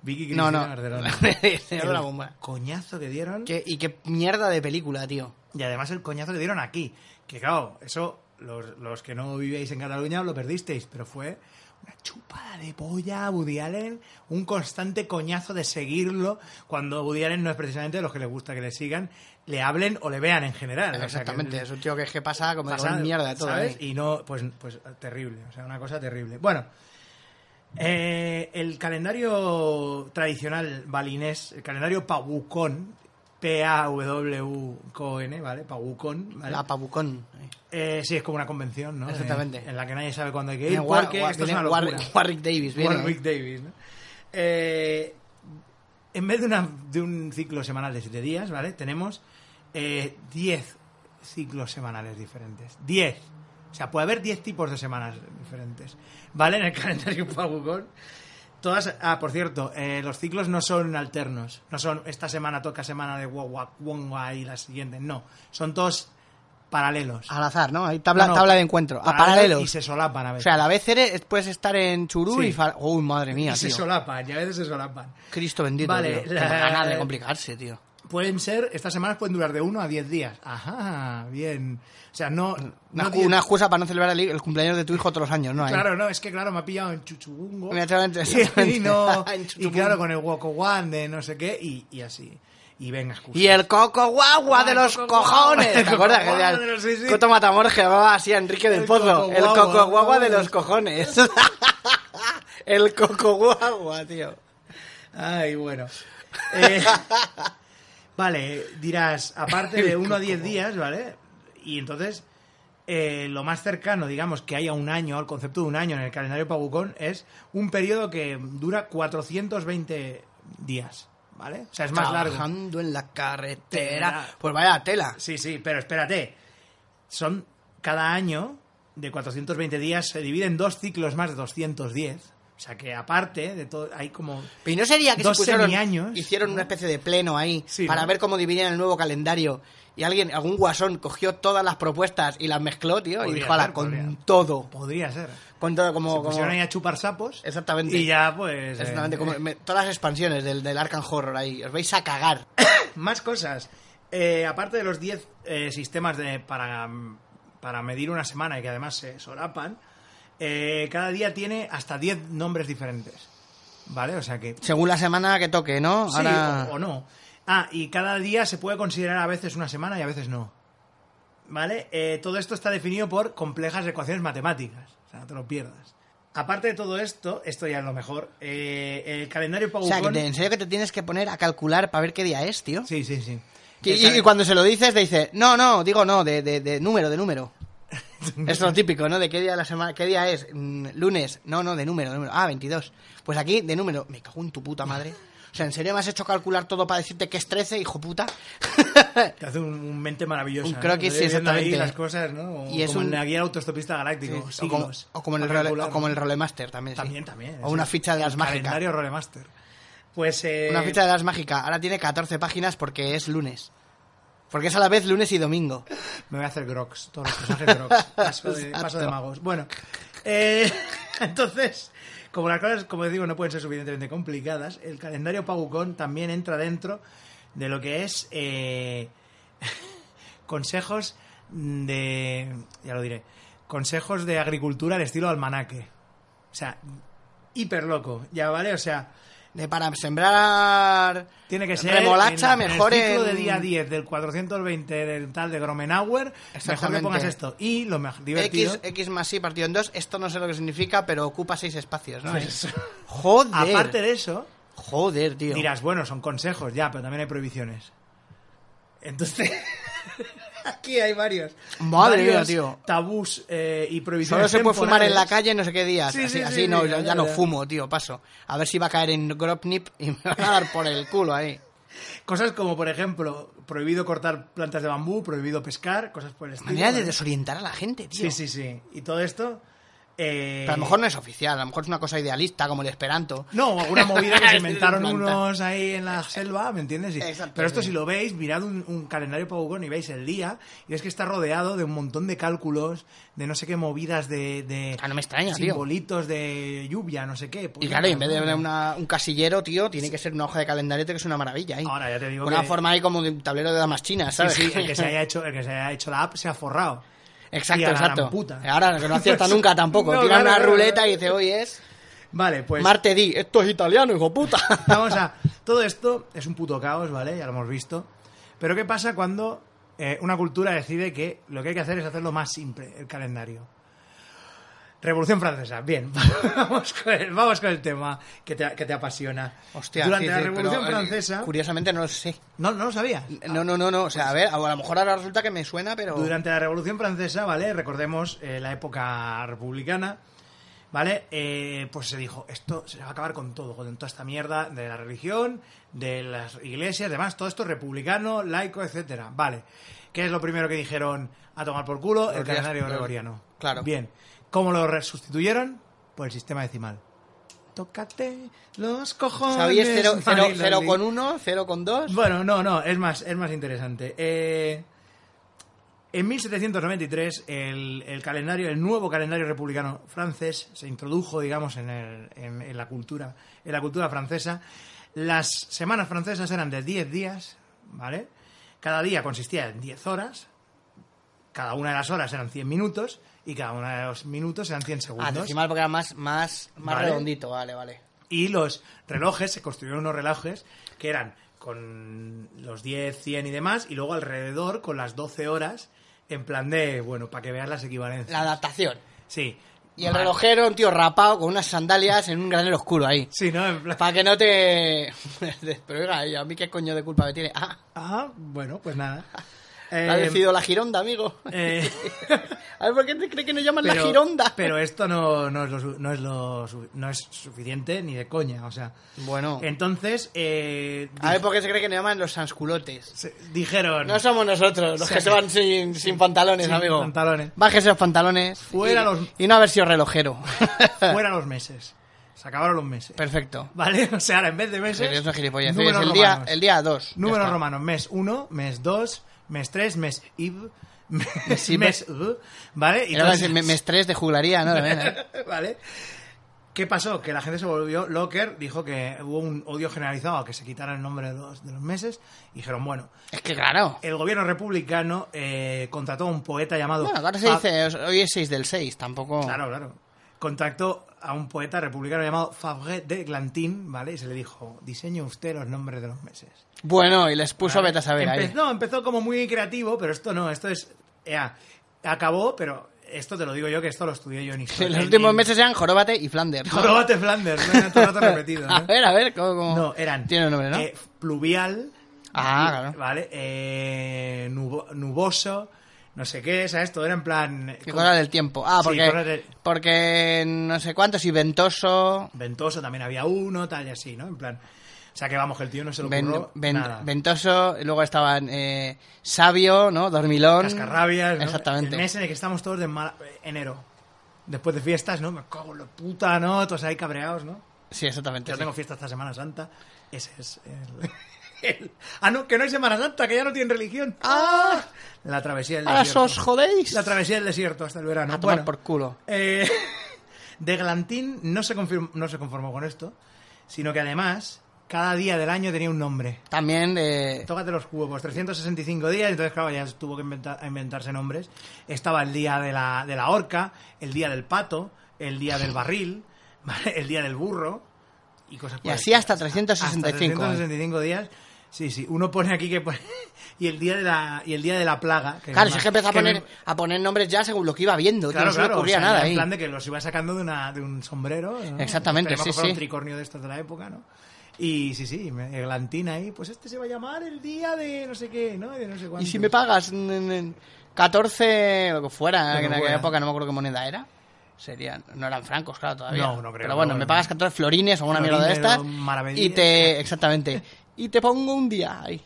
[SPEAKER 1] Vicky
[SPEAKER 2] No,
[SPEAKER 1] Cristina
[SPEAKER 2] no.
[SPEAKER 1] Barcelona.
[SPEAKER 2] El señor de la bombona.
[SPEAKER 1] coñazo que dieron.
[SPEAKER 2] Qué- y qué mierda de película, tío.
[SPEAKER 1] Y además el coñazo que dieron aquí. Que claro, eso los, los que no vivíais en Cataluña lo perdisteis, pero fue una chupada de polla a Woody Allen, un constante coñazo de seguirlo cuando Woody Allen no es precisamente de los que les gusta que le sigan, le hablen o le vean en general. O sea, que-
[SPEAKER 2] Exactamente, es un tío que es que pasa como de
[SPEAKER 1] pasar,
[SPEAKER 2] comer mierda de todo.
[SPEAKER 1] ¿sabes?
[SPEAKER 2] ¿eh?
[SPEAKER 1] Y no, pues, pues terrible, o sea, una cosa terrible. Bueno, eh, el calendario tradicional balinés, el calendario Pavucón, P-A-W-C-O-N, ¿vale? Pavucón, ¿vale?
[SPEAKER 2] La pabucón. ¿eh?
[SPEAKER 1] Eh, sí, es como una convención, ¿no?
[SPEAKER 2] Exactamente.
[SPEAKER 1] Eh, en la que nadie sabe cuándo hay que ir,
[SPEAKER 2] Viene War-
[SPEAKER 1] porque
[SPEAKER 2] War-
[SPEAKER 1] esto es
[SPEAKER 2] viene
[SPEAKER 1] una
[SPEAKER 2] War-
[SPEAKER 1] locura.
[SPEAKER 2] Warwick Davis viene.
[SPEAKER 1] Warwick Davis, ¿no? Eh, en vez de, una- de un ciclo semanal de siete días, ¿vale? Tenemos eh, 10 ciclos semanales diferentes. 10. O sea, puede haber 10 tipos de semanas diferentes, ¿vale? En el calendario Pabucón. Todas, ah, por cierto, eh, los ciclos no son alternos. No son esta semana toca semana de Wawa, Wonga y la siguiente. No, son todos paralelos.
[SPEAKER 2] Al azar, ¿no? Hay tabla,
[SPEAKER 1] No, no,
[SPEAKER 2] tabla de encuentro. Ah, A
[SPEAKER 1] Y
[SPEAKER 2] paralelos.
[SPEAKER 1] se solapan a
[SPEAKER 2] O
[SPEAKER 1] veces.
[SPEAKER 2] sea, a la vez eres, puedes estar en Churú
[SPEAKER 1] Sí.
[SPEAKER 2] y... Far... Uy, madre mía,
[SPEAKER 1] y se
[SPEAKER 2] tío.
[SPEAKER 1] solapan, y a veces se solapan.
[SPEAKER 2] Cristo bendito,
[SPEAKER 1] Vale,
[SPEAKER 2] tío.
[SPEAKER 1] la-
[SPEAKER 2] Tengo ganas de complicarse, tío.
[SPEAKER 1] Pueden ser, estas semanas pueden durar de 1 a 10 días. Ajá, bien. O sea, no.
[SPEAKER 2] Una,
[SPEAKER 1] no
[SPEAKER 2] ju-
[SPEAKER 1] diez-
[SPEAKER 2] una excusa para no celebrar el, el cumpleaños de tu hijo todos los años, ¿no? Ahí.
[SPEAKER 1] Claro, no, es que claro, me ha pillado en chuchubungo.
[SPEAKER 2] Exactamente,
[SPEAKER 1] Y,
[SPEAKER 2] exactamente.
[SPEAKER 1] no,
[SPEAKER 2] En
[SPEAKER 1] y
[SPEAKER 2] chuchubungo.
[SPEAKER 1] claro, con el Woko One de no sé qué, y, y así. Y venga, excusa.
[SPEAKER 2] Y el coco guagua
[SPEAKER 1] Ah,
[SPEAKER 2] de
[SPEAKER 1] el
[SPEAKER 2] los
[SPEAKER 1] coco
[SPEAKER 2] cojones.
[SPEAKER 1] guagua.
[SPEAKER 2] ¿Te acuerdas?
[SPEAKER 1] El
[SPEAKER 2] Que
[SPEAKER 1] coco
[SPEAKER 2] era
[SPEAKER 1] guagua de los- sí, sí.
[SPEAKER 2] Coto Matamoros que llamaba así a Enrique del
[SPEAKER 1] El
[SPEAKER 2] Pozo.
[SPEAKER 1] coco
[SPEAKER 2] el
[SPEAKER 1] guagua.
[SPEAKER 2] coco guagua de los cojones. el coco guagua, tío.
[SPEAKER 1] Ay, bueno. Eh, vale, dirás, aparte de 1 a 10 días, ¿vale? Y entonces, eh, lo más cercano, digamos, que haya un año, al concepto de un año en el calendario Pabucón, es un periodo que dura 420 días, ¿vale? O sea, es más largo.
[SPEAKER 2] Trabajando en la carretera. Pues vaya tela.
[SPEAKER 1] Sí, sí, pero espérate. Son cada año de 420 días se divide en dos ciclos más de 210. O sea que aparte de todo, hay como
[SPEAKER 2] Pero ¿y no sería que se
[SPEAKER 1] Dos
[SPEAKER 2] pusieron,
[SPEAKER 1] semiaños,
[SPEAKER 2] hicieron
[SPEAKER 1] ¿no?
[SPEAKER 2] una especie de pleno ahí
[SPEAKER 1] Sí,
[SPEAKER 2] para
[SPEAKER 1] ¿no?
[SPEAKER 2] ver cómo dividían el nuevo calendario y alguien, algún guasón cogió todas las propuestas y las mezcló, tío, y
[SPEAKER 1] Podría
[SPEAKER 2] dijo, "Hala,
[SPEAKER 1] ser,
[SPEAKER 2] con
[SPEAKER 1] podría".
[SPEAKER 2] todo,
[SPEAKER 1] podría ser.
[SPEAKER 2] con todo como,
[SPEAKER 1] se pusieron
[SPEAKER 2] como-
[SPEAKER 1] ahí a chupar sapos.
[SPEAKER 2] Exactamente.
[SPEAKER 1] Y ya, pues.
[SPEAKER 2] Exactamente,
[SPEAKER 1] eh,
[SPEAKER 2] como
[SPEAKER 1] eh,
[SPEAKER 2] me- todas las expansiones del, del Arkham Horror ahí. Os vais a cagar.
[SPEAKER 1] Más cosas. Eh, aparte de los 10 eh, sistemas de, para, para medir una semana y que además se solapan, eh, cada día tiene hasta 10 nombres diferentes. ¿Vale? O sea que.
[SPEAKER 2] Según la semana que toque, ¿no?
[SPEAKER 1] Sí,
[SPEAKER 2] Ahora-
[SPEAKER 1] o, o no. Ah, y cada día se puede considerar a veces una semana y a veces no. ¿Vale? Eh, todo esto está definido por complejas ecuaciones matemáticas. O sea, no te lo pierdas. Aparte de todo esto, esto ya es lo mejor. eh, el calendario
[SPEAKER 2] O sea, que
[SPEAKER 1] Pabucón-
[SPEAKER 2] te- en serio que te tienes que poner a calcular para ver qué día es, tío.
[SPEAKER 1] Sí, sí, sí.
[SPEAKER 2] Que-
[SPEAKER 1] El
[SPEAKER 2] y, y
[SPEAKER 1] calen-
[SPEAKER 2] cuando se lo dices, te dice, no, no, digo no, de, de, de número, de número. es lo típico, ¿no? De qué día de la semana, qué día es, Mm, lunes, no, no, de número, de número. Ah, 22. Pues aquí, de número, me cago en tu puta madre. O sea, ¿en serio me has hecho calcular todo para decirte que es 13, hijo puta?
[SPEAKER 1] Te hace un, un mente maravilloso.
[SPEAKER 2] Un croquis, sí, exactamente.
[SPEAKER 1] las cosas, ¿no? O
[SPEAKER 2] Y es
[SPEAKER 1] como
[SPEAKER 2] un-
[SPEAKER 1] en la guía autostopista galáctico.
[SPEAKER 2] o, como,
[SPEAKER 1] siglos,
[SPEAKER 2] o como en el
[SPEAKER 1] para
[SPEAKER 2] role,
[SPEAKER 1] calcular.
[SPEAKER 2] o como en el Rolemaster también, sí.
[SPEAKER 1] También, también.
[SPEAKER 2] O una
[SPEAKER 1] sí.
[SPEAKER 2] ficha de las mágicas.
[SPEAKER 1] Calendario Rolemaster. Pues. eh,
[SPEAKER 2] Una ficha de las mágica. Ahora tiene 14 páginas porque es lunes. Porque es a la vez lunes y domingo.
[SPEAKER 1] Me voy a hacer grox, todos los personajes grox. Paso de,
[SPEAKER 2] Exacto.
[SPEAKER 1] paso de magos. Bueno, eh, entonces, como las cosas, como digo, no pueden ser suficientemente complicadas, el calendario Pagucón también entra dentro de lo que es eh, consejos de... ya lo diré. Consejos de agricultura al estilo almanaque. O sea, hiper loco, ya vale, o sea...
[SPEAKER 2] De para sembrar.
[SPEAKER 1] Tiene que ser
[SPEAKER 2] Remolacha,
[SPEAKER 1] en,
[SPEAKER 2] mejor
[SPEAKER 1] en el ciclo
[SPEAKER 2] en-
[SPEAKER 1] de día 10 del 420 del tal de Gromenauer, mejor que
[SPEAKER 2] Exactamente.
[SPEAKER 1] pongas esto. Y lo mejor divertido
[SPEAKER 2] X, X más Y partido en dos. Esto no sé lo que significa, pero ocupa seis espacios, ¿no?
[SPEAKER 1] Pues,
[SPEAKER 2] Joder.
[SPEAKER 1] aparte de eso,
[SPEAKER 2] Joder, tío.
[SPEAKER 1] dirás, bueno, son consejos ya, pero también hay prohibiciones. Entonces, aquí hay varios
[SPEAKER 2] Madre mía,
[SPEAKER 1] varios
[SPEAKER 2] tío.
[SPEAKER 1] tabús eh, y prohibiciones.
[SPEAKER 2] Solo se puede fumar en la
[SPEAKER 1] temporales.
[SPEAKER 2] calle no sé qué días.
[SPEAKER 1] Sí,
[SPEAKER 2] así
[SPEAKER 1] sí, sí,
[SPEAKER 2] así
[SPEAKER 1] sí,
[SPEAKER 2] no,
[SPEAKER 1] ya,
[SPEAKER 2] yo ya
[SPEAKER 1] ya,
[SPEAKER 2] no
[SPEAKER 1] ya.
[SPEAKER 2] fumo, tío, paso. A ver si va a caer en Gropnip y me van a dar por el culo ahí.
[SPEAKER 1] Cosas como, por ejemplo, prohibido cortar plantas de bambú, prohibido pescar, cosas por el estilo.
[SPEAKER 2] Manera de
[SPEAKER 1] ¿vale?
[SPEAKER 2] desorientar a la gente,
[SPEAKER 1] Sí,
[SPEAKER 2] tío.
[SPEAKER 1] sí, sí. Y todo esto... eh,
[SPEAKER 2] Pero a lo mejor no es oficial, a lo mejor es una cosa idealista como el Esperanto.
[SPEAKER 1] No, alguna movida que se inventaron
[SPEAKER 2] Planta.
[SPEAKER 1] unos ahí en la selva, ¿me entiendes? Y-
[SPEAKER 2] Exacto,
[SPEAKER 1] pero esto
[SPEAKER 2] sí.
[SPEAKER 1] si lo veis, mirad un, un calendario Pogón y veis el día, y es que está rodeado de un montón de cálculos, de no sé qué movidas, de, de
[SPEAKER 2] Ah, no me extraña, tío.
[SPEAKER 1] simbolitos de lluvia, no sé qué.
[SPEAKER 2] Y claro, y en vez de una- un casillero, tío, tiene que ser una hoja de calendarete que es una maravilla ahí.
[SPEAKER 1] Ahora, ya te digo
[SPEAKER 2] Con Una
[SPEAKER 1] que-
[SPEAKER 2] forma ahí como de un tablero de damas chinas,
[SPEAKER 1] Sí,
[SPEAKER 2] ¿sabes?
[SPEAKER 1] sí, el que, se haya hecho, el que se haya hecho la app se ha forrado.
[SPEAKER 2] Exacto,
[SPEAKER 1] Y a la
[SPEAKER 2] exacto.
[SPEAKER 1] gran puta.
[SPEAKER 2] Ahora, que no acierta
[SPEAKER 1] Pues-
[SPEAKER 2] nunca tampoco.
[SPEAKER 1] No,
[SPEAKER 2] Tira
[SPEAKER 1] claro,
[SPEAKER 2] una
[SPEAKER 1] claro,
[SPEAKER 2] ruleta
[SPEAKER 1] claro.
[SPEAKER 2] y dice, hoy es
[SPEAKER 1] Vale, pues...
[SPEAKER 2] Marte Di. Esto es italiano, hijo puta.
[SPEAKER 1] Vamos a. Todo esto es un puto caos, ¿vale? Ya lo hemos visto. Pero ¿qué pasa cuando eh, una cultura decide que lo que hay que hacer es hacerlo más simple, el calendario? Revolución Francesa, bien, vamos, con el, vamos con el tema que te, que te apasiona.
[SPEAKER 2] Hostia,
[SPEAKER 1] Durante
[SPEAKER 2] sí,
[SPEAKER 1] la
[SPEAKER 2] sí,
[SPEAKER 1] Revolución
[SPEAKER 2] pero, eh,
[SPEAKER 1] Francesa...
[SPEAKER 2] Curiosamente no lo sé.
[SPEAKER 1] No, no lo sabías.
[SPEAKER 2] No, no, no, no. O sea, a ver, a lo mejor ahora resulta que me suena, pero.
[SPEAKER 1] Durante la Revolución Francesa, ¿vale? Recordemos eh, la época republicana, ¿vale? Eh, pues se dijo, esto se va a acabar con todo, con toda esta mierda de la religión, de las iglesias, demás, todo esto republicano, laico, etcétera. Vale. ¿Qué es lo primero que dijeron a tomar por culo? el
[SPEAKER 2] días-
[SPEAKER 1] calendario
[SPEAKER 2] claro.
[SPEAKER 1] gregoriano.
[SPEAKER 2] Claro.
[SPEAKER 1] Bien. ¿Cómo lo re- sustituyeron? Por el sistema decimal. Tócate los cojones.
[SPEAKER 2] ¿Sabías 0
[SPEAKER 1] Marilyn.
[SPEAKER 2] con 1, 0 con 2?
[SPEAKER 1] Bueno, no, no, es más, es más interesante. Eh, en 1793, el, el calendario, el nuevo calendario republicano francés se introdujo, digamos, en, el- en- en la cultura, en la cultura francesa. Las semanas francesas eran de 10 días, ¿vale? Cada día consistía en 10 horas, cada una de las horas eran 100 minutos y cada uno de los minutos eran 100
[SPEAKER 2] Ah,
[SPEAKER 1] segundos.
[SPEAKER 2] decimal porque era más, más, más
[SPEAKER 1] Vale.
[SPEAKER 2] redondito, vale, vale.
[SPEAKER 1] Y los relojes, se construyeron unos relojes que eran con los 10, 100 y demás, y luego alrededor con las 12 horas, en plan de, bueno, para que veas las equivalencias.
[SPEAKER 2] La adaptación.
[SPEAKER 1] Sí.
[SPEAKER 2] Y el
[SPEAKER 1] Ma-
[SPEAKER 2] relojero, un tío rapado con unas sandalias en un granero oscuro ahí.
[SPEAKER 1] Sí, ¿no? En plan-
[SPEAKER 2] Para que no te. Pero oiga, ¿y a mí qué coño de culpa me tiene. Ah,
[SPEAKER 1] Ah, bueno, pues nada.
[SPEAKER 2] ha
[SPEAKER 1] Eh,
[SPEAKER 2] decidido la gironda, amigo.
[SPEAKER 1] eh,
[SPEAKER 2] A ver, ¿por qué te cree que nos llaman la
[SPEAKER 1] pero-
[SPEAKER 2] gironda?
[SPEAKER 1] Pero esto no, no, es lo, su- no, es lo su- no es suficiente ni de coña, o sea.
[SPEAKER 2] Bueno.
[SPEAKER 1] Entonces, eh,
[SPEAKER 2] A ver, ¿por qué se cree que nos llaman los sansculotes?
[SPEAKER 1] se- dijeron...
[SPEAKER 2] No somos nosotros los
[SPEAKER 1] Sí.
[SPEAKER 2] que se van sin, sin pantalones,
[SPEAKER 1] Sin
[SPEAKER 2] amigo.
[SPEAKER 1] pantalones.
[SPEAKER 2] Bájese los pantalones.
[SPEAKER 1] Fuera
[SPEAKER 2] y,
[SPEAKER 1] los-
[SPEAKER 2] Y no haber sido relojero.
[SPEAKER 1] fuera los meses. Se acabaron los meses.
[SPEAKER 2] Perfecto.
[SPEAKER 1] ¿Vale? O sea, ahora en vez de meses.
[SPEAKER 2] Sí, es una gilipollez.
[SPEAKER 1] números
[SPEAKER 2] Es el día-
[SPEAKER 1] romanos.
[SPEAKER 2] el día dos, ya
[SPEAKER 1] Números
[SPEAKER 2] está.
[SPEAKER 1] romanos. Mes 1, mes 2, mes 3, mes IV, mes,
[SPEAKER 2] IV.
[SPEAKER 1] mes V, ¿Vale? Y
[SPEAKER 2] Era
[SPEAKER 1] todas
[SPEAKER 2] ese me, me
[SPEAKER 1] esas-
[SPEAKER 2] estrés de juglaría, ¿no? También, ¿eh?
[SPEAKER 1] ¿Vale? ¿Qué pasó? Que la gente se volvió locker, dijo que hubo un odio generalizado a que se quitara el nombre de los, de los meses. Y dijeron, bueno,
[SPEAKER 2] Es que claro.
[SPEAKER 1] el gobierno republicano eh, contrató a un poeta llamado.
[SPEAKER 2] Bueno, ahora se
[SPEAKER 1] Fa-
[SPEAKER 2] dice, os- hoy es 6 del 6, tampoco...
[SPEAKER 1] Ah. Claro, claro. Contactó a un poeta republicano llamado Fabre de Glantin, ¿vale? Y se le dijo, diseñe usted los nombres de los meses.
[SPEAKER 2] Bueno, y les puso
[SPEAKER 1] ¿vale?
[SPEAKER 2] betas a eh. ver
[SPEAKER 1] Empe-
[SPEAKER 2] ahí.
[SPEAKER 1] No, empezó como muy creativo, pero esto no, esto es... ea, acabó, pero esto te lo digo yo, que esto lo estudié yo en historia.
[SPEAKER 2] En los
[SPEAKER 1] En-
[SPEAKER 2] últimos
[SPEAKER 1] en-
[SPEAKER 2] meses eran Jorobate y Flanders. ¿no?
[SPEAKER 1] Jorobate Flanders, ¿no? Era todo el rato repetido,
[SPEAKER 2] A
[SPEAKER 1] ¿no?
[SPEAKER 2] ver, a ver, ¿cómo, cómo?
[SPEAKER 1] No, eran...
[SPEAKER 2] Tiene un nombre, ¿no?
[SPEAKER 1] eh, pluvial,
[SPEAKER 2] ah, claro.
[SPEAKER 1] ¿vale? Eh, nubo- nuboso, no sé qué, ¿sabes? Todo era en plan...
[SPEAKER 2] ¿Qué cosa del tiempo? Ah,
[SPEAKER 1] Sí,
[SPEAKER 2] porque...
[SPEAKER 1] cosas de-
[SPEAKER 2] Porque no sé cuántos y ventoso...
[SPEAKER 1] Ventoso también había uno, tal y así, ¿no? En plan... O sea que vamos, que el tío no se lo
[SPEAKER 2] ven-
[SPEAKER 1] ocurrió
[SPEAKER 2] ven-
[SPEAKER 1] nada.
[SPEAKER 2] ventoso, y luego estaban eh, Sabio, ¿no? Dormilón.
[SPEAKER 1] Cascarrabias, ¿no?
[SPEAKER 2] Exactamente.
[SPEAKER 1] El mes en el que estamos todos de mala- enero. Después de fiestas, ¿no? Me cago en la puta, ¿no? Todos ahí cabreados, ¿no?
[SPEAKER 2] Sí, exactamente.
[SPEAKER 1] Yo
[SPEAKER 2] sí.
[SPEAKER 1] tengo fiesta esta Semana Santa. Ese es el... Él. Ah, no, que no hay Semana Santa, que ya no tienen religión.
[SPEAKER 2] ¡Ah!
[SPEAKER 1] La travesía del
[SPEAKER 2] ¡Ahora
[SPEAKER 1] desierto.
[SPEAKER 2] os jodéis!
[SPEAKER 1] La travesía del desierto hasta el verano.
[SPEAKER 2] A tomar
[SPEAKER 1] Bueno,
[SPEAKER 2] por culo.
[SPEAKER 1] eh, de Glantín no se, confirm- no se conformó con esto, sino que además cada día del año tenía un nombre.
[SPEAKER 2] También eh,
[SPEAKER 1] Tócate los huevos, 365 días, entonces claro, ya tuvo que inventa- inventarse nombres. Estaba el día de la, de la orca, el día del pato, el día del barril, ¿vale? el día del burro y cosas
[SPEAKER 2] Y
[SPEAKER 1] por el
[SPEAKER 2] así hasta
[SPEAKER 1] hasta
[SPEAKER 2] 365.
[SPEAKER 1] 365 días. Sí, sí. Uno pone aquí que pone- y el día de la y el día de la plaga. que
[SPEAKER 2] Claro,
[SPEAKER 1] además-
[SPEAKER 2] si es que empezó a
[SPEAKER 1] que
[SPEAKER 2] poner,
[SPEAKER 1] me-
[SPEAKER 2] a poner nombres ya según lo que iba viendo. tío,
[SPEAKER 1] claro,
[SPEAKER 2] no se le
[SPEAKER 1] claro,
[SPEAKER 2] ocurría
[SPEAKER 1] o sea,
[SPEAKER 2] nada
[SPEAKER 1] en
[SPEAKER 2] ahí.
[SPEAKER 1] plan de que los iba sacando de, una, de un sombrero. ¿no?
[SPEAKER 2] Exactamente,
[SPEAKER 1] Esperemos
[SPEAKER 2] sí,
[SPEAKER 1] que fuera
[SPEAKER 2] sí.
[SPEAKER 1] Un tricornio de estos de la época, ¿no? Y sí, sí, me- Eglantina ahí, pues este se va a llamar el día de no sé qué, ¿no? De no sé
[SPEAKER 2] Y
[SPEAKER 1] cuánto.
[SPEAKER 2] si me pagas mm, mm, 14, lo que pues fuera,
[SPEAKER 1] Lo que
[SPEAKER 2] en aquella
[SPEAKER 1] fuera.
[SPEAKER 2] época no me acuerdo qué moneda era. Serían, no eran francos, claro, todavía.
[SPEAKER 1] No, no creo,
[SPEAKER 2] Pero bueno,
[SPEAKER 1] no,
[SPEAKER 2] me
[SPEAKER 1] no.
[SPEAKER 2] pagas 14 florines o una mierda de
[SPEAKER 1] Florines,
[SPEAKER 2] estas.
[SPEAKER 1] maravedíes.
[SPEAKER 2] Y te, exactamente. Y te pongo un día ahí.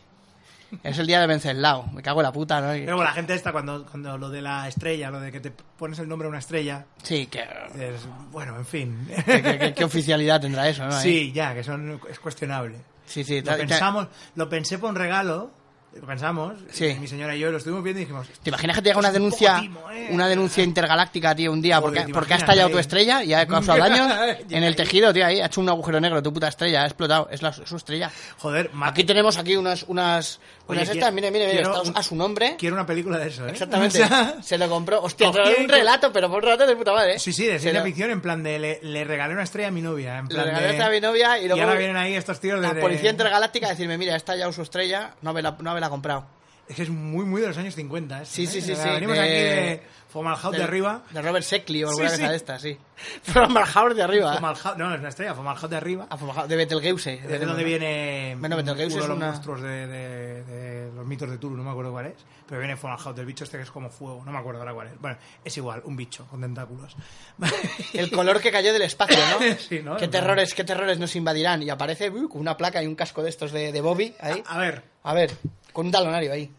[SPEAKER 2] Es el día de Venceslao. Me cago en la puta, ¿no? Y-
[SPEAKER 1] Pero bueno, la gente esta, cuando, cuando lo de la estrella, lo de que te pones el nombre a una estrella,
[SPEAKER 2] Sí, que,
[SPEAKER 1] es- bueno, en fin.
[SPEAKER 2] que- que- que oficialidad tendrá eso, ¿no? Ahí.
[SPEAKER 1] sí, ya, que son, es cuestionable.
[SPEAKER 2] sí, sí.
[SPEAKER 1] Lo
[SPEAKER 2] te- te-
[SPEAKER 1] pensamos, lo pensé por un regalo, lo pensamos,
[SPEAKER 2] Sí.
[SPEAKER 1] y mi señora y yo lo estuvimos viendo y dijimos,
[SPEAKER 2] ¿Te imaginas que te llega una
[SPEAKER 1] Es un
[SPEAKER 2] denuncia,
[SPEAKER 1] poco timo, eh.
[SPEAKER 2] una denuncia intergaláctica, tío, un día,
[SPEAKER 1] Joder,
[SPEAKER 2] porque,
[SPEAKER 1] ¿te
[SPEAKER 2] porque has
[SPEAKER 1] imaginas,
[SPEAKER 2] tallado
[SPEAKER 1] eh?
[SPEAKER 2] tu estrella y ha causado daños en el
[SPEAKER 1] Ahí.
[SPEAKER 2] tejido, tío, ahí, ha hecho un agujero negro, tu puta estrella, ha explotado, es, la- su estrella.
[SPEAKER 1] joder, ma-
[SPEAKER 2] Aquí tenemos aquí unas, unas,
[SPEAKER 1] Oye,
[SPEAKER 2] unas
[SPEAKER 1] quiero-
[SPEAKER 2] estas, mire, mire, mire,
[SPEAKER 1] quiero
[SPEAKER 2] está
[SPEAKER 1] un-
[SPEAKER 2] a su nombre,
[SPEAKER 1] quiero una película de eso, ¿eh?
[SPEAKER 2] exactamente,
[SPEAKER 1] O sea,
[SPEAKER 2] se lo compró, hostia,
[SPEAKER 1] Cogí
[SPEAKER 2] trae
[SPEAKER 1] y
[SPEAKER 2] un
[SPEAKER 1] co-
[SPEAKER 2] relato, pero por un relato de puta madre. ¿eh?
[SPEAKER 1] sí, sí, de
[SPEAKER 2] Se
[SPEAKER 1] ciencia
[SPEAKER 2] lo-
[SPEAKER 1] ficción, en plan de le, le regalé una estrella a mi novia, en plan
[SPEAKER 2] regalé
[SPEAKER 1] de-
[SPEAKER 2] a mi novia y luego-
[SPEAKER 1] ahora vienen ahí estos tíos de...
[SPEAKER 2] La
[SPEAKER 1] de-
[SPEAKER 2] policía intergaláctica a decirme, mira, está ya su estrella, no haberla, no haberla comprado.
[SPEAKER 1] Es que es muy, muy de los años 50, esto,
[SPEAKER 2] Sí,
[SPEAKER 1] ¿eh?
[SPEAKER 2] sí, sí,
[SPEAKER 1] O sea,
[SPEAKER 2] sí,
[SPEAKER 1] Venimos
[SPEAKER 2] de-
[SPEAKER 1] aquí de Fomalhaut de,
[SPEAKER 2] Del-
[SPEAKER 1] arriba.
[SPEAKER 2] De Robert Seckley o alguna
[SPEAKER 1] Sí,
[SPEAKER 2] cosa
[SPEAKER 1] sí.
[SPEAKER 2] de estas, sí. From Howard de arriba.
[SPEAKER 1] Fomalhaut- no, no es una estrella, Fomalhaut de arriba.
[SPEAKER 2] Ah, From Howard, De Betelgeuse.
[SPEAKER 1] Es de donde viene
[SPEAKER 2] Bueno,
[SPEAKER 1] uno
[SPEAKER 2] Betelgeuse
[SPEAKER 1] de
[SPEAKER 2] es
[SPEAKER 1] los
[SPEAKER 2] una-
[SPEAKER 1] monstruos de, de- de los mitos de Tulu, no me acuerdo cuál es, pero viene Fomalhaut, el bicho este que es como fuego, no me acuerdo ahora cuál es. Bueno, es igual, un bicho con tentáculos.
[SPEAKER 2] El color que cayó del espacio, ¿no?
[SPEAKER 1] Sí, ¿no?
[SPEAKER 2] ¿Qué terrores, qué terrores nos invadirán? Y aparece uy, con una placa y un casco de estos de, de Bobby ahí.
[SPEAKER 1] A ver,
[SPEAKER 2] A ver, con un talonario ahí.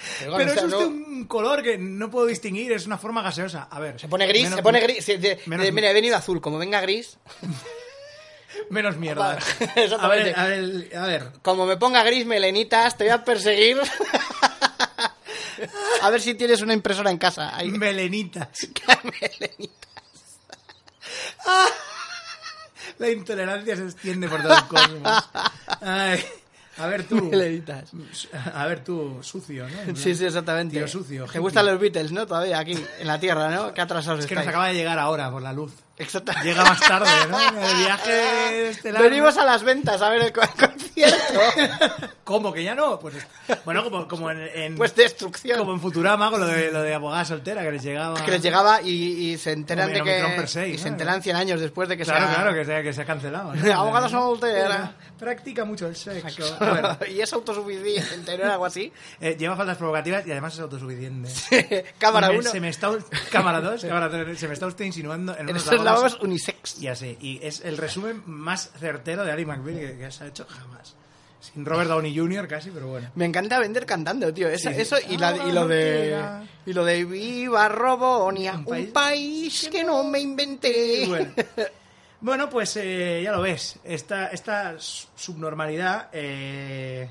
[SPEAKER 2] Pero,
[SPEAKER 1] pero
[SPEAKER 2] bueno,
[SPEAKER 1] es
[SPEAKER 2] está-
[SPEAKER 1] usted
[SPEAKER 2] no-
[SPEAKER 1] un color que no puedo distinguir, es una forma gaseosa. A ver.
[SPEAKER 2] Se pone gris,
[SPEAKER 1] menos-
[SPEAKER 2] se pone gris. sí, de-
[SPEAKER 1] menos-
[SPEAKER 2] de- mira, he venido azul, como venga gris.
[SPEAKER 1] Menos mierda.
[SPEAKER 2] Exactamente.
[SPEAKER 1] A ver, a ver, a ver.
[SPEAKER 2] Como me ponga gris, melenitas, te voy a perseguir. a ver si tienes una impresora en casa. Ahí.
[SPEAKER 1] Melenitas.
[SPEAKER 2] Melenita.
[SPEAKER 1] Ah. La intolerancia se extiende por todo el cosmos. Ay, a ver tú.
[SPEAKER 2] Melenitas.
[SPEAKER 1] A ver tú, sucio, ¿no? En plan,
[SPEAKER 2] Sí, sí, exactamente.
[SPEAKER 1] Tío sucio.
[SPEAKER 2] Te
[SPEAKER 1] hippie.
[SPEAKER 2] gustan los Beatles, ¿no? Todavía aquí, en la Tierra, ¿no? Qué atrasados
[SPEAKER 1] Es que nos
[SPEAKER 2] estáis.
[SPEAKER 1] acaba de llegar ahora por la luz.
[SPEAKER 2] Exacta-
[SPEAKER 1] Llega más tarde, ¿no? El viaje este estelar.
[SPEAKER 2] Venimos a las ventas a ver el, co- el concierto.
[SPEAKER 1] ¿Cómo que ya no? Pues es- bueno, como, como en, en-
[SPEAKER 2] pues destrucción.
[SPEAKER 1] como en Futurama con lo de lo de abogada soltera que les llegaba.
[SPEAKER 2] que les llegaba y, y se enteran
[SPEAKER 1] Hombre,
[SPEAKER 2] de
[SPEAKER 1] no me
[SPEAKER 2] que
[SPEAKER 1] Trump per se,
[SPEAKER 2] y se
[SPEAKER 1] ¿no?
[SPEAKER 2] enteran 100 años después de que
[SPEAKER 1] Claro,
[SPEAKER 2] sea-
[SPEAKER 1] claro, que se, que se ha cancelado.
[SPEAKER 2] Abogada soltera.
[SPEAKER 1] Practica mucho el sexo. Bueno,
[SPEAKER 2] y es autosuficiente, ¿no? Algo así.
[SPEAKER 1] eh, lleva faltas provocativas y además es autosuficiente.
[SPEAKER 2] Cámara
[SPEAKER 1] Me-
[SPEAKER 2] 1.
[SPEAKER 1] Se me está cámara 2, cámara 3, se me está usted insinuando en
[SPEAKER 2] En
[SPEAKER 1] unos
[SPEAKER 2] estos
[SPEAKER 1] lavabos
[SPEAKER 2] lados unisex.
[SPEAKER 1] Y así, y es el resumen más certero de Ali McBeal que, que se ha hecho jamás. Sin Robert Downey Jr. casi, pero bueno.
[SPEAKER 2] Me encanta vender cantando, tío. Esa-
[SPEAKER 1] Sí.
[SPEAKER 2] Eso y, la, y lo de. Y lo de Viva Robonia. Un
[SPEAKER 1] Un
[SPEAKER 2] país,
[SPEAKER 1] país-
[SPEAKER 2] que no me inventé.
[SPEAKER 1] Y bueno. Bueno, pues eh, ya lo ves. Esta, esta s- subnormalidad. eh,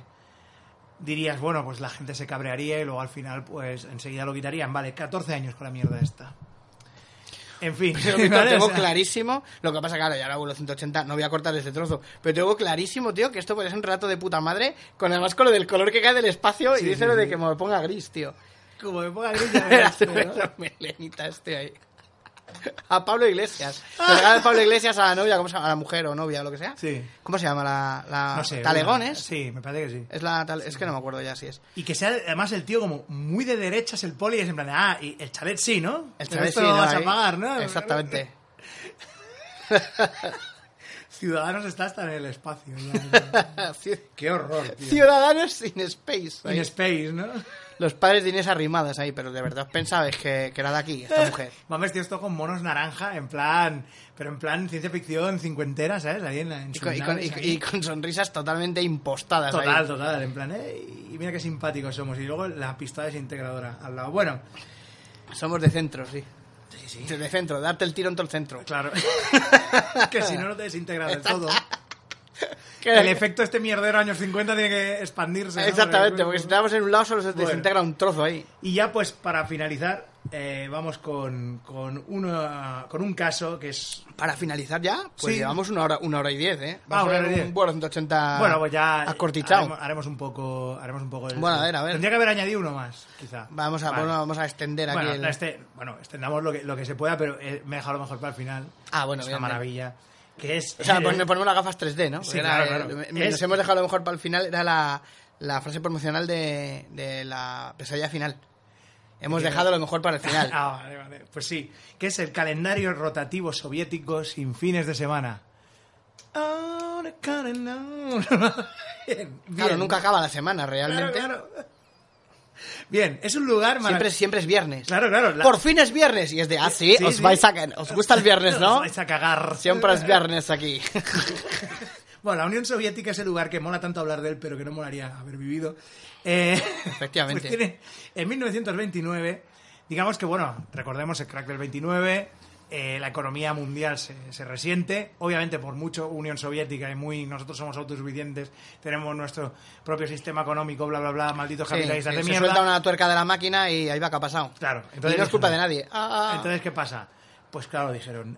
[SPEAKER 1] dirías, bueno, pues la gente se cabrearía y luego al final, pues enseguida lo quitarían. Vale, 14 años con la mierda esta. En fin.
[SPEAKER 2] Pero Víctor,
[SPEAKER 1] ¿vale?
[SPEAKER 2] tengo
[SPEAKER 1] O sea,
[SPEAKER 2] clarísimo. Lo que pasa, claro, ya ahora vuelo 180, no voy a cortar este trozo. Pero tengo clarísimo, tío, que esto puede ser un relato de puta madre. Con además con lo del color que cae del espacio y
[SPEAKER 1] Sí, sí,
[SPEAKER 2] dice lo de
[SPEAKER 1] sí.
[SPEAKER 2] que me ponga gris, tío.
[SPEAKER 1] Como me ponga gris, ya verás,
[SPEAKER 2] Hace
[SPEAKER 1] pero-
[SPEAKER 2] una melenita este ahí. A Pablo Iglesias. Le regala a Pablo Iglesias a la novia, ¿cómo se llama? A la mujer o novia o lo que sea.
[SPEAKER 1] Sí.
[SPEAKER 2] ¿Cómo se llama? La, la...
[SPEAKER 1] No sé.
[SPEAKER 2] Ah, Talegones.
[SPEAKER 1] una- Sí, me parece que sí.
[SPEAKER 2] Es la tal- es que no me acuerdo ya si es.
[SPEAKER 1] Y que sea además el tío como muy de derechas el poli, es en plan, ah, y el chalet sí, ¿no?
[SPEAKER 2] El
[SPEAKER 1] Pero
[SPEAKER 2] chalet
[SPEAKER 1] esto
[SPEAKER 2] sí,
[SPEAKER 1] lo
[SPEAKER 2] ¿no?
[SPEAKER 1] vas
[SPEAKER 2] Ahí.
[SPEAKER 1] a pagar, ¿no?
[SPEAKER 2] Exactamente.
[SPEAKER 1] Ciudadanos está hasta en el espacio. ya.
[SPEAKER 2] Ci-
[SPEAKER 1] Qué horror, tío.
[SPEAKER 2] Ciudadanos in space. ahí.
[SPEAKER 1] In space, ¿no?
[SPEAKER 2] Los padres de Inés arrimadas ahí, pero de verdad pensabais que, que era de aquí, esta mujer.
[SPEAKER 1] Van vestidos todos con monos naranja, en plan, pero en plan ciencia ficción cincuentera, ¿sabes? Ahí en la... en
[SPEAKER 2] Y
[SPEAKER 1] sus
[SPEAKER 2] con, y con- y-
[SPEAKER 1] naves, ahí.
[SPEAKER 2] y con sonrisas totalmente impostadas. ahí.
[SPEAKER 1] Total, total, en plan, eh, y mira qué simpáticos somos. Y luego la pistola desintegradora al lado. Bueno,
[SPEAKER 2] Somos de centro, sí.
[SPEAKER 1] sí, sí.
[SPEAKER 2] De centro, darte el tiro en todo el centro.
[SPEAKER 1] Claro. que si no, no te desintegras del todo. el efecto este mierdero años 50 tiene que expandirse. ¿no?
[SPEAKER 2] Exactamente, porque si te damos en un lado solo se te
[SPEAKER 1] Bueno.
[SPEAKER 2] desintegra un trozo ahí.
[SPEAKER 1] Y ya pues para finalizar, eh, vamos con, con, una- con un caso que es...
[SPEAKER 2] Para finalizar ya, pues
[SPEAKER 1] Sí.
[SPEAKER 2] llevamos una hora, una hora y diez, ¿eh?
[SPEAKER 1] Ah,
[SPEAKER 2] Va
[SPEAKER 1] una
[SPEAKER 2] a ser
[SPEAKER 1] hora y diez.
[SPEAKER 2] un buen 180
[SPEAKER 1] bueno, pues ya
[SPEAKER 2] acortitado.
[SPEAKER 1] haremos, haremos un poco... Haremos un poco el-
[SPEAKER 2] Bueno, a ver, a ver.
[SPEAKER 1] Tendría que haber añadido uno más, quizá.
[SPEAKER 2] Vamos, a,
[SPEAKER 1] Vale.
[SPEAKER 2] bueno, vamos a extender aquí
[SPEAKER 1] Bueno,
[SPEAKER 2] el...
[SPEAKER 1] no, este, bueno, extendamos lo que, lo que se pueda, pero eh, me he dejado lo mejor para el final.
[SPEAKER 2] Ah, bueno,
[SPEAKER 1] es
[SPEAKER 2] bien,
[SPEAKER 1] una
[SPEAKER 2] bien.
[SPEAKER 1] maravilla. Que es...
[SPEAKER 2] O sea, pues me ponemos las gafas 3D, ¿no?
[SPEAKER 1] ¿eh? Sí,
[SPEAKER 2] Porque
[SPEAKER 1] claro, claro.
[SPEAKER 2] eh, me-
[SPEAKER 1] Es-
[SPEAKER 2] Nos hemos dejado a lo mejor para el final, era la, la frase promocional de, de la pesadilla final. Hemos dejado lo mejor para el final.
[SPEAKER 1] Ah, vale, vale. Pues sí, que es el calendario rotativo soviético sin fines de semana. Bien, bien.
[SPEAKER 2] Claro, nunca acaba la semana
[SPEAKER 1] Claro,
[SPEAKER 2] realmente.
[SPEAKER 1] claro. Bien, es un lugar
[SPEAKER 2] Siempre,
[SPEAKER 1] maravilloso.
[SPEAKER 2] siempre es viernes.
[SPEAKER 1] Claro, claro. la-
[SPEAKER 2] Por fin es viernes. Y es de, ah, sí,
[SPEAKER 1] Sí,
[SPEAKER 2] os
[SPEAKER 1] sí.
[SPEAKER 2] vais a... ca- Os gusta el viernes,
[SPEAKER 1] Os
[SPEAKER 2] ¿no?
[SPEAKER 1] vais a cagar.
[SPEAKER 2] Siempre es viernes aquí.
[SPEAKER 1] Bueno, la Unión Soviética es el lugar que mola tanto hablar de él, pero que no molaría haber vivido. Eh,
[SPEAKER 2] Efectivamente.
[SPEAKER 1] pues tiene- en 1929, digamos que, bueno, recordemos el crack del 29, eh, la economía mundial se, se resiente, obviamente por mucho Unión Soviética y muy nosotros somos autosuficientes, tenemos nuestro propio sistema económico, bla, bla, bla, malditos
[SPEAKER 2] Sí,
[SPEAKER 1] capitalistas
[SPEAKER 2] se
[SPEAKER 1] de mierda.
[SPEAKER 2] suelta una tuerca de la máquina y ahí va que ha pasado.
[SPEAKER 1] Claro,
[SPEAKER 2] y no es culpa de nadie. Ah, ah.
[SPEAKER 1] Entonces, ¿qué pasa? Pues claro, dijeron,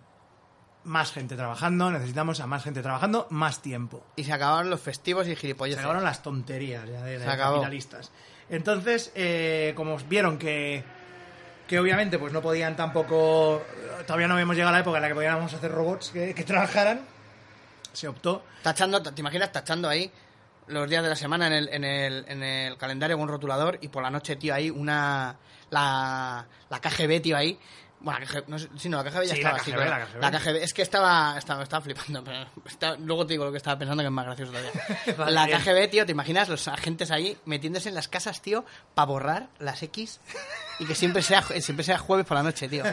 [SPEAKER 1] más gente trabajando, necesitamos a más gente trabajando, más tiempo.
[SPEAKER 2] y se acabaron los festivos
[SPEAKER 1] Se
[SPEAKER 2] y gilipolleces.
[SPEAKER 1] acabaron las tonterías ya de, de
[SPEAKER 2] Se acabó.
[SPEAKER 1] capitalistas. Entonces, eh, como vieron que, que obviamente pues no podían tampoco... Todavía no habíamos llegado a la época en la que podíamos hacer robots que, que trabajaran, se optó.
[SPEAKER 2] Tachando, ¿Te imaginas tachando ahí los días de la semana en el, en el, en el calendario con un rotulador y por la noche, tío, ahí una... La, la KGB, tío, ahí... Bueno, la KGB, no, sé- sí, no, la KGB ya
[SPEAKER 1] Sí, la
[SPEAKER 2] estaba
[SPEAKER 1] KGB,
[SPEAKER 2] sí,
[SPEAKER 1] la
[SPEAKER 2] claro.
[SPEAKER 1] KGB.
[SPEAKER 2] la KGB. Es que estaba, estaba, estaba flipando. Pero está- luego te digo lo que estaba pensando que es más gracioso todavía.
[SPEAKER 1] Vale,
[SPEAKER 2] la
[SPEAKER 1] bien.
[SPEAKER 2] KGB, tío, ¿te imaginas los agentes ahí metiéndose en las casas, tío, para borrar las X? Y que siempre sea, siempre sea jueves por la noche, tío.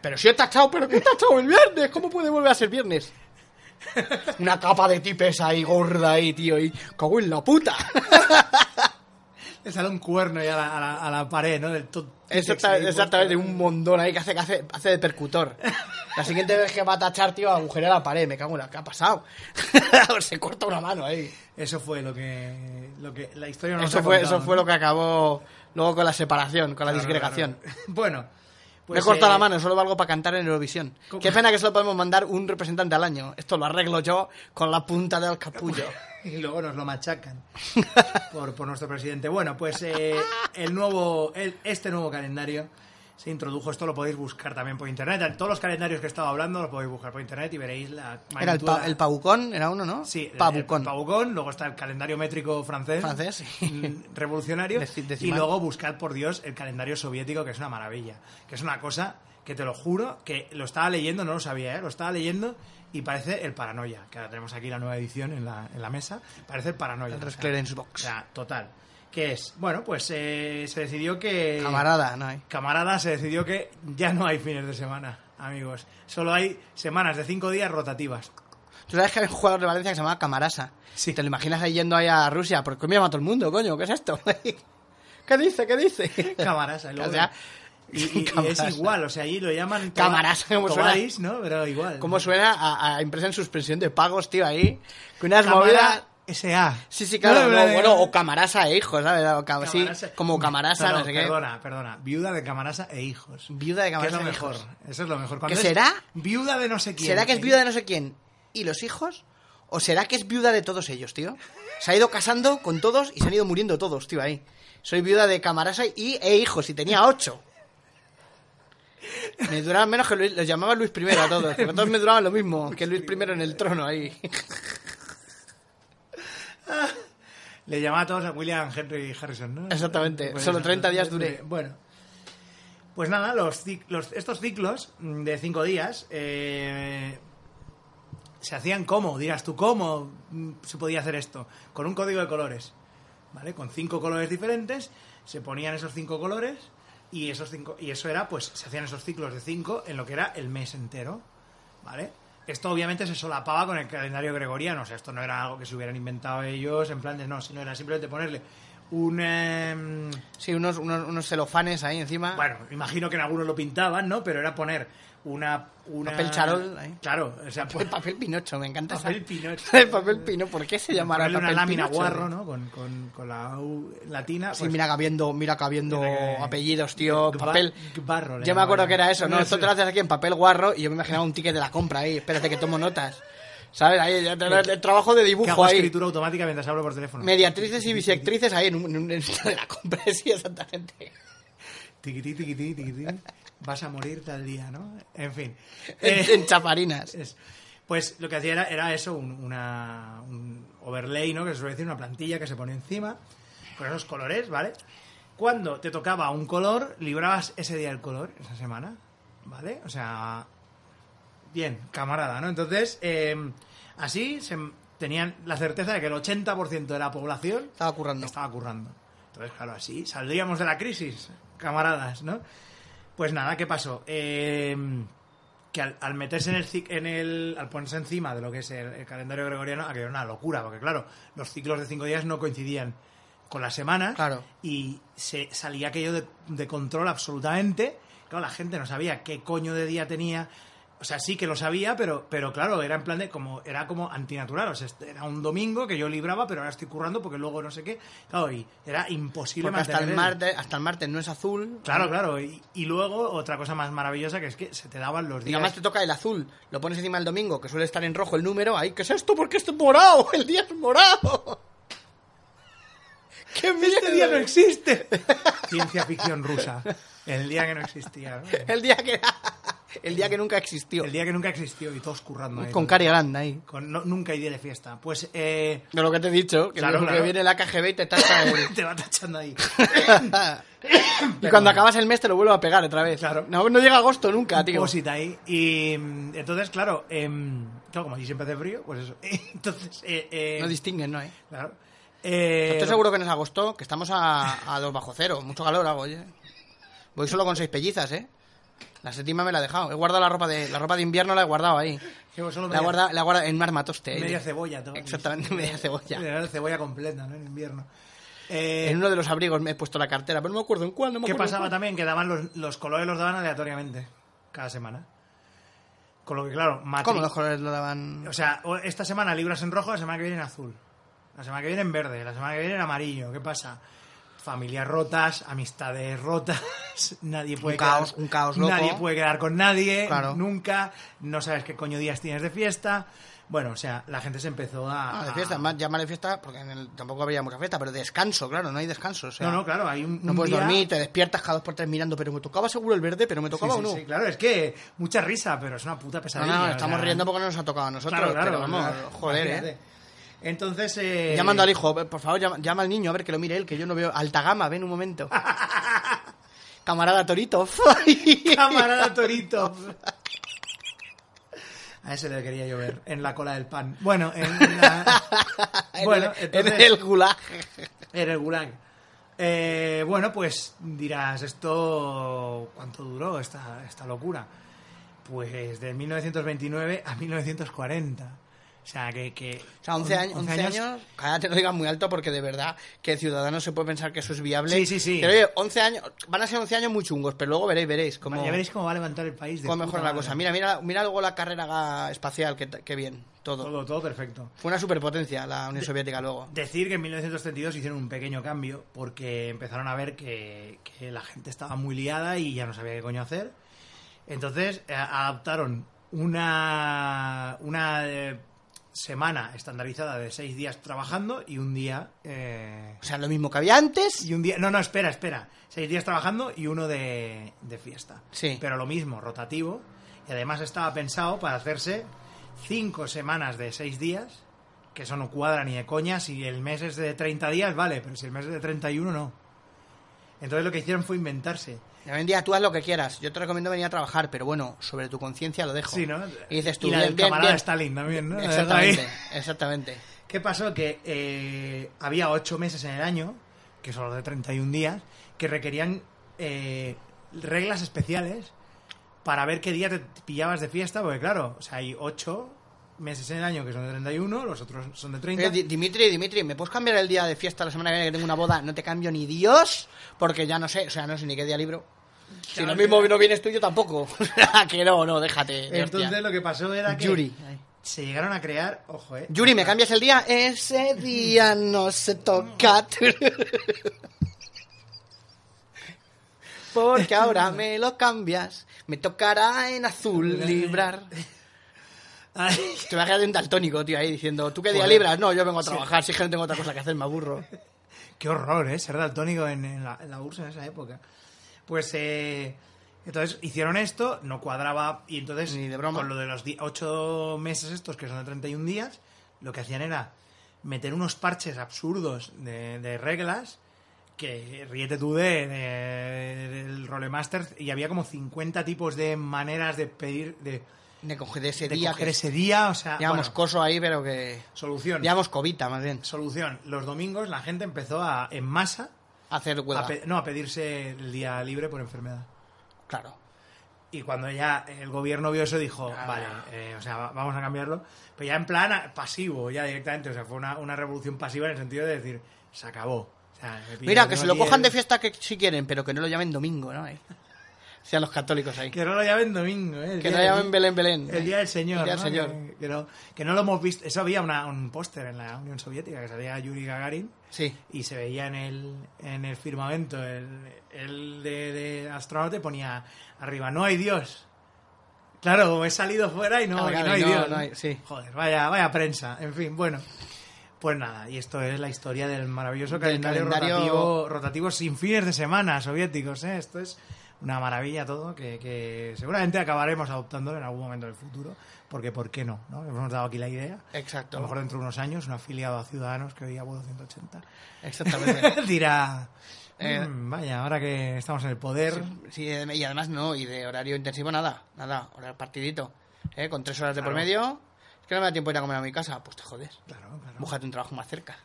[SPEAKER 2] Pero si he tachado, pero que he tachado el viernes. ¿Cómo puede volver a ser viernes? Una capa de tipes ahí, gorda ahí, tío. Y cago en la puta.
[SPEAKER 1] Le sale un cuerno ya a la, a la- a la pared, ¿no? Del to-
[SPEAKER 2] Exacta-
[SPEAKER 1] ahí,
[SPEAKER 2] exactamente,
[SPEAKER 1] puesto.
[SPEAKER 2] un mondón ahí que hace, que hace, hace de percutor. La siguiente vez que va a tachar, tío, agujeré la pared. Me cago en la que ha pasado. Se corta una mano ahí.
[SPEAKER 1] Eso fue lo que, lo que la historia nos
[SPEAKER 2] Eso
[SPEAKER 1] ha
[SPEAKER 2] fue,
[SPEAKER 1] contado,
[SPEAKER 2] eso fue
[SPEAKER 1] ¿no?
[SPEAKER 2] lo que acabó luego con la separación, con la
[SPEAKER 1] Claro,
[SPEAKER 2] disgregación.
[SPEAKER 1] claro, claro. Bueno.
[SPEAKER 2] Me he
[SPEAKER 1] pues,
[SPEAKER 2] cortado
[SPEAKER 1] eh,
[SPEAKER 2] la mano, solo valgo para cantar en Eurovisión.
[SPEAKER 1] ¿Cómo?
[SPEAKER 2] Qué pena que solo podemos mandar un representante al año. Esto lo arreglo yo con la punta del capullo.
[SPEAKER 1] Y luego nos lo machacan por, por nuestro presidente. Bueno, pues eh, el nuevo, el- este nuevo calendario se introdujo. Esto lo podéis buscar también por internet. Todos los calendarios que he estado hablando los podéis buscar por internet y veréis la
[SPEAKER 2] Era el,
[SPEAKER 1] magnitud,
[SPEAKER 2] pa-
[SPEAKER 1] la-
[SPEAKER 2] el pabucón, era uno, ¿no?
[SPEAKER 1] Sí, el-
[SPEAKER 2] Pabucón.
[SPEAKER 1] el Pabucón, luego está el calendario métrico francés,
[SPEAKER 2] Francés, sí.
[SPEAKER 1] mm, revolucionario,
[SPEAKER 2] Deci-
[SPEAKER 1] y
[SPEAKER 2] decimal.
[SPEAKER 1] luego buscad por Dios el calendario soviético, que es una maravilla, que es una cosa que te lo juro, que lo estaba leyendo, no lo sabía, ¿eh? lo estaba leyendo y parece el paranoia, que ahora tenemos aquí la nueva edición en la, en la mesa, parece el paranoia.
[SPEAKER 2] El
[SPEAKER 1] o sea,
[SPEAKER 2] Resclerens Box.
[SPEAKER 1] O sea, total. ¿Qué es? Bueno, pues eh, se decidió que...
[SPEAKER 2] Camarada, no hay.
[SPEAKER 1] Camarada, se decidió que ya no hay fines de semana, amigos. Solo hay semanas de cinco días rotativas.
[SPEAKER 2] Tú sabes que había un jugador de Valencia que se llamaba Camarasa.
[SPEAKER 1] Sí.
[SPEAKER 2] Te lo imaginas ahí yendo ahí a Rusia, porque me llama todo el mundo, coño, ¿qué es esto? ¿Qué dice? ¿Qué dice?
[SPEAKER 1] Camarasa. y luego-
[SPEAKER 2] O sea,
[SPEAKER 1] y, y- y
[SPEAKER 2] Camarasa.
[SPEAKER 1] es igual, o sea, allí lo llaman to-
[SPEAKER 2] Camarasa, ¿cómo suena?
[SPEAKER 1] Tobáis, ¿no? Pero igual.
[SPEAKER 2] ¿Cómo suena a, a empresa en suspensión de pagos, tío, ahí? Con unas
[SPEAKER 1] Camara
[SPEAKER 2] movidas...
[SPEAKER 1] S.A.
[SPEAKER 2] Sí, sí, claro.
[SPEAKER 1] No,
[SPEAKER 2] no,
[SPEAKER 1] no, no,
[SPEAKER 2] bueno,
[SPEAKER 1] no.
[SPEAKER 2] o Camarasa e hijos, ¿sabes? O cam- sí,
[SPEAKER 1] Camarasa.
[SPEAKER 2] como Camarasa, no,
[SPEAKER 1] No,
[SPEAKER 2] sé qué.
[SPEAKER 1] Perdona, perdona. Viuda de Camarasa e hijos.
[SPEAKER 2] Viuda de Camarasa
[SPEAKER 1] Que es lo
[SPEAKER 2] e
[SPEAKER 1] mejor.
[SPEAKER 2] hijos.
[SPEAKER 1] Eso es lo mejor. Cuando
[SPEAKER 2] ¿Qué
[SPEAKER 1] es
[SPEAKER 2] será?
[SPEAKER 1] Viuda de no sé quién.
[SPEAKER 2] ¿Será que es viuda de no sé quién y los hijos? ¿O será que es viuda de todos ellos, tío? Se ha ido casando con todos y se han ido muriendo todos, tío, ahí. Soy viuda de Camarasa y e hijos, y tenía ocho. Me duraban menos que Luis, los llamaba Luis I a todos, porque todos me duraban lo mismo que Luis I en el trono ahí.
[SPEAKER 1] Le llamaba a todos a William Henry Harrison, ¿no?
[SPEAKER 2] Exactamente.
[SPEAKER 1] Pues
[SPEAKER 2] Solo
[SPEAKER 1] eso,
[SPEAKER 2] 30 días
[SPEAKER 1] entonces,
[SPEAKER 2] duré.
[SPEAKER 1] Bueno. Pues nada, los, cic- los- estos ciclos mm, de cinco días eh, se hacían cómo, dirás tú, ¿cómo mm, se podía hacer esto? Con un código de colores, ¿vale? Con cinco colores diferentes, se ponían esos cinco colores y, esos cinco, y eso era, pues, se hacían esos ciclos de cinco en lo que era el mes entero, ¿vale? Esto obviamente se solapaba con el calendario gregoriano, o sea, esto no era algo que se hubieran inventado ellos en plan de no, sino era simplemente ponerle un... em,
[SPEAKER 2] Sí, unos, unos, unos celofanes ahí encima.
[SPEAKER 1] bueno, imagino que en algunos lo pintaban, ¿no? Pero era poner una... una
[SPEAKER 2] Papel charol, ahí.
[SPEAKER 1] Claro, o sea,
[SPEAKER 2] El papel pinocho, me encanta esa-
[SPEAKER 1] Papel Pinocho.
[SPEAKER 2] El papel pino, ¿por qué se llamará
[SPEAKER 1] ponerle
[SPEAKER 2] papel
[SPEAKER 1] una lámina
[SPEAKER 2] pinocho?
[SPEAKER 1] guarro, ¿no? Con, con, con la U latina.
[SPEAKER 2] Sí,
[SPEAKER 1] pues,
[SPEAKER 2] mira que habiendo, mira que habiendo
[SPEAKER 1] Mira que-
[SPEAKER 2] apellidos, tío,
[SPEAKER 1] Gba-
[SPEAKER 2] papel.
[SPEAKER 1] Gbarro le
[SPEAKER 2] Yo me acuerdo
[SPEAKER 1] llamaban.
[SPEAKER 2] que era eso, ¿no?
[SPEAKER 1] Sí.
[SPEAKER 2] Esto te lo haces aquí en papel guarro y yo me imaginaba un ticket de la compra ahí. Espérate que tomo notas. ¿Sabes? Ahí, ya te- el, trabajo de
[SPEAKER 1] que
[SPEAKER 2] dibujo
[SPEAKER 1] hago
[SPEAKER 2] ahí.
[SPEAKER 1] escritura automática mientras hablo por teléfono.
[SPEAKER 2] Mediatrices y bisectrices ahí en, un, en, un- en la compra, sí,
[SPEAKER 1] Eh.
[SPEAKER 2] exactamente.
[SPEAKER 1] Tiquití, tiquití, tiquití. Vas a morir tal día, ¿no? En fin. Eh,
[SPEAKER 2] En, en chaparinas.
[SPEAKER 1] es- pues lo que hacía era, era eso, un, una, un overlay, ¿no? Que se suele decir, una plantilla que se ponía encima con esos colores, ¿vale? Cuando te tocaba un color, librabas ese día el color, esa semana, ¿vale? O sea, bien, camarada, ¿no? Entonces, eh, así se tenían la certeza de que el 80% de la población
[SPEAKER 2] Estaba currando.
[SPEAKER 1] estaba currando. Entonces, claro, así saldríamos de la crisis, camaradas, ¿no? Pues nada, ¿qué pasó? Eh, que al, al meterse en el, cic- en el... al ponerse encima de lo que es el, el calendario gregoriano, aquello era una locura, porque claro, los ciclos de cinco días no coincidían con la semana
[SPEAKER 2] Claro.
[SPEAKER 1] y se salía aquello de, de control absolutamente. Claro, la gente no sabía qué coño de día tenía. O sea, sí que lo sabía, pero, pero claro, era en plan de como, era como antinatural. O sea, este era un domingo que yo libraba, pero ahora estoy currando porque luego no sé qué. Claro, y era imposible
[SPEAKER 2] Porque hasta
[SPEAKER 1] mantener
[SPEAKER 2] el,
[SPEAKER 1] el-
[SPEAKER 2] martes, hasta el martes no es azul.
[SPEAKER 1] Claro, claro. Y, y luego, otra cosa más maravillosa que es que se te daban los
[SPEAKER 2] Y
[SPEAKER 1] días.
[SPEAKER 2] además te toca el azul, lo pones encima el domingo, que suele estar en rojo el número, ahí, ¿qué es esto? Porque esto es morado, el día es morado. ¡Qué mierda!
[SPEAKER 1] Este día no existe. Ciencia ficción rusa. El día que no existía. ¿no?
[SPEAKER 2] El día que, el día que nunca existió.
[SPEAKER 1] El día que nunca existió y todos currando ahí.
[SPEAKER 2] Con Cari Grande ahí.
[SPEAKER 1] Con- no- nunca hay día de fiesta. Pues eh,
[SPEAKER 2] De lo que te he dicho, que,
[SPEAKER 1] Claro,
[SPEAKER 2] luego que
[SPEAKER 1] claro.
[SPEAKER 2] viene la KGB y te tacha el...
[SPEAKER 1] te va tachando ahí.
[SPEAKER 2] y cuando acabas el mes te lo vuelvo a pegar otra vez.
[SPEAKER 1] Claro.
[SPEAKER 2] No, no llega agosto nunca, Ah, tío.
[SPEAKER 1] Pósita ahí. Y mm, entonces, claro, em, claro, como allí siempre hace frío, pues eso. Entonces, eh, eh,
[SPEAKER 2] No distinguen, ¿no? Eh?
[SPEAKER 1] claro. Eh,
[SPEAKER 2] Estoy seguro que no es agosto, que estamos a, a dos bajo cero. Mucho calor hago, oye. Voy solo con seis pellizas, ¿eh? La séptima me la he dejado. He guardado la ropa de, la ropa de invierno, la he guardado ahí.
[SPEAKER 1] que solo
[SPEAKER 2] La he
[SPEAKER 1] media-
[SPEAKER 2] guardado, la he guardado en marmatoste.
[SPEAKER 1] Media cebolla, todo.
[SPEAKER 2] Exactamente, media cebolla.
[SPEAKER 1] Era cebolla completa, ¿no? En invierno. Eh,
[SPEAKER 2] En uno de los abrigos me he puesto la cartera, pero no me acuerdo en cuál. No me
[SPEAKER 1] ¿Qué
[SPEAKER 2] acuerdo en
[SPEAKER 1] pasaba
[SPEAKER 2] cuál.
[SPEAKER 1] también? Que daban los, los colores los daban aleatoriamente cada semana. Con lo que, claro, matri-
[SPEAKER 2] ¿Cómo los colores lo daban?
[SPEAKER 1] O sea, o- esta semana libras en rojo, la semana que viene en azul. La semana que viene en verde, la semana que viene en amarillo. ¿Qué pasa? Familias rotas, amistades rotas, nadie puede
[SPEAKER 2] caos,
[SPEAKER 1] quedar,
[SPEAKER 2] un caos loco.
[SPEAKER 1] Nadie puede quedar con nadie,
[SPEAKER 2] Claro.
[SPEAKER 1] nunca, no sabes qué coño días tienes de fiesta. Bueno, o sea, la gente se empezó a...
[SPEAKER 2] Ah, de fiesta, más llamarle fiesta, porque en el- tampoco habría mucha fiesta, pero descanso, claro, no hay descanso. O sea,
[SPEAKER 1] no, no, claro, hay un...
[SPEAKER 2] no
[SPEAKER 1] un
[SPEAKER 2] puedes
[SPEAKER 1] día-
[SPEAKER 2] dormir, te despiertas cada dos por tres mirando, pero me tocaba seguro el verde, pero me
[SPEAKER 1] Sí,
[SPEAKER 2] tocaba
[SPEAKER 1] sí,
[SPEAKER 2] o no.
[SPEAKER 1] sí, claro, es que mucha risa, pero es una puta
[SPEAKER 2] No,
[SPEAKER 1] pesadilla.
[SPEAKER 2] no,
[SPEAKER 1] o
[SPEAKER 2] estamos
[SPEAKER 1] sea,
[SPEAKER 2] riendo porque no nos ha tocado a nosotros.
[SPEAKER 1] Claro, claro,
[SPEAKER 2] pero vamos,
[SPEAKER 1] claro,
[SPEAKER 2] joder,
[SPEAKER 1] imagínate.
[SPEAKER 2] eh.
[SPEAKER 1] Entonces... eh,
[SPEAKER 2] Llamando al hijo, por favor, llama, llama al niño a ver que lo mire él, que yo no veo. Alta gama, ven un momento. Camarada Torito.
[SPEAKER 1] Camarada Torito. A ese le quería yo ver, en la cola del pan. Bueno, en la- Bueno,
[SPEAKER 2] en, el-
[SPEAKER 1] entonces-
[SPEAKER 2] en el gulag.
[SPEAKER 1] en el gulag. Eh, bueno, pues dirás, ¿esto cuánto duró esta, esta locura? Pues de 1929 a 1940. O sea, que... que
[SPEAKER 2] O sea, 11 años, 11 años, cállate, no digas muy alto porque de verdad que Ciudadanos se puede pensar que eso es viable.
[SPEAKER 1] Sí, sí, sí.
[SPEAKER 2] Pero oye, 11 años, van a ser 11 años muy chungos, pero luego veréis, veréis cómo,
[SPEAKER 1] pues Ya veréis cómo va a levantar el país. de
[SPEAKER 2] cómo
[SPEAKER 1] puta
[SPEAKER 2] mejora la
[SPEAKER 1] madre.
[SPEAKER 2] cosa. Mira, mira, mira luego la carrera ga- espacial, que, que bien, todo.
[SPEAKER 1] Todo, todo perfecto.
[SPEAKER 2] Fue una superpotencia la Unión Soviética luego.
[SPEAKER 1] Decir que en 1932 hicieron un pequeño cambio porque empezaron a ver que, que la gente estaba muy liada y ya no sabía qué coño hacer. Entonces eh, adaptaron una, una eh, semana estandarizada de seis días trabajando y un día... eh,
[SPEAKER 2] O sea, lo mismo que había antes.
[SPEAKER 1] y un día... No, no, espera, espera. Seis días trabajando y uno de, de fiesta.
[SPEAKER 2] Sí.
[SPEAKER 1] Pero lo mismo, rotativo. Y además estaba pensado para hacerse cinco semanas de seis días, que eso no cuadra ni de coña. Si el mes es de 30 días, vale, pero si el mes es de 31, no. Entonces lo que hicieron fue inventarse.
[SPEAKER 2] Y Hoy en día tú haz lo que quieras. Yo te recomiendo venir a trabajar, pero bueno, sobre tu conciencia lo dejo.
[SPEAKER 1] Sí, ¿no?
[SPEAKER 2] Y dices tú,
[SPEAKER 1] la
[SPEAKER 2] bien,
[SPEAKER 1] del
[SPEAKER 2] bien,
[SPEAKER 1] camarada
[SPEAKER 2] bien.
[SPEAKER 1] Stalin también, ¿no?
[SPEAKER 2] Exactamente,
[SPEAKER 1] Ahí.
[SPEAKER 2] exactamente.
[SPEAKER 1] ¿Qué pasó? Que eh, había ocho meses en el año, que son los de 31 días, que requerían eh, reglas especiales para ver qué día te pillabas de fiesta, porque claro, o sea, hay ocho meses en el año que son de 31, los otros son de 30.
[SPEAKER 2] Eh, Di- Dimitri, Dimitri, ¿me puedes cambiar el día de fiesta la semana que viene que tengo una boda? No te cambio ni Dios, porque ya no sé, o sea, no sé ni qué día libro. Si
[SPEAKER 1] Claro,
[SPEAKER 2] lo mismo
[SPEAKER 1] que-
[SPEAKER 2] no vienes tú, yo tampoco. O sea, que no, no, déjate. de hostia.
[SPEAKER 1] Entonces lo que pasó era que
[SPEAKER 2] Yuri.
[SPEAKER 1] se llegaron a crear, ojo, eh.
[SPEAKER 2] Yuri, ¿me cambias el día? Ese día no se toca. Porque ahora me lo cambias. Me tocará en azul librar.
[SPEAKER 1] Ay,
[SPEAKER 2] Te imaginas un daltónico, tío, ahí diciendo, ¿tú qué día
[SPEAKER 1] Joder.
[SPEAKER 2] libras? No, yo vengo a trabajar, si es que no tengo otra cosa que hacer, me aburro.
[SPEAKER 1] qué horror, eh, ser daltónico en, en la, en la URSS en esa época. Pues eh, entonces hicieron esto, no cuadraba y entonces
[SPEAKER 2] Ni de broma.
[SPEAKER 1] con lo de los 8 meses estos que son de 31 días, lo que hacían era meter unos parches absurdos de, de reglas que ríete tú de, de- del rolemaster y había como 50 tipos de maneras de pedir de,
[SPEAKER 2] De coger de ese
[SPEAKER 1] de
[SPEAKER 2] día.
[SPEAKER 1] coger
[SPEAKER 2] que-
[SPEAKER 1] ese día, o sea,
[SPEAKER 2] Llevamos
[SPEAKER 1] Ah, bueno,
[SPEAKER 2] coso ahí, pero que.
[SPEAKER 1] solución.
[SPEAKER 2] Llevamos cobita, más bien.
[SPEAKER 1] Solución. Los domingos la gente empezó a, en masa,
[SPEAKER 2] a Hacer
[SPEAKER 1] a
[SPEAKER 2] huelga.
[SPEAKER 1] pe- no, a pedirse el día libre por enfermedad.
[SPEAKER 2] Claro.
[SPEAKER 1] Y cuando ya el gobierno vio eso dijo,
[SPEAKER 2] Ah.
[SPEAKER 1] vale, eh, o sea, va- vamos a cambiarlo. Pero ya en plan a- pasivo, ya directamente. O sea, fue una, una revolución pasiva en el sentido de decir, se acabó. O sea, me pillo
[SPEAKER 2] Mira,
[SPEAKER 1] yo
[SPEAKER 2] que se lo
[SPEAKER 1] aquí
[SPEAKER 2] cojan
[SPEAKER 1] el-
[SPEAKER 2] de fiesta que si quieren, pero que no lo llamen domingo, ¿no? Ahí. Sean los católicos ahí.
[SPEAKER 1] Que no lo llamen domingo, ¿eh? El
[SPEAKER 2] Que
[SPEAKER 1] día
[SPEAKER 2] no
[SPEAKER 1] del-
[SPEAKER 2] llamen Belén Belén.
[SPEAKER 1] El día del Señor.
[SPEAKER 2] El día del
[SPEAKER 1] ¿no?
[SPEAKER 2] Señor.
[SPEAKER 1] Que, que no, que no lo hemos visto. Eso había una- un póster en la Unión Soviética que salía Yuri Gagarin
[SPEAKER 2] Sí.
[SPEAKER 1] y se veía en el, en el firmamento el, el de, de astronauta y ponía arriba, no hay Dios. Claro, como he salido fuera y no,
[SPEAKER 2] Claro,
[SPEAKER 1] y no
[SPEAKER 2] claro,
[SPEAKER 1] hay
[SPEAKER 2] y no-
[SPEAKER 1] Dios.
[SPEAKER 2] no hay- sí.
[SPEAKER 1] Joder, vaya, vaya prensa. En fin, bueno. Pues nada, y esto es la historia del maravilloso
[SPEAKER 2] Del
[SPEAKER 1] calendario,
[SPEAKER 2] calendario-
[SPEAKER 1] Rotativo, rotativo sin fines de semana soviéticos. ¿eh? Esto es una maravilla todo que, que seguramente acabaremos adoptándolo en algún momento del futuro, porque ¿por qué no? ¿no? Hemos dado aquí la idea. A
[SPEAKER 2] Exacto.
[SPEAKER 1] lo mejor dentro de unos años, un afiliado a Ciudadanos que hoy ya 180
[SPEAKER 2] Exactamente.
[SPEAKER 1] dirá.
[SPEAKER 2] Eh,
[SPEAKER 1] "Mm, vaya, ahora que estamos en el poder.
[SPEAKER 2] Sí, y además no, y de horario intensivo nada, nada, horario partidito, ¿eh? con tres horas de por
[SPEAKER 1] Claro.
[SPEAKER 2] medio, es que no me da tiempo de ir a comer a mi casa, pues te jodes,
[SPEAKER 1] Claro, claro.
[SPEAKER 2] búscate un trabajo más cerca.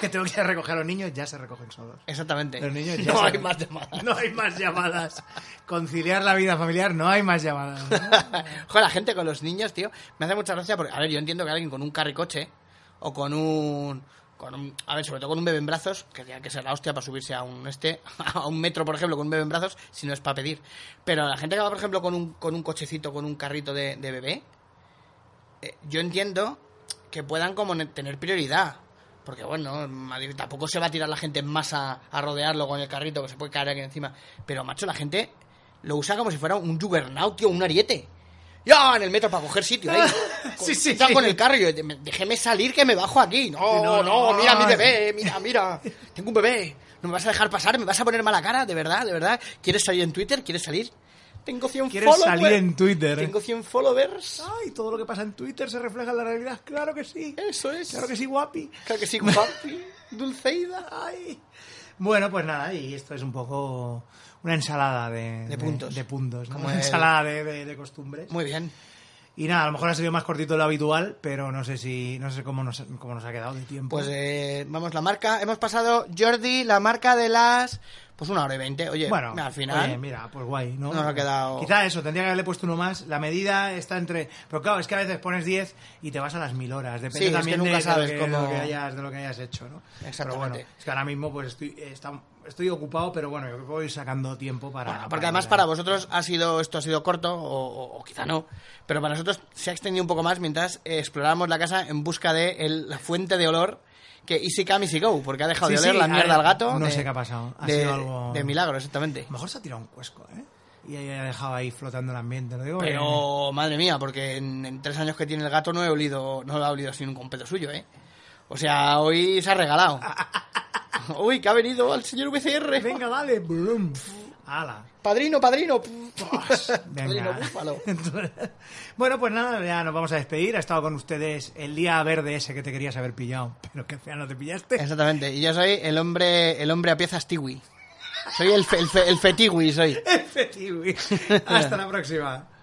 [SPEAKER 1] Que tengo que ir a recoger a los niños, ya se recogen solos.
[SPEAKER 2] Exactamente.
[SPEAKER 1] Los niños ya
[SPEAKER 2] Eh, no
[SPEAKER 1] saben.
[SPEAKER 2] hay más llamadas.
[SPEAKER 1] No hay más llamadas. Conciliar la vida familiar, no hay más llamadas. ¿no?
[SPEAKER 2] Joder, la gente con los niños, tío, me hace mucha gracia porque, a ver, yo entiendo que alguien con un carricoche o con un, con un- a ver, sobre todo con un bebé en brazos, que tenía que ser la hostia para subirse a un este, a un metro, por ejemplo, con un bebé en brazos, si no es para pedir. Pero la gente que va, por ejemplo, con un, con un cochecito, con un carrito de, de bebé, eh, yo entiendo que puedan como ne- tener prioridad. Porque bueno, en Madrid tampoco se va a tirar la gente en masa a rodearlo con el carrito que se puede caer aquí encima. Pero macho, la gente lo usa como si fuera un juggernaut, tío, un ariete. Ya, en el metro para coger sitio, ahí. Con-
[SPEAKER 1] Sí, sí,
[SPEAKER 2] ya
[SPEAKER 1] sí.
[SPEAKER 2] con el carro, y yo, "Deme- déjeme salir que me bajo aquí. No,
[SPEAKER 1] Sí, no,
[SPEAKER 2] no,
[SPEAKER 1] no,
[SPEAKER 2] mira mi
[SPEAKER 1] no.
[SPEAKER 2] bebé, mira, mira. Tengo un bebé. No me vas a dejar pasar, me vas a poner mala cara, de verdad, de verdad. ¿Quieres salir en Twitter? ¿Quieres salir? Tengo 100
[SPEAKER 1] ¿Quieres
[SPEAKER 2] followers.
[SPEAKER 1] salir en Twitter?
[SPEAKER 2] Tengo 100 followers.
[SPEAKER 1] Ay, todo lo que pasa en Twitter se refleja en la realidad. Claro que sí.
[SPEAKER 2] Eso es.
[SPEAKER 1] Claro que sí, guapi.
[SPEAKER 2] Claro que sí, papi. Dulceida.
[SPEAKER 1] Ay. Bueno, pues nada, y esto es un poco una ensalada de,
[SPEAKER 2] De puntos.
[SPEAKER 1] De, puntos ¿no?
[SPEAKER 2] Como
[SPEAKER 1] Una
[SPEAKER 2] el-
[SPEAKER 1] ensalada de, de- de costumbres.
[SPEAKER 2] Muy bien.
[SPEAKER 1] Y nada, a lo mejor ha sido más cortito de lo habitual, pero no sé si no sé cómo nos, cómo nos ha quedado de tiempo.
[SPEAKER 2] Pues eh, vamos, la marca. Hemos pasado, Jordi, la marca de las. Pues una hora y veinte. Oye,
[SPEAKER 1] bueno,
[SPEAKER 2] al final.
[SPEAKER 1] oye, mira, pues guay, ¿no?
[SPEAKER 2] nos ha quedado-
[SPEAKER 1] Quizá eso, tendría que haberle puesto uno más. La medida está entre... Pero claro, es que a veces pones 10 y te vas a las mil horas. Depende
[SPEAKER 2] Sí, es que
[SPEAKER 1] también
[SPEAKER 2] nunca
[SPEAKER 1] de,
[SPEAKER 2] sabes
[SPEAKER 1] lo que,
[SPEAKER 2] cómo-
[SPEAKER 1] de lo que hayas, de lo que hayas hecho, ¿no? Pero bueno,
[SPEAKER 2] Exactamente.
[SPEAKER 1] es que ahora mismo pues estoy, eh, está- estoy ocupado, pero bueno, yo voy sacando tiempo para...
[SPEAKER 2] Bueno, porque además para vosotros ha sido esto ha sido corto o, o- o quizá no, pero para nosotros se ha extendido un poco más mientras eh, explorábamos la casa en busca de el- la fuente de olor que Easy Come Easy Go, porque ha dejado
[SPEAKER 1] Sí,
[SPEAKER 2] de oler
[SPEAKER 1] sí,
[SPEAKER 2] la
[SPEAKER 1] a ver,
[SPEAKER 2] mierda al gato.
[SPEAKER 1] no
[SPEAKER 2] de-
[SPEAKER 1] sé qué ha pasado, ha
[SPEAKER 2] de,
[SPEAKER 1] sido algo-
[SPEAKER 2] de milagro, exactamente.
[SPEAKER 1] A lo mejor se ha tirado un cuesco, ¿eh? Y ahí ha dejado ahí flotando el ambiente, lo digo. eh,
[SPEAKER 2] Pero Pues, madre mía, porque en, en tres años que tiene el gato no he olido, no lo ha olido sin un competo suyo, ¿eh? O sea, hoy se ha regalado. Uy, que ha venido al señor VCR.
[SPEAKER 1] Venga, dale, brum. Ala.
[SPEAKER 2] Padrino, padrino.
[SPEAKER 1] Venga.
[SPEAKER 2] Padrino búfalo.
[SPEAKER 1] bueno, pues nada, ya nos vamos a despedir. Ha estado con ustedes el día verde ese que te querías haber pillado, pero que al final no te pillaste.
[SPEAKER 2] Exactamente. Y yo soy el hombre, el hombre a piezas tiwi. Soy el, fe- el, fe- el fetiwi, soy.
[SPEAKER 1] Efectivamente. Hasta la próxima.